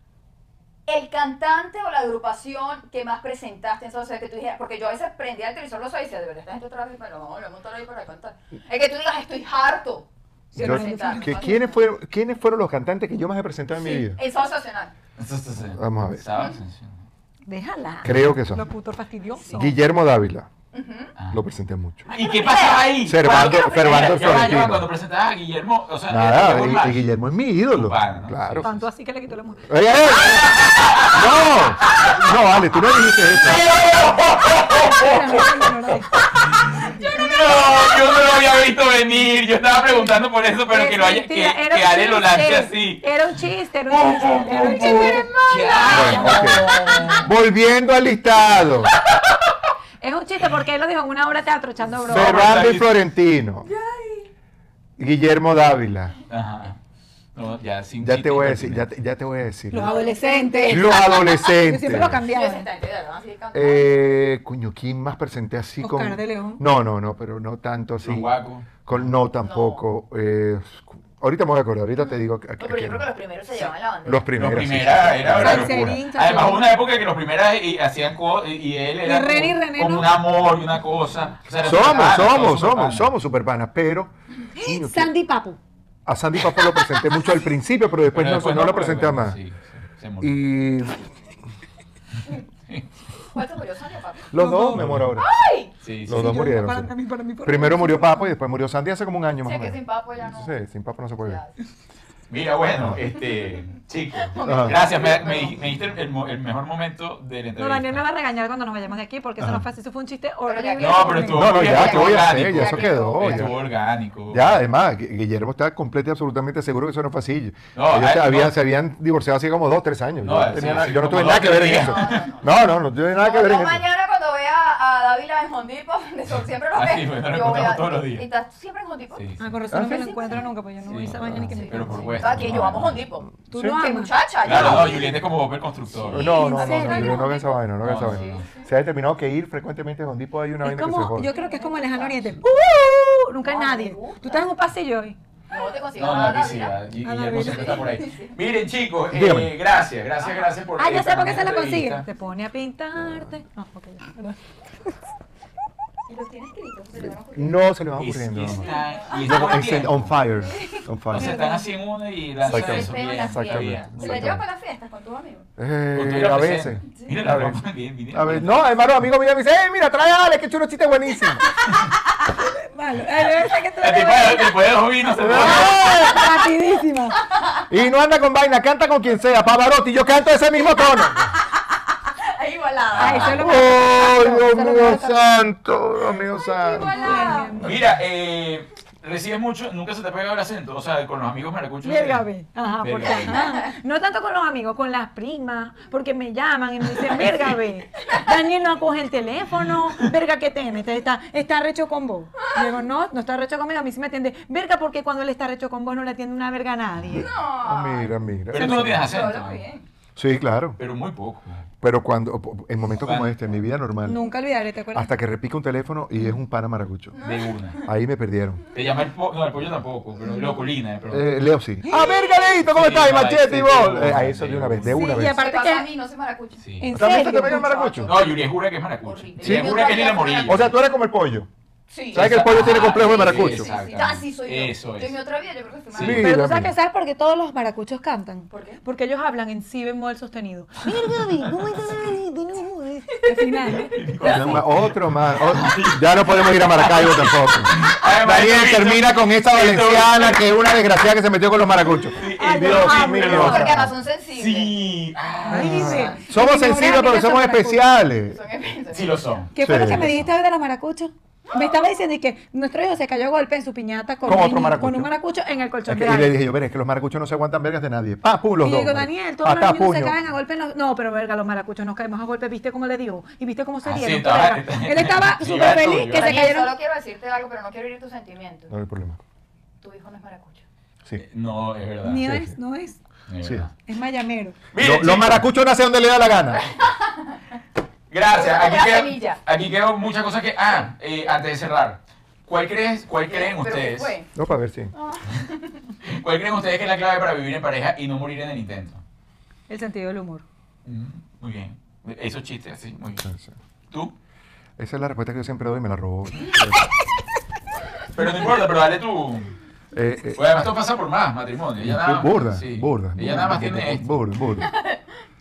Speaker 2: El cantante o la agrupación que más presentaste en Sound System, que tú dijeras, porque yo a veces prendía el televisor los ojos y decía, de verdad, esta gente otra vez, pero vamos, lo hemos ahí para cantar. Es que tú digas, estoy harto. de
Speaker 3: Yo-
Speaker 2: presentarme.
Speaker 3: que- ¿quiénes, fueron, ¿Quiénes fueron los cantantes que yo más he presentado en mi vida?
Speaker 2: En Sound Nacional.
Speaker 1: Eso está sí.
Speaker 3: Vamos a ver.
Speaker 1: eh, ¿Sabes? Sí.
Speaker 6: Déjala.
Speaker 3: Creo que son.
Speaker 6: Lo puto fastidioso.
Speaker 3: Guillermo Dávila.
Speaker 1: Ah.
Speaker 3: Lo presenté mucho.
Speaker 1: ¿Y qué pasa ahí?
Speaker 3: Servando-
Speaker 1: Cuando- Ya va,
Speaker 3: Servando
Speaker 1: ya va,
Speaker 3: Florentino.
Speaker 1: Cuando presentabas a Guillermo, o sea,
Speaker 3: Nada,
Speaker 1: Ah, Guillermo
Speaker 3: y- y
Speaker 1: Marsh.
Speaker 3: Guillermo es mi ídolo.
Speaker 1: Tu pana, ¿no?
Speaker 3: Claro.
Speaker 6: Tanto así que le quitó la mujer.
Speaker 3: ¡Ey, ey, ey! ¡No! No, vale, tú no dijiste eso.
Speaker 1: No, yo no lo había visto venir. Yo estaba preguntando por eso, pero que lo haya, que,
Speaker 6: mentira, era
Speaker 1: que
Speaker 6: un
Speaker 1: Ale lo lance
Speaker 6: chiste,
Speaker 1: así. Oh,
Speaker 6: Era un chiste, era un chiste. Era un chiste.
Speaker 1: Ya.
Speaker 3: Bueno, ok. Volviendo al listado.
Speaker 6: Es un chiste porque él lo dijo en una obra de teatro echando broma.
Speaker 3: Servando y Florentino. Guillermo Dávila.
Speaker 1: Ajá. No, ya, sin
Speaker 3: Ya
Speaker 1: chiste
Speaker 3: te voy a decir, ya
Speaker 1: impertinente.
Speaker 3: te, ya te voy a decir.
Speaker 6: Los adolescentes.
Speaker 3: Los
Speaker 6: Yo siempre lo
Speaker 3: adolescentes.
Speaker 2: Yo
Speaker 6: cambiaba.
Speaker 2: decía, "Esta gente, de verdad, sigue cantando".
Speaker 3: Eh, coño, ¿quién más presenté así
Speaker 6: Oscar
Speaker 3: con.
Speaker 6: de León.
Speaker 3: No, no, no, pero no tanto así.
Speaker 1: Los guacos.
Speaker 3: Con, no, tampoco. Eh, ahorita me voy a acordar, ahorita te digo. a- a- a
Speaker 2: No, pero yo
Speaker 3: quién.
Speaker 2: creo que los primeros se llevan la bandera.
Speaker 3: Los
Speaker 1: Los
Speaker 3: primeros. sí.
Speaker 1: primeras era una
Speaker 6: Salserín,
Speaker 1: locura.
Speaker 6: salserín.
Speaker 1: Además, hubo una época que los primeras y- hacían co- y- y él era
Speaker 6: Y René y
Speaker 1: como-
Speaker 6: René,
Speaker 1: como
Speaker 6: ¿no?
Speaker 1: un amor y una cosa. O sea, era
Speaker 3: Somos,
Speaker 1: superpana,
Speaker 3: somos,
Speaker 1: todos
Speaker 3: somos,
Speaker 1: superpanas.
Speaker 3: somos superpanas, pero coño, que-
Speaker 6: Sandy Papo.
Speaker 3: a Sandy Papo lo presenté mucho al principio, pero después,
Speaker 1: Pero
Speaker 3: no,
Speaker 1: después
Speaker 3: no lo
Speaker 1: porque,
Speaker 3: presenté
Speaker 1: bueno,
Speaker 3: más.
Speaker 1: sí, sí, se murió.
Speaker 3: Y
Speaker 2: ¿Cuál te murió, Sonia, papi?
Speaker 3: los dos me muero ahora.
Speaker 1: Sí, sí,
Speaker 3: Los
Speaker 1: sí.
Speaker 3: dos murieron. sí.
Speaker 6: Para mí, para mí, para mí.
Speaker 3: Primero murió Papo y después murió Sandy hace como un
Speaker 2: Sí,
Speaker 3: año más o
Speaker 2: es que
Speaker 3: menos.
Speaker 2: sin papo ya no.
Speaker 3: Sí, sin Papo no se puede ver.
Speaker 2: Ya.
Speaker 1: Mira, bueno, este, chicos,
Speaker 3: Ajá.
Speaker 1: gracias, me, me- me diste el, mo- el mejor momento de la
Speaker 6: No,
Speaker 1: entrevista.
Speaker 6: Daniel me va a regañar cuando nos vayamos de aquí porque eso no fue así, eso fue un chiste horrible.
Speaker 1: No, pero estuvo
Speaker 3: No, no,
Speaker 1: muy bien,
Speaker 3: ya,
Speaker 1: estuvo
Speaker 3: ¿qué voy a hacer?
Speaker 1: orgánico.
Speaker 3: Ya eso quedó, Oh, ya.
Speaker 1: Estuvo orgánico.
Speaker 3: Ya, además, Gu- Guillermo está completo y absolutamente seguro que eso no fue así.
Speaker 1: No,
Speaker 3: Ellos
Speaker 1: ah,
Speaker 3: se habían,
Speaker 1: no.
Speaker 3: se habían divorciado hace como dos, tres años.
Speaker 1: No,
Speaker 3: yo, no
Speaker 1: sí,
Speaker 3: tenía nada-
Speaker 1: sí,
Speaker 3: yo no
Speaker 1: como
Speaker 3: tuve
Speaker 1: dos,
Speaker 3: nada que ver en
Speaker 1: tres
Speaker 3: eso.
Speaker 2: días.
Speaker 3: No, no, no tuve nada que
Speaker 2: No,
Speaker 3: ver en
Speaker 2: yo
Speaker 3: eso.
Speaker 2: mañana cuando vea a Dávila en Hondipo, siempre lo
Speaker 1: Ah,
Speaker 2: veo.
Speaker 1: sí, bueno, lo
Speaker 2: yo voy a,
Speaker 1: encontramos todos los días.
Speaker 2: ¿Y estás siempre en Hondipo?
Speaker 1: Sí, sí.
Speaker 6: Ah, con razón no me lo
Speaker 3: Sí,
Speaker 6: encuentro nunca, pues yo no voy a esa vaina ni que me
Speaker 1: Pero por
Speaker 6: Sí.
Speaker 1: supuesto.
Speaker 2: Aquí Ah, yo vamos a Hondipo.
Speaker 6: Tú
Speaker 3: Sí.
Speaker 6: no
Speaker 2: Qué
Speaker 6: amas.
Speaker 2: muchacha.
Speaker 1: Claro, no,
Speaker 2: yo-
Speaker 1: Julieta es como Bob el constructor.
Speaker 3: No, no, no, no,
Speaker 6: ¿En serio?
Speaker 3: no, no, no, que esa vaina, no, que esa
Speaker 1: No,
Speaker 3: vaina. Se ha determinado que ir frecuentemente con Dipo hay una
Speaker 6: Es
Speaker 3: vaina que se
Speaker 6: como, yo
Speaker 3: jode.
Speaker 6: creo que es como Lejano Oriente. ¡Uh! Nunca hay
Speaker 2: No, me
Speaker 6: nadie.
Speaker 2: gusta.
Speaker 6: Tú estás en un pasillo hoy.
Speaker 2: No te
Speaker 6: Este,
Speaker 2: consigo
Speaker 1: No, no,
Speaker 2: nada,
Speaker 1: aquí sí,
Speaker 2: Dávila.
Speaker 1: va. Gui-
Speaker 6: A la
Speaker 1: Guillermo siempre
Speaker 6: vida.
Speaker 1: está por ahí. Miren, chicos, eh,
Speaker 3: Dígame.
Speaker 1: gracias, gracias, gracias por
Speaker 6: Ah, ya sé
Speaker 1: esta
Speaker 6: por qué se la
Speaker 1: entrevista.
Speaker 6: consigue. Ah. Te pone a pintarte. No, ok, ya, perdón.
Speaker 2: Y los tienes gritos, se lo van a ocurrir.
Speaker 3: No se le va
Speaker 1: Y-
Speaker 3: ocurriendo.
Speaker 1: y está- y está
Speaker 3: No,
Speaker 1: buen
Speaker 3: es el-
Speaker 1: tiempo.
Speaker 3: on fire. On
Speaker 1: O sea,
Speaker 3: fire.
Speaker 1: están así en una y lanzan
Speaker 3: Exactamente.
Speaker 1: eso.
Speaker 2: Pego
Speaker 1: Bien,
Speaker 2: las
Speaker 1: está bien.
Speaker 3: piernas.
Speaker 2: Se la lleva para las fiestas con tus amigos.
Speaker 3: Eh,
Speaker 1: Con tu
Speaker 3: a veces.
Speaker 1: presente. Mira,
Speaker 3: A
Speaker 1: la
Speaker 3: veces.
Speaker 1: ropa bien, bien.
Speaker 3: A ver, no, hermano, amigo mío me dice, ¡eh, mira, trae a Ale, que chulo chiste buenísimo!
Speaker 6: Vale, ay, yo sé que tú
Speaker 1: El tipo de- el tipo de dos vinos se pone.
Speaker 3: ¡Eh!
Speaker 6: rapidísima.
Speaker 3: Y no anda con vaina, canta con quien sea, Pavarotti, yo canto ese mismo tono.
Speaker 2: Ahí igualada.
Speaker 6: Ay, eso es lo que
Speaker 3: ¡Oh, Dios mío santo! Dios mío santo.
Speaker 2: Igualada.
Speaker 1: Mira, eh, recibes mucho, nunca se te ha pegado el acento, o sea, con los amigos maracuchos.
Speaker 6: Verga, ve. Ajá,
Speaker 1: Verga,
Speaker 6: porque,
Speaker 1: ve.
Speaker 6: ajá. No tanto con los amigos, con las primas, porque me llaman y me dicen, verga, ve. Daniel no coge el teléfono, verga, ¿qué tiene? Está, está, está recho con vos. Y digo, no, no está recho conmigo, a mí sí me atiende. Verga, porque cuando él está recho con vos no le atiende una verga a nadie.
Speaker 3: Ah, Mira, mira.
Speaker 1: Pero tú no tienes acento.
Speaker 2: Habla muy
Speaker 1: ¿no?
Speaker 2: bien.
Speaker 3: Sí, claro.
Speaker 1: Pero muy poco.
Speaker 3: Pero cuando, en momentos como
Speaker 1: Bueno.
Speaker 3: este, en mi vida normal,
Speaker 6: Nunca olvidaré, ¿te acuerdas?
Speaker 3: hasta que repica un teléfono y es un pana maracucho.
Speaker 1: De
Speaker 6: Ah.
Speaker 1: una.
Speaker 3: Ahí me perdieron.
Speaker 1: Te llama el pollo. No, el pollo tampoco, pero luego colina, de pronto.
Speaker 3: Eh, Leo sí. ¡Ah, verga, Leito! ¿Cómo
Speaker 1: Sí,
Speaker 3: estás? Y
Speaker 1: vale,
Speaker 3: Machete
Speaker 1: sí,
Speaker 3: y vos.
Speaker 1: sí,
Speaker 3: Eh, a
Speaker 1: sí,
Speaker 3: eso
Speaker 1: sí.
Speaker 3: de una vez, de
Speaker 6: Sí,
Speaker 3: una
Speaker 6: y
Speaker 3: vez.
Speaker 6: aparte
Speaker 2: Aparte
Speaker 6: que-
Speaker 2: a mí, no se maracucho.
Speaker 1: Sí.
Speaker 6: ¿En
Speaker 3: ¿También
Speaker 6: serio?
Speaker 3: te pega el maracucho?
Speaker 1: No, Yuri jura que es maracucho.
Speaker 2: Horrible.
Speaker 1: Ella
Speaker 2: Sí.
Speaker 1: jura que es Lina Morillo.
Speaker 3: O sea, tú eres como el pollo.
Speaker 2: Sí.
Speaker 3: ¿Sabes que el pollo tiene complejo de maracucho?
Speaker 2: Sí, sí, sí. Ah, sí, soy yo.
Speaker 1: Eso
Speaker 2: Yo en mi
Speaker 1: es.
Speaker 2: otra vida yo creo que fui
Speaker 1: Sí.
Speaker 2: maracucho.
Speaker 6: Pero tú
Speaker 3: Mírame.
Speaker 6: sabes que sabes por qué todos los maracuchos cantan.
Speaker 2: ¿Por qué?
Speaker 6: Porque ellos hablan en si bemol sostenido. Mira, Gaby, ¿cómo estás? De nuevo, de- Al final. ¿eh?
Speaker 3: Ya ma- Otro más. o- Ya no podemos ir a Maracaibo tampoco.
Speaker 1: Además,
Speaker 3: Daniel
Speaker 1: Víctor-
Speaker 3: termina con esta
Speaker 1: Víctor-
Speaker 3: valenciana que es una desgraciada que se metió con los maracuchos.
Speaker 1: Ay,
Speaker 3: Dios
Speaker 1: no,
Speaker 3: mío.
Speaker 1: pero-
Speaker 2: No, Ah, porque además son sensibles.
Speaker 1: Sí. Ah,
Speaker 6: Ay, dice,
Speaker 3: Somos
Speaker 6: mi mejor
Speaker 3: sensibles,
Speaker 6: amiga
Speaker 3: pero
Speaker 6: son
Speaker 3: somos
Speaker 6: maracuchos.
Speaker 3: especiales.
Speaker 2: Son especiales.
Speaker 1: sí lo son.
Speaker 6: ¿Qué fue lo
Speaker 3: Sí.
Speaker 6: que me dijiste hoy de los maracuchos? Me estaba diciendo y que nuestro hijo se cayó a golpe en su piñata con,
Speaker 3: Con
Speaker 6: un
Speaker 3: otro
Speaker 6: niño-
Speaker 3: maracucho.
Speaker 6: con un maracucho en el
Speaker 3: Es
Speaker 6: colchón
Speaker 3: que-
Speaker 6: de
Speaker 3: y le
Speaker 6: alguien.
Speaker 3: dije yo, veré, es que los maracuchos no se aguantan vergas de nadie. Pa, pum, los
Speaker 6: Y yo
Speaker 3: dos.
Speaker 6: digo,
Speaker 3: marico.
Speaker 6: Daniel, todos los
Speaker 3: Patá,
Speaker 6: niños se
Speaker 3: puño.
Speaker 6: caen a golpe. en los- No, pero verga, los maracuchos nos caemos a golpe. ¿Viste cómo le dio? ¿Y viste cómo se
Speaker 1: Ah, sí,
Speaker 6: dieron?
Speaker 1: estaba-
Speaker 6: verga? Él estaba
Speaker 1: Sí,
Speaker 6: súper
Speaker 1: iba tú,
Speaker 6: feliz
Speaker 1: iba
Speaker 6: que se
Speaker 1: tú.
Speaker 2: Daniel,
Speaker 6: cayeron.
Speaker 2: solo quiero decirte algo, pero no quiero herir tus sentimientos.
Speaker 3: No hay problema.
Speaker 2: Tu hijo no es maracucho.
Speaker 3: Sí.
Speaker 1: No, es verdad.
Speaker 6: Ni
Speaker 3: Sí,
Speaker 6: es,
Speaker 3: sí.
Speaker 6: no es.
Speaker 1: Es
Speaker 3: Sí.
Speaker 1: verdad.
Speaker 6: Es mayamero.
Speaker 1: Miren,
Speaker 3: Lo- los
Speaker 1: chicos,
Speaker 3: maracuchos nacen donde le da la gana.
Speaker 1: Gracias. Aquí
Speaker 2: La
Speaker 1: quedan,
Speaker 2: semilla.
Speaker 1: aquí quedan muchas cosas que. Ah, eh, antes de cerrar. ¿Cuál, crees, cuál creen
Speaker 2: Pero ¿qué
Speaker 1: ustedes?
Speaker 2: fue?
Speaker 3: No, para ver si.
Speaker 1: ¿Cuál creen ustedes que es la clave para vivir en pareja y no morir en el intento?
Speaker 6: El sentido del humor.
Speaker 1: Mm, Muy bien. Esos chistes, así, muy bien. ¿Tú?
Speaker 3: Esa es la respuesta que yo siempre doy y me la robó.
Speaker 1: Pero no importa, pero dale tú.
Speaker 3: Eh, eh,
Speaker 1: Pues además tú pasas por más matrimonio. Ella nada más,
Speaker 3: burda,
Speaker 1: sí.
Speaker 3: burda.
Speaker 1: Ella nada más
Speaker 3: burda,
Speaker 1: tiene esto.
Speaker 3: burda, burda.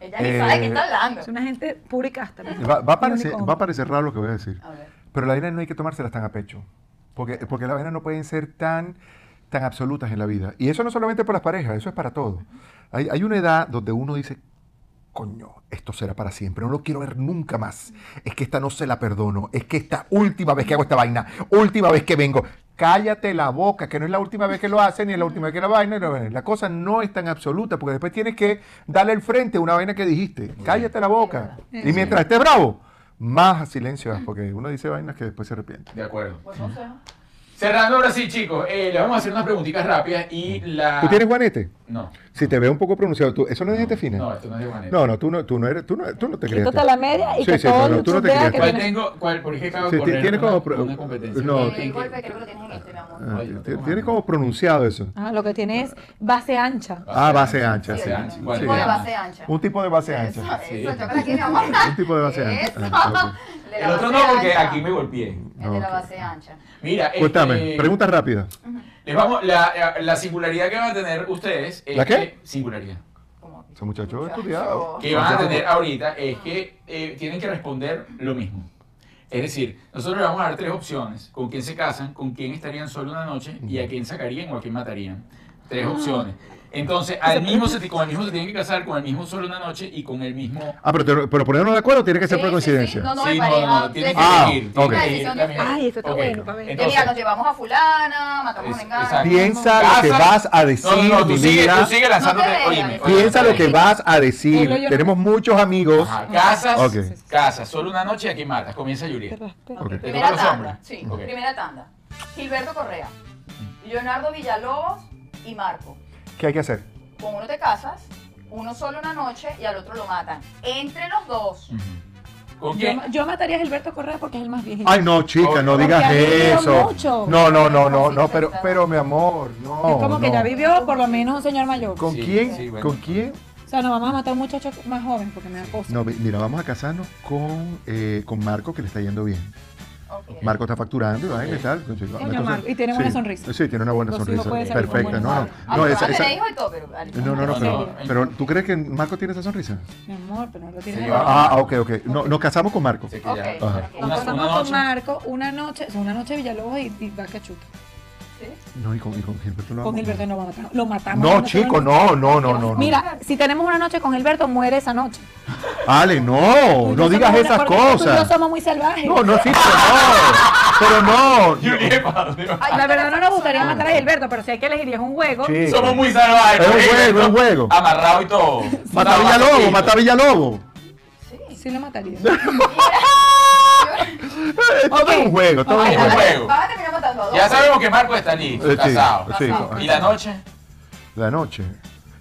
Speaker 2: Ella ni
Speaker 3: Eh,
Speaker 2: sabe de qué está hablando.
Speaker 6: Es una gente pura y casta.
Speaker 3: Va, va a parecer,
Speaker 6: Unicornio.
Speaker 3: va a parecer raro lo que voy a decir.
Speaker 2: A ver.
Speaker 3: Pero la vaina no hay que tomárselas tan a pecho. Porque, porque las vainas no pueden ser tan, tan absolutas en la vida. Y eso no solamente por las parejas, eso es para todo. Hay, hay una edad donde uno dice, coño, esto será para siempre, no lo quiero ver nunca más. Es que esta no se la perdono, es que esta última vez que hago esta vaina, última vez que vengo. Cállate la boca, que no es la última vez que lo hacen, ni es la última vez que la vaina. no, bueno, La cosa no es tan absoluta, porque después tienes que darle el frente a una vaina que dijiste. Cállate la boca. Y mientras estés bravo, más silencio, das, porque uno dice vainas que después se arrepiente.
Speaker 1: De acuerdo.
Speaker 2: Pues no sé.
Speaker 1: Cerrando ahora sí, chicos. Eh, le vamos a hacer unas preguntitas rápidas y la.
Speaker 3: ¿Tú tienes guanete?
Speaker 1: No.
Speaker 3: Si te veo un poco pronunciado, tú, eso no es gente fina.
Speaker 1: No, este esto no es de manera.
Speaker 3: No, no, tú no, tú no eres, tú no, tú no te crees.
Speaker 6: Quítate la media y
Speaker 3: Sí,
Speaker 6: que
Speaker 3: sí,
Speaker 6: todo
Speaker 3: no, no, tú no
Speaker 6: YouTube
Speaker 3: te creas
Speaker 6: vea que
Speaker 3: que-
Speaker 1: ¿Cuál
Speaker 6: tienes...
Speaker 1: tengo? ¿Cuál? ¿Por qué acabo
Speaker 3: Sí,
Speaker 1: de correr
Speaker 3: tiene
Speaker 1: una,
Speaker 3: como pro-
Speaker 1: una competencia?
Speaker 3: no,
Speaker 2: el golpe que creo que tienes en este, mi amor.
Speaker 3: Ah,
Speaker 1: Ay, no
Speaker 3: tiene-
Speaker 1: tengo
Speaker 3: tiene
Speaker 1: mano.
Speaker 3: como pronunciado eso.
Speaker 6: Ah, lo que tiene es base ancha.
Speaker 3: Ah, base ancha, sí.
Speaker 1: Base ancha.
Speaker 3: Sí.
Speaker 1: ¿Cuál
Speaker 2: Tipo de
Speaker 1: llama?
Speaker 2: base ancha.
Speaker 3: Un tipo de base
Speaker 2: Eso,
Speaker 3: ancha.
Speaker 1: Sí.
Speaker 2: eso, chócala aquí, mi amor.
Speaker 3: Un tipo de base ancha.
Speaker 2: Eso.
Speaker 3: Ah,
Speaker 2: El de la
Speaker 1: El otro
Speaker 2: base
Speaker 1: no, porque
Speaker 2: ancha.
Speaker 1: aquí me golpeé.
Speaker 2: El de la
Speaker 3: Ok.
Speaker 2: base ancha.
Speaker 1: Mira, este,
Speaker 3: Cuéntame, pregunta rápida.
Speaker 1: Les vamos, la, la singularidad que van a tener ustedes es
Speaker 3: ¿La qué?
Speaker 1: que- singularidad.
Speaker 2: Como-
Speaker 3: Ese muchacho
Speaker 2: Muchacho.
Speaker 3: estudiado.
Speaker 1: que van a tener ahorita es que eh, tienen que responder lo mismo. Es decir, nosotros les vamos a dar tres opciones. ¿Con quién se casan? ¿Con quién estarían solo una noche? ¿Y a quién sacarían o a quién matarían? Tres opciones. Entonces, al mismo se, con el mismo se tienen que casar, con el mismo solo una noche y con el mismo...
Speaker 3: Ah, pero, te- pero ponernos de acuerdo tiene que ser
Speaker 2: Sí,
Speaker 3: por
Speaker 2: sí,
Speaker 3: coincidencia.
Speaker 2: sí. No, no,
Speaker 1: Sí,
Speaker 2: me parece.
Speaker 1: no, no, tienen que
Speaker 3: Ah,
Speaker 1: elegir,
Speaker 3: ok.
Speaker 1: tienen que elegir
Speaker 2: Ay,
Speaker 1: también.
Speaker 6: eso está
Speaker 1: Ok.
Speaker 6: bueno, pa' ver.
Speaker 2: Que mira, nos
Speaker 1: Entonces,
Speaker 2: llevamos a fulana, matamos
Speaker 1: Es-
Speaker 2: a engano.
Speaker 1: exacto.
Speaker 3: Piensa lo que
Speaker 1: casa-
Speaker 3: vas a
Speaker 1: no,
Speaker 3: decir,
Speaker 1: no, no,
Speaker 3: mi
Speaker 1: tú sigue,
Speaker 3: vida.
Speaker 1: tú sigue lanzándote.
Speaker 2: No te
Speaker 1: Oye,
Speaker 2: veas.
Speaker 1: oye,
Speaker 3: Piensa lo que vas a decir.
Speaker 6: Ponlo yo.
Speaker 3: Tenemos muchos amigos.
Speaker 1: Ajá, Casas,
Speaker 3: Ok.
Speaker 1: casas, solo una noche y a quién matas. Comienza Yuri.
Speaker 3: Ok.
Speaker 1: ¿Te
Speaker 2: Primera
Speaker 1: gustan los
Speaker 2: tanda.
Speaker 1: hombres?
Speaker 2: Sí,
Speaker 1: Ok.
Speaker 2: primera tanda. Gilberto Correa, Leonardo Villalobos y Marco.
Speaker 3: ¿Qué hay que hacer?
Speaker 2: Con uno te casas, uno solo una noche y al otro lo matan. Entre los dos.
Speaker 1: Ujú. ¿Con
Speaker 6: Yo,
Speaker 1: quién?
Speaker 6: yo mataría a Gilberto Correa porque es el más viejito.
Speaker 3: Ay, no, chica, no
Speaker 1: Porque
Speaker 3: digas
Speaker 6: has vivido
Speaker 3: eso.
Speaker 6: mucho.
Speaker 3: No, no, no, no, no, pero, pero mi amor, no.
Speaker 6: es como que
Speaker 3: no.
Speaker 6: ya vivió por lo menos un señor mayor.
Speaker 3: ¿Con
Speaker 1: Sí,
Speaker 3: quién?
Speaker 1: sí, bueno.
Speaker 3: ¿Con quién?
Speaker 6: O sea, no vamos a matar a un muchacho más joven porque me da cosa.
Speaker 3: No, mi- mira, vamos a casarnos con, eh, con Marco, que le está yendo bien.
Speaker 2: Ok.
Speaker 3: Marco está facturando, ¿vale? ¿Qué tal? Una cosa-
Speaker 6: Marco, y tiene buena
Speaker 3: sí,
Speaker 6: sonrisa.
Speaker 3: Sí, tiene una buena
Speaker 6: Los hijos
Speaker 3: sonrisa.
Speaker 6: pueden salir con
Speaker 3: Perfecta,
Speaker 6: buenos
Speaker 3: no, no.
Speaker 6: padres.
Speaker 2: Aunque
Speaker 3: No,
Speaker 2: van
Speaker 3: esa,
Speaker 2: a
Speaker 3: esa-
Speaker 2: tener hijos y todo, Ah, pero vale.
Speaker 3: no, no, no,
Speaker 1: No,
Speaker 3: pero,
Speaker 1: no.
Speaker 3: pero ¿tú crees que Marco tiene esa sonrisa?
Speaker 6: Mi amor, pero no lo tienes
Speaker 1: Sí,
Speaker 6: en la
Speaker 1: va.
Speaker 6: boca.
Speaker 3: Ah, ok, ok. No, nos casamos con Marco.
Speaker 1: Sé que ya-
Speaker 2: Ok.
Speaker 1: Ajá.
Speaker 2: Nos
Speaker 1: Una,
Speaker 6: Nos
Speaker 1: una
Speaker 6: contamos
Speaker 1: noche.
Speaker 6: con Marco una noche, o sea, una noche Villalobos y, y va cachuta.
Speaker 3: No, y con, y con Gilberto no.
Speaker 6: Con Gilberto no va a matar, lo matamos.
Speaker 3: No,
Speaker 6: matamos.
Speaker 3: chico, no, no, no, no. no.
Speaker 6: Mira, si tenemos una noche con Gilberto, muere esa noche.
Speaker 3: Ale, no,
Speaker 6: Porque
Speaker 3: no
Speaker 6: somos
Speaker 3: digas
Speaker 6: una-
Speaker 3: esas
Speaker 6: porque Tú y yo
Speaker 3: cosas.
Speaker 6: somos muy salvajes.
Speaker 3: No, no, sí, pero no. Pero no.
Speaker 1: Yuri, ¿para dónde vas?
Speaker 6: La verdad no nos gustaría
Speaker 1: Ah.
Speaker 6: matar a Gilberto, pero si hay que elegir y es un juego.
Speaker 3: Sí.
Speaker 1: Somos muy salvajes.
Speaker 3: Es
Speaker 1: ¿no?
Speaker 3: un juego, es un juego.
Speaker 1: Amarrado y todo.
Speaker 3: Mata a
Speaker 1: Mataba
Speaker 3: Villalobos,
Speaker 1: Marquito.
Speaker 3: mata a Villalobos.
Speaker 6: Sí lo mataría.
Speaker 3: Eh, Todo es un juego, todo es
Speaker 1: Es
Speaker 3: un
Speaker 1: un
Speaker 3: juego.
Speaker 1: juego.
Speaker 2: Van a terminar matando a dos.
Speaker 1: Ya sabemos que Marco está listo,
Speaker 3: Eh, sí,
Speaker 1: casado.
Speaker 3: sí,
Speaker 1: ¿Y la noche?
Speaker 3: La noche.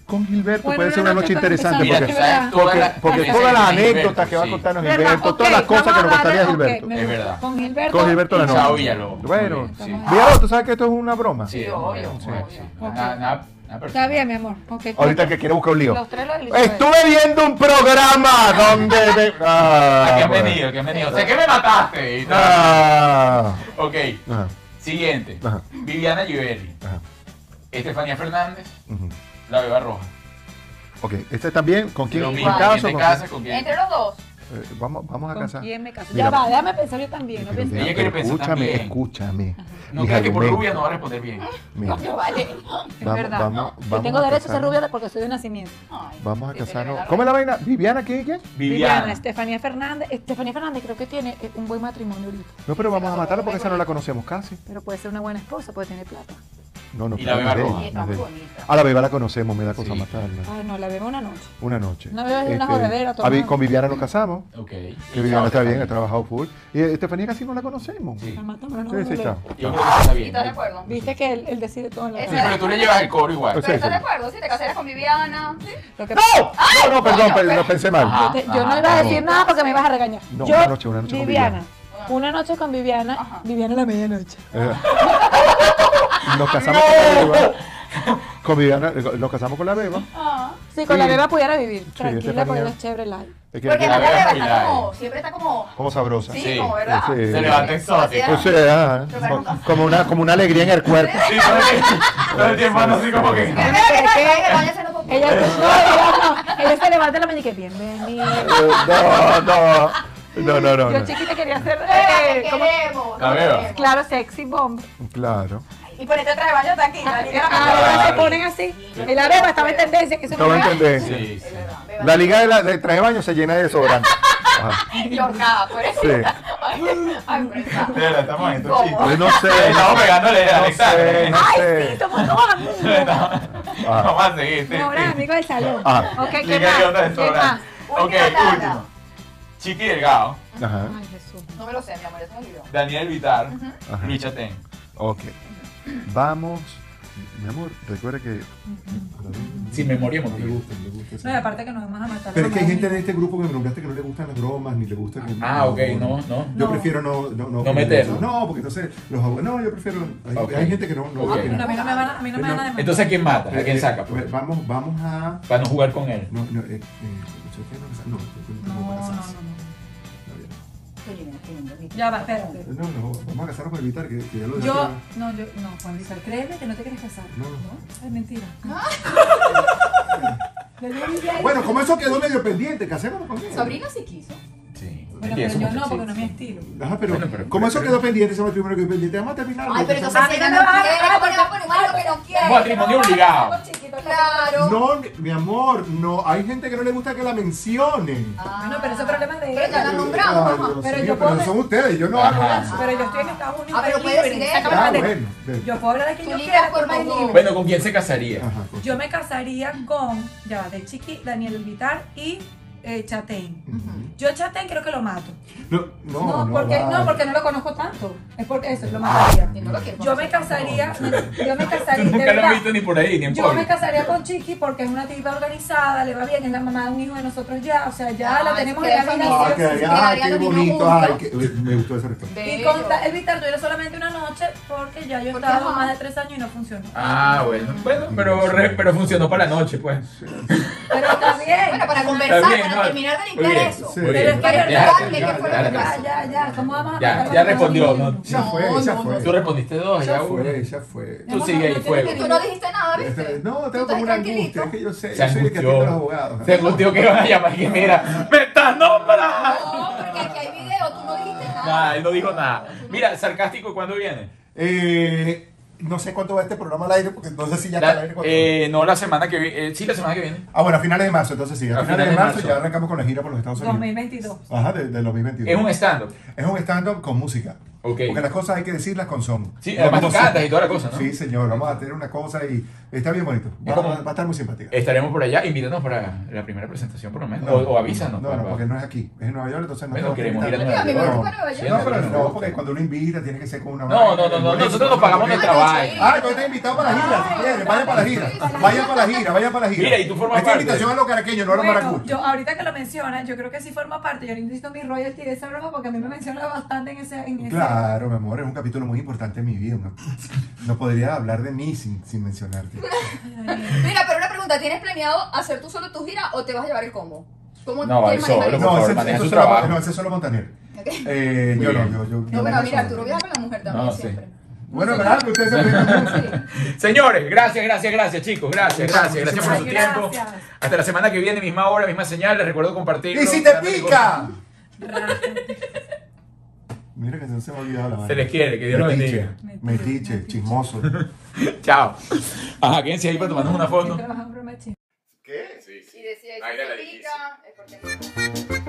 Speaker 3: con Gilberto
Speaker 6: Bueno,
Speaker 3: puede ser una noche interesante.
Speaker 1: Mira,
Speaker 6: empezar.
Speaker 3: Porque,
Speaker 1: tú sabes
Speaker 6: porque-
Speaker 1: todas las-
Speaker 3: porque
Speaker 1: las
Speaker 3: todas las
Speaker 1: escenas de Gilberto,
Speaker 3: anécdotas que va a
Speaker 1: sí.
Speaker 3: contarnos
Speaker 6: ¿Verdad?
Speaker 3: Gilberto,
Speaker 6: Ok,
Speaker 3: todas las cosas
Speaker 6: vamos
Speaker 3: que nos
Speaker 6: a hablar
Speaker 3: contaría
Speaker 6: de- ok,
Speaker 3: Gilberto.
Speaker 6: me
Speaker 1: Es
Speaker 6: gusta.
Speaker 1: verdad.
Speaker 6: Con Gilberto.
Speaker 3: Con Gilberto la
Speaker 6: y-
Speaker 3: noche.
Speaker 1: Chao, Villalobos.
Speaker 3: Bueno,
Speaker 1: Muy bien, sí.
Speaker 3: Villalobos, tú sabes que esto es una broma.
Speaker 1: Sí,
Speaker 2: Sí,
Speaker 1: no,
Speaker 2: obvio,
Speaker 1: no,
Speaker 2: obvio.
Speaker 1: no, sí. Nada-
Speaker 6: Ok.
Speaker 1: nada- nada
Speaker 6: Está
Speaker 1: personal.
Speaker 6: bien, mi amor. ok.
Speaker 3: Ahorita el que quiere buscar un lío.
Speaker 6: Los tres los elijo.
Speaker 3: Estuve viendo un programa donde... de- Ah,
Speaker 1: ¿A qué han
Speaker 3: bueno.
Speaker 1: venido? ¿A qué han venido? Sé que me mataste. y tal.
Speaker 3: Ah.
Speaker 1: Ok,
Speaker 3: Ajá,
Speaker 1: siguiente.
Speaker 3: Ajá.
Speaker 1: Viviana Givelli,
Speaker 3: ajá,
Speaker 1: Estefanía Fernández,
Speaker 3: ujú.
Speaker 1: La Beba Roja.
Speaker 3: Ok, este también, ¿con quién
Speaker 1: Lo
Speaker 3: me
Speaker 1: mismo,
Speaker 3: caso?
Speaker 1: ¿quién te
Speaker 3: ¿Con
Speaker 1: casas? ¿Con quién?
Speaker 2: Entre los dos.
Speaker 3: quién? Eh, vamos, vamos a
Speaker 6: ¿Con
Speaker 3: casar.
Speaker 6: quién me caso?
Speaker 3: Mira.
Speaker 6: Ya va, déjame pensar yo también. No
Speaker 3: Pero,
Speaker 6: pensé.
Speaker 3: mira,
Speaker 1: Ella
Speaker 3: pero
Speaker 1: quiere pensar
Speaker 3: escúchame,
Speaker 1: también.
Speaker 3: escúchame.
Speaker 1: No
Speaker 3: mis
Speaker 1: creas que por
Speaker 3: argumentos.
Speaker 1: rubia no va a responder bien.
Speaker 6: Ah,
Speaker 3: Mira,
Speaker 2: No vale.
Speaker 6: Es
Speaker 3: vamos-
Speaker 6: verdad.
Speaker 3: vamos-
Speaker 6: Yo
Speaker 3: vamos
Speaker 6: tengo
Speaker 3: a
Speaker 6: derecho a ser
Speaker 3: casarnos.
Speaker 6: rubia porque soy de nacimiento.
Speaker 2: Ay,
Speaker 3: vamos a
Speaker 2: sí, te
Speaker 3: casarnos.
Speaker 2: regalaron.
Speaker 3: ¿Cómo es la vaina? ¿Viviana quién? quién?
Speaker 6: Viviana, este-
Speaker 1: Viviana.
Speaker 6: Estefanía Fernández. Estefanía Fernández creo que tiene eh, un buen matrimonio ahorita.
Speaker 3: No, pero vamos a matarla porque esa no la conocemos casi.
Speaker 6: Pero puede ser una buena esposa porque tiene plata.
Speaker 3: No, no,
Speaker 1: Y la
Speaker 3: pero
Speaker 1: beba
Speaker 3: no es
Speaker 1: roja.
Speaker 3: de ella,
Speaker 2: Está
Speaker 3: no es de
Speaker 2: muy
Speaker 3: ella.
Speaker 2: bonita.
Speaker 3: A la beba la conocemos, me da cosa
Speaker 1: Sí.
Speaker 3: matarla.
Speaker 6: Ay, Ah, no, la vemos una noche.
Speaker 3: Una noche. Este,
Speaker 6: Una beba de una jodedera, todo
Speaker 3: a Vi-
Speaker 6: mal.
Speaker 3: Con Viviana nos casamos.
Speaker 1: Ok.
Speaker 3: Que Viviana está bien, ha trabajado full. Y eh, Estefanía casi no la conocemos.
Speaker 1: Sí.
Speaker 6: La matamos, no nos
Speaker 3: Sí, sí,
Speaker 6: duele.
Speaker 3: chao.
Speaker 1: Yo creo que está
Speaker 2: ¿Y
Speaker 1: bien.
Speaker 2: estás de acuerdo? Sí,
Speaker 6: Viste que él, él decide todo en la
Speaker 2: Esa-
Speaker 6: vida.
Speaker 1: pero tú le llevas el coro igual.
Speaker 3: Sí,
Speaker 2: pero estás
Speaker 3: sí.
Speaker 2: de acuerdo, si te casaras con Viviana. Sí.
Speaker 6: Lo que-
Speaker 3: ¡No! ¡Oh! No, no, perdón, pe- no, pensé
Speaker 1: Ajá.
Speaker 2: Ah.
Speaker 3: mal.
Speaker 6: Te- yo no iba a decir nada porque me ibas a regañar.
Speaker 3: Ah, No,
Speaker 6: Yo,
Speaker 3: una noche, una noche con
Speaker 6: Viviana.
Speaker 2: Viviana.
Speaker 6: Una noche con Viviana,
Speaker 2: Ajá.
Speaker 6: Viviana a la medianoche.
Speaker 3: Eh, Nos casamos con la beba. Con Viviana, eh, nos casamos con la beba.
Speaker 2: Ah.
Speaker 6: Sí, con la
Speaker 3: Sí.
Speaker 6: beba pudiera vivir.
Speaker 3: Estefanía.
Speaker 6: Tranquila, porque es chévere la.
Speaker 3: Es que-
Speaker 2: Porque
Speaker 1: la
Speaker 2: la
Speaker 1: veo
Speaker 2: beba está
Speaker 1: bailar.
Speaker 2: como, siempre está como,
Speaker 3: Como sabrosa.
Speaker 2: sí,
Speaker 1: Sí.
Speaker 2: como, ¿verdad?
Speaker 3: Sí.
Speaker 1: Se levanta exótico.
Speaker 3: O sea,
Speaker 2: Pero bueno, no.
Speaker 3: como una, como una alegría en el cuerpo.
Speaker 1: Sí, todo el- todo el tiempo ando así como que.
Speaker 2: Pero mira que
Speaker 6: Pero
Speaker 2: está
Speaker 6: que-
Speaker 2: ahí, que vaya a hacer un poco.
Speaker 6: Ella, no, ella no. Ella se levanta en la mañana y que bienvenida.
Speaker 3: No, Eh, no. No, no, no.
Speaker 6: Yo
Speaker 3: no.
Speaker 6: chiquita quería ser
Speaker 2: Beba,
Speaker 6: eh,
Speaker 2: te
Speaker 6: como-
Speaker 2: queremos,
Speaker 1: La
Speaker 2: te
Speaker 1: veo.
Speaker 2: queremos.
Speaker 6: claro, sexy bomb.
Speaker 3: Claro.
Speaker 2: Y por este traje de baño está aquí, la liga de la
Speaker 6: Ah,
Speaker 2: beba.
Speaker 6: ahora se ponen así. El areva estaba en tendencia que se
Speaker 3: Estaba en
Speaker 6: ponía-
Speaker 3: tendencia.
Speaker 1: Sí, sí.
Speaker 2: Beba.
Speaker 3: La liga de, la, de traje de baño se llena de desodorante. Ajá.
Speaker 2: Y horcada, por eso.
Speaker 3: Sí.
Speaker 2: Ay, por eso.
Speaker 1: De verdad, estamos en estos
Speaker 2: ¿Cómo?
Speaker 1: chistes.
Speaker 3: Pues
Speaker 1: Eh,
Speaker 3: No sé.
Speaker 1: Estamos pegándole a
Speaker 3: No sé,
Speaker 1: Alexander.
Speaker 3: no sé.
Speaker 6: Somos todos amigos.
Speaker 3: Ah,
Speaker 1: Vamos a seguir. sí,
Speaker 6: Mejores
Speaker 1: sí.
Speaker 6: amigos del salón.
Speaker 3: Ah.
Speaker 6: Ok, ¿qué
Speaker 1: Liga de otra
Speaker 6: más? ¿Qué más?
Speaker 1: desodorante. Ok,
Speaker 2: Última tanda.
Speaker 1: último. Chiqui Delgado,
Speaker 3: Ajá.
Speaker 6: Ay, Jesús.
Speaker 2: No me lo sé, mi amor, eso me olvidó.
Speaker 1: Daniel Vitar,
Speaker 3: Ajá.
Speaker 1: Luis Chatén.
Speaker 3: Ok. Vamos. Mi amor, recuerda que.
Speaker 1: Sin memoria emotiva.
Speaker 6: No, y aparte que nos vamos a matar.
Speaker 5: Pero es que hay
Speaker 6: mamá.
Speaker 5: gente en este grupo que me nombraste que no le gustan las bromas, ni le gustan...
Speaker 1: Ah, ok, no, no.
Speaker 5: Yo prefiero no... No, no,
Speaker 1: No meterlo.
Speaker 5: No, porque entonces los abogados... No, yo prefiero... Hay,
Speaker 1: Ok.
Speaker 5: hay gente que no... no
Speaker 1: Ok.
Speaker 5: que
Speaker 6: A mí no me van a, a, mí no me van a demandar.
Speaker 1: Entonces, ¿a quién mata? ¿A quién
Speaker 5: Eh,
Speaker 1: saca?
Speaker 5: eh,
Speaker 1: pues?
Speaker 5: Vamos, vamos a...
Speaker 1: Para no jugar con él.
Speaker 5: No, no, eh, eh, yo quiero casar- no, yo
Speaker 6: no,
Speaker 5: no,
Speaker 6: no,
Speaker 5: voy a
Speaker 6: no,
Speaker 5: casarse.
Speaker 6: no.
Speaker 5: Está bien.
Speaker 6: Ya va, espérate.
Speaker 5: no, no, vamos a casarnos para evitar que, que ya lo
Speaker 6: Yo,
Speaker 5: dejaste-
Speaker 6: no, yo, no, Juan Luis, créeme que no te quieres casar.
Speaker 5: No, no.
Speaker 6: Es mentira.
Speaker 5: Ah, Bueno, como eso quedó medio pendiente, casémonos con él.
Speaker 2: Sobrino sí quiso.
Speaker 1: Sí.
Speaker 6: Bueno, pero yo no, porque no es mi estilo.
Speaker 5: Ajá, pero,
Speaker 1: Bueno, pero-
Speaker 5: como eso quedó pendiente, ese matrimonio quedó pendiente, vamos a terminar.
Speaker 2: Ay, pero entonces
Speaker 6: Ah,
Speaker 2: si
Speaker 6: mira,
Speaker 2: ella no
Speaker 6: no, no,
Speaker 2: quiere,
Speaker 6: no,
Speaker 2: ¿cómo le va a poner un algo que no quiere?
Speaker 1: Matrimonio obligado.
Speaker 2: Claro.
Speaker 5: No, mi- mi amor, no, hay gente que no le gusta que la mencionen.
Speaker 6: Bueno, pero ese problema es de
Speaker 2: Pero ya
Speaker 6: ella.
Speaker 2: la nombramos,
Speaker 5: Ay,
Speaker 2: mamá.
Speaker 5: Dios
Speaker 6: Pero
Speaker 5: mío,
Speaker 6: yo
Speaker 5: pero
Speaker 6: puedo-
Speaker 5: son ustedes, yo no
Speaker 1: Ajá.
Speaker 5: hago eso.
Speaker 6: Pero yo estoy en Estados Unidos.
Speaker 2: Ah, pero
Speaker 6: estoy
Speaker 2: puedes
Speaker 6: libre,
Speaker 2: decir
Speaker 6: sácame
Speaker 5: Ah,
Speaker 6: la teta.
Speaker 5: bueno. de-
Speaker 6: Yo puedo hablar de quien
Speaker 2: Tú
Speaker 6: yo
Speaker 2: libras
Speaker 6: quiera.
Speaker 2: por más
Speaker 6: como-
Speaker 2: libre.
Speaker 1: Bueno, ¿con quién se casaría?
Speaker 5: Ajá, pues. con-
Speaker 6: Yo me casaría con, ya va, de Chiqui, Daniel Vitar y eh, Chatén. Yo a Chatén creo que lo mato.
Speaker 5: No, no,
Speaker 6: No, porque,
Speaker 5: vale.
Speaker 6: no, porque no lo conozco tanto. Es porque eso, lo mataría.
Speaker 2: Y Ah, no lo quiero
Speaker 6: Yo
Speaker 2: conocer.
Speaker 6: me casaría, yo me
Speaker 1: Tú
Speaker 6: casaría, de
Speaker 1: nunca lo has
Speaker 6: verdad.
Speaker 1: visto ni por ahí, ni en
Speaker 6: Yo me
Speaker 1: poli.
Speaker 6: casaría con Chiqui porque es una tipa organizada, le va bien, es la mamá de un hijo de nosotros ya, o sea, ya
Speaker 2: Ay,
Speaker 6: la tenemos
Speaker 2: qué
Speaker 6: en la vida.
Speaker 2: familia.
Speaker 5: Ah,
Speaker 6: sí
Speaker 5: que-
Speaker 6: o
Speaker 5: ay,
Speaker 6: sí.
Speaker 5: qué
Speaker 2: Quedarían los niños
Speaker 5: bonito. ay,
Speaker 2: juntos.
Speaker 5: que- uy, me gustó esa respuesta.
Speaker 6: Y
Speaker 2: Bello.
Speaker 6: con Ta- el Vitar tuvieron solamente una noche porque ya yo
Speaker 2: Porque,
Speaker 6: estaba
Speaker 2: ajá.
Speaker 6: más de tres años y no funcionó.
Speaker 1: Ah, bueno. Bueno, pero, re- pero funcionó para la noche, pues.
Speaker 6: Pero está bien.
Speaker 2: Bueno, para
Speaker 1: Está
Speaker 2: conversar,
Speaker 1: bien,
Speaker 2: para
Speaker 1: ¿no?
Speaker 2: terminar de
Speaker 1: Muy
Speaker 2: limpiar
Speaker 1: bien,
Speaker 2: eso.
Speaker 1: muy
Speaker 6: Pero
Speaker 1: bien.
Speaker 6: es que es
Speaker 1: Ya,
Speaker 2: verdad,
Speaker 1: ya,
Speaker 2: que fue lo
Speaker 1: ya,
Speaker 2: que
Speaker 1: ya,
Speaker 6: Ya, ya, ya, ¿cómo vamos a
Speaker 1: pues. Ya,
Speaker 6: matar a
Speaker 1: ya
Speaker 6: los
Speaker 1: respondió,
Speaker 6: niños?
Speaker 1: ¿no?
Speaker 5: Ya
Speaker 2: No,
Speaker 5: fue, ya
Speaker 2: no,
Speaker 5: fue.
Speaker 1: Tú respondiste dos,
Speaker 5: Ya
Speaker 1: ya uno.
Speaker 5: fue, ya fue.
Speaker 1: Tú sigue ahí, fuego.
Speaker 2: Tú no dijiste nada,
Speaker 3: Este,
Speaker 2: ¿viste?
Speaker 5: No,
Speaker 2: Tú
Speaker 5: tengo
Speaker 2: estás
Speaker 5: como una
Speaker 2: tranquilito.
Speaker 5: angustia, es que yo sé,
Speaker 1: Se
Speaker 5: yo soy el que atiende a los
Speaker 1: angustió.
Speaker 5: abogados.
Speaker 1: Se angustió que van a llamar que mira, ¡me estás nombrando!
Speaker 2: No, porque aquí hay video, tú no dijiste nada.
Speaker 1: Nada, él no dijo nada. Mira, sarcástico, ¿cuándo viene?
Speaker 5: Eh, no sé cuánto va este programa al aire, porque entonces sí ya está al
Speaker 1: La-
Speaker 5: aire. cuando-
Speaker 1: eh, no, la semana que viene. sí, la semana que viene.
Speaker 5: Ah, bueno, a finales de marzo, entonces sí. A, finales, de marzo, ya
Speaker 1: marzo.
Speaker 5: arrancamos con la gira por los Estados Unidos.
Speaker 6: 2022.
Speaker 5: Ajá, de, de los
Speaker 1: Es
Speaker 5: 2021.
Speaker 1: un stand-up.
Speaker 5: Es un stand-up con música.
Speaker 1: Ok.
Speaker 3: Porque las cosas hay que decirlas con son.
Speaker 1: Sí, además
Speaker 3: Vamos
Speaker 1: tú
Speaker 3: a-
Speaker 1: cantas y toda la cosa, ¿no?
Speaker 3: Sí, señor, vamos a tener una cosa y está bien bonito. Va,
Speaker 1: como-
Speaker 3: va- va a estar muy simpática.
Speaker 1: Estaremos por allá, invítanos para la primera presentación por lo menos. o, o avísanos.
Speaker 3: No,
Speaker 1: para-
Speaker 3: no, porque no es aquí. Es en Nueva York, entonces no
Speaker 1: Bueno,
Speaker 3: tenemos que
Speaker 1: queremos ir a
Speaker 2: Nueva
Speaker 3: invitar-
Speaker 2: York.
Speaker 3: No,
Speaker 2: Bueno, yo-
Speaker 3: No, pero
Speaker 1: Siempre.
Speaker 3: no, porque cuando uno invita tiene que ser con una.
Speaker 1: No, no,
Speaker 3: vaina,
Speaker 1: no, no,
Speaker 3: el
Speaker 1: nosotros nos
Speaker 3: boleto,
Speaker 1: pagamos
Speaker 3: el
Speaker 1: nuestra
Speaker 3: boleto.
Speaker 1: vaina.
Speaker 3: Ah, entonces te invitado para la gira, si quieres. Vaya para la gira. Vaya para la gira, vaya para la gira.
Speaker 1: Mira, y tú formas
Speaker 3: Esta
Speaker 1: parte.
Speaker 3: invitación a los caraqueños, no a los
Speaker 6: Bueno,
Speaker 3: maracuchos.
Speaker 6: yo ahorita que lo mencionas, yo creo que sí forma parte. Yo no insisto mi royalty de esa broma porque a mí me menciona bastante en ese. En ese-
Speaker 3: Claro, mi amor, es un capítulo muy importante en mi vida. No, no podría hablar de mí sin, sin mencionarte.
Speaker 2: Mira, pero una pregunta, ¿tienes planeado hacer tú solo tu gira o te vas a llevar el combo? ¿Cómo
Speaker 1: No,
Speaker 2: quieres
Speaker 1: él solo,
Speaker 2: manejar
Speaker 1: por
Speaker 2: eso?
Speaker 3: No,
Speaker 1: favor,
Speaker 3: ese,
Speaker 1: maneja
Speaker 3: eso
Speaker 1: su
Speaker 3: solo,
Speaker 1: trabajo.
Speaker 3: no, ese es solo Montaner.
Speaker 2: Ok.
Speaker 3: Eh, yo no,
Speaker 1: bien.
Speaker 3: yo, yo, yo
Speaker 2: No, bueno,
Speaker 3: manejo
Speaker 2: mira,
Speaker 3: solo.
Speaker 2: Arturo viaja con la mujer también
Speaker 1: No, sí.
Speaker 2: siempre.
Speaker 3: Bueno, ¿verdad? Que Ustedes se ríen mucho.
Speaker 1: Señores, gracias, gracias, gracias, chicos. Gracias, gracias, gracias por su
Speaker 6: Gracias.
Speaker 1: tiempo. Hasta la semana que viene, misma hora, misma señal. Les recuerdo compartir.
Speaker 3: ¡Y si te pica! Mira que se nos ha olvidado la vaina.
Speaker 1: Se les quiere, que Dios los
Speaker 3: Metiche,
Speaker 1: bendiga.
Speaker 3: Metiche, chismoso.
Speaker 1: Chao. Ajá, quédense ahí para tomarnos una foto.
Speaker 6: Trabajan bromas chidas.
Speaker 3: ¿Qué?
Speaker 2: Y decía,
Speaker 1: Ahí
Speaker 2: si
Speaker 1: era la
Speaker 2: te pica, es porque no.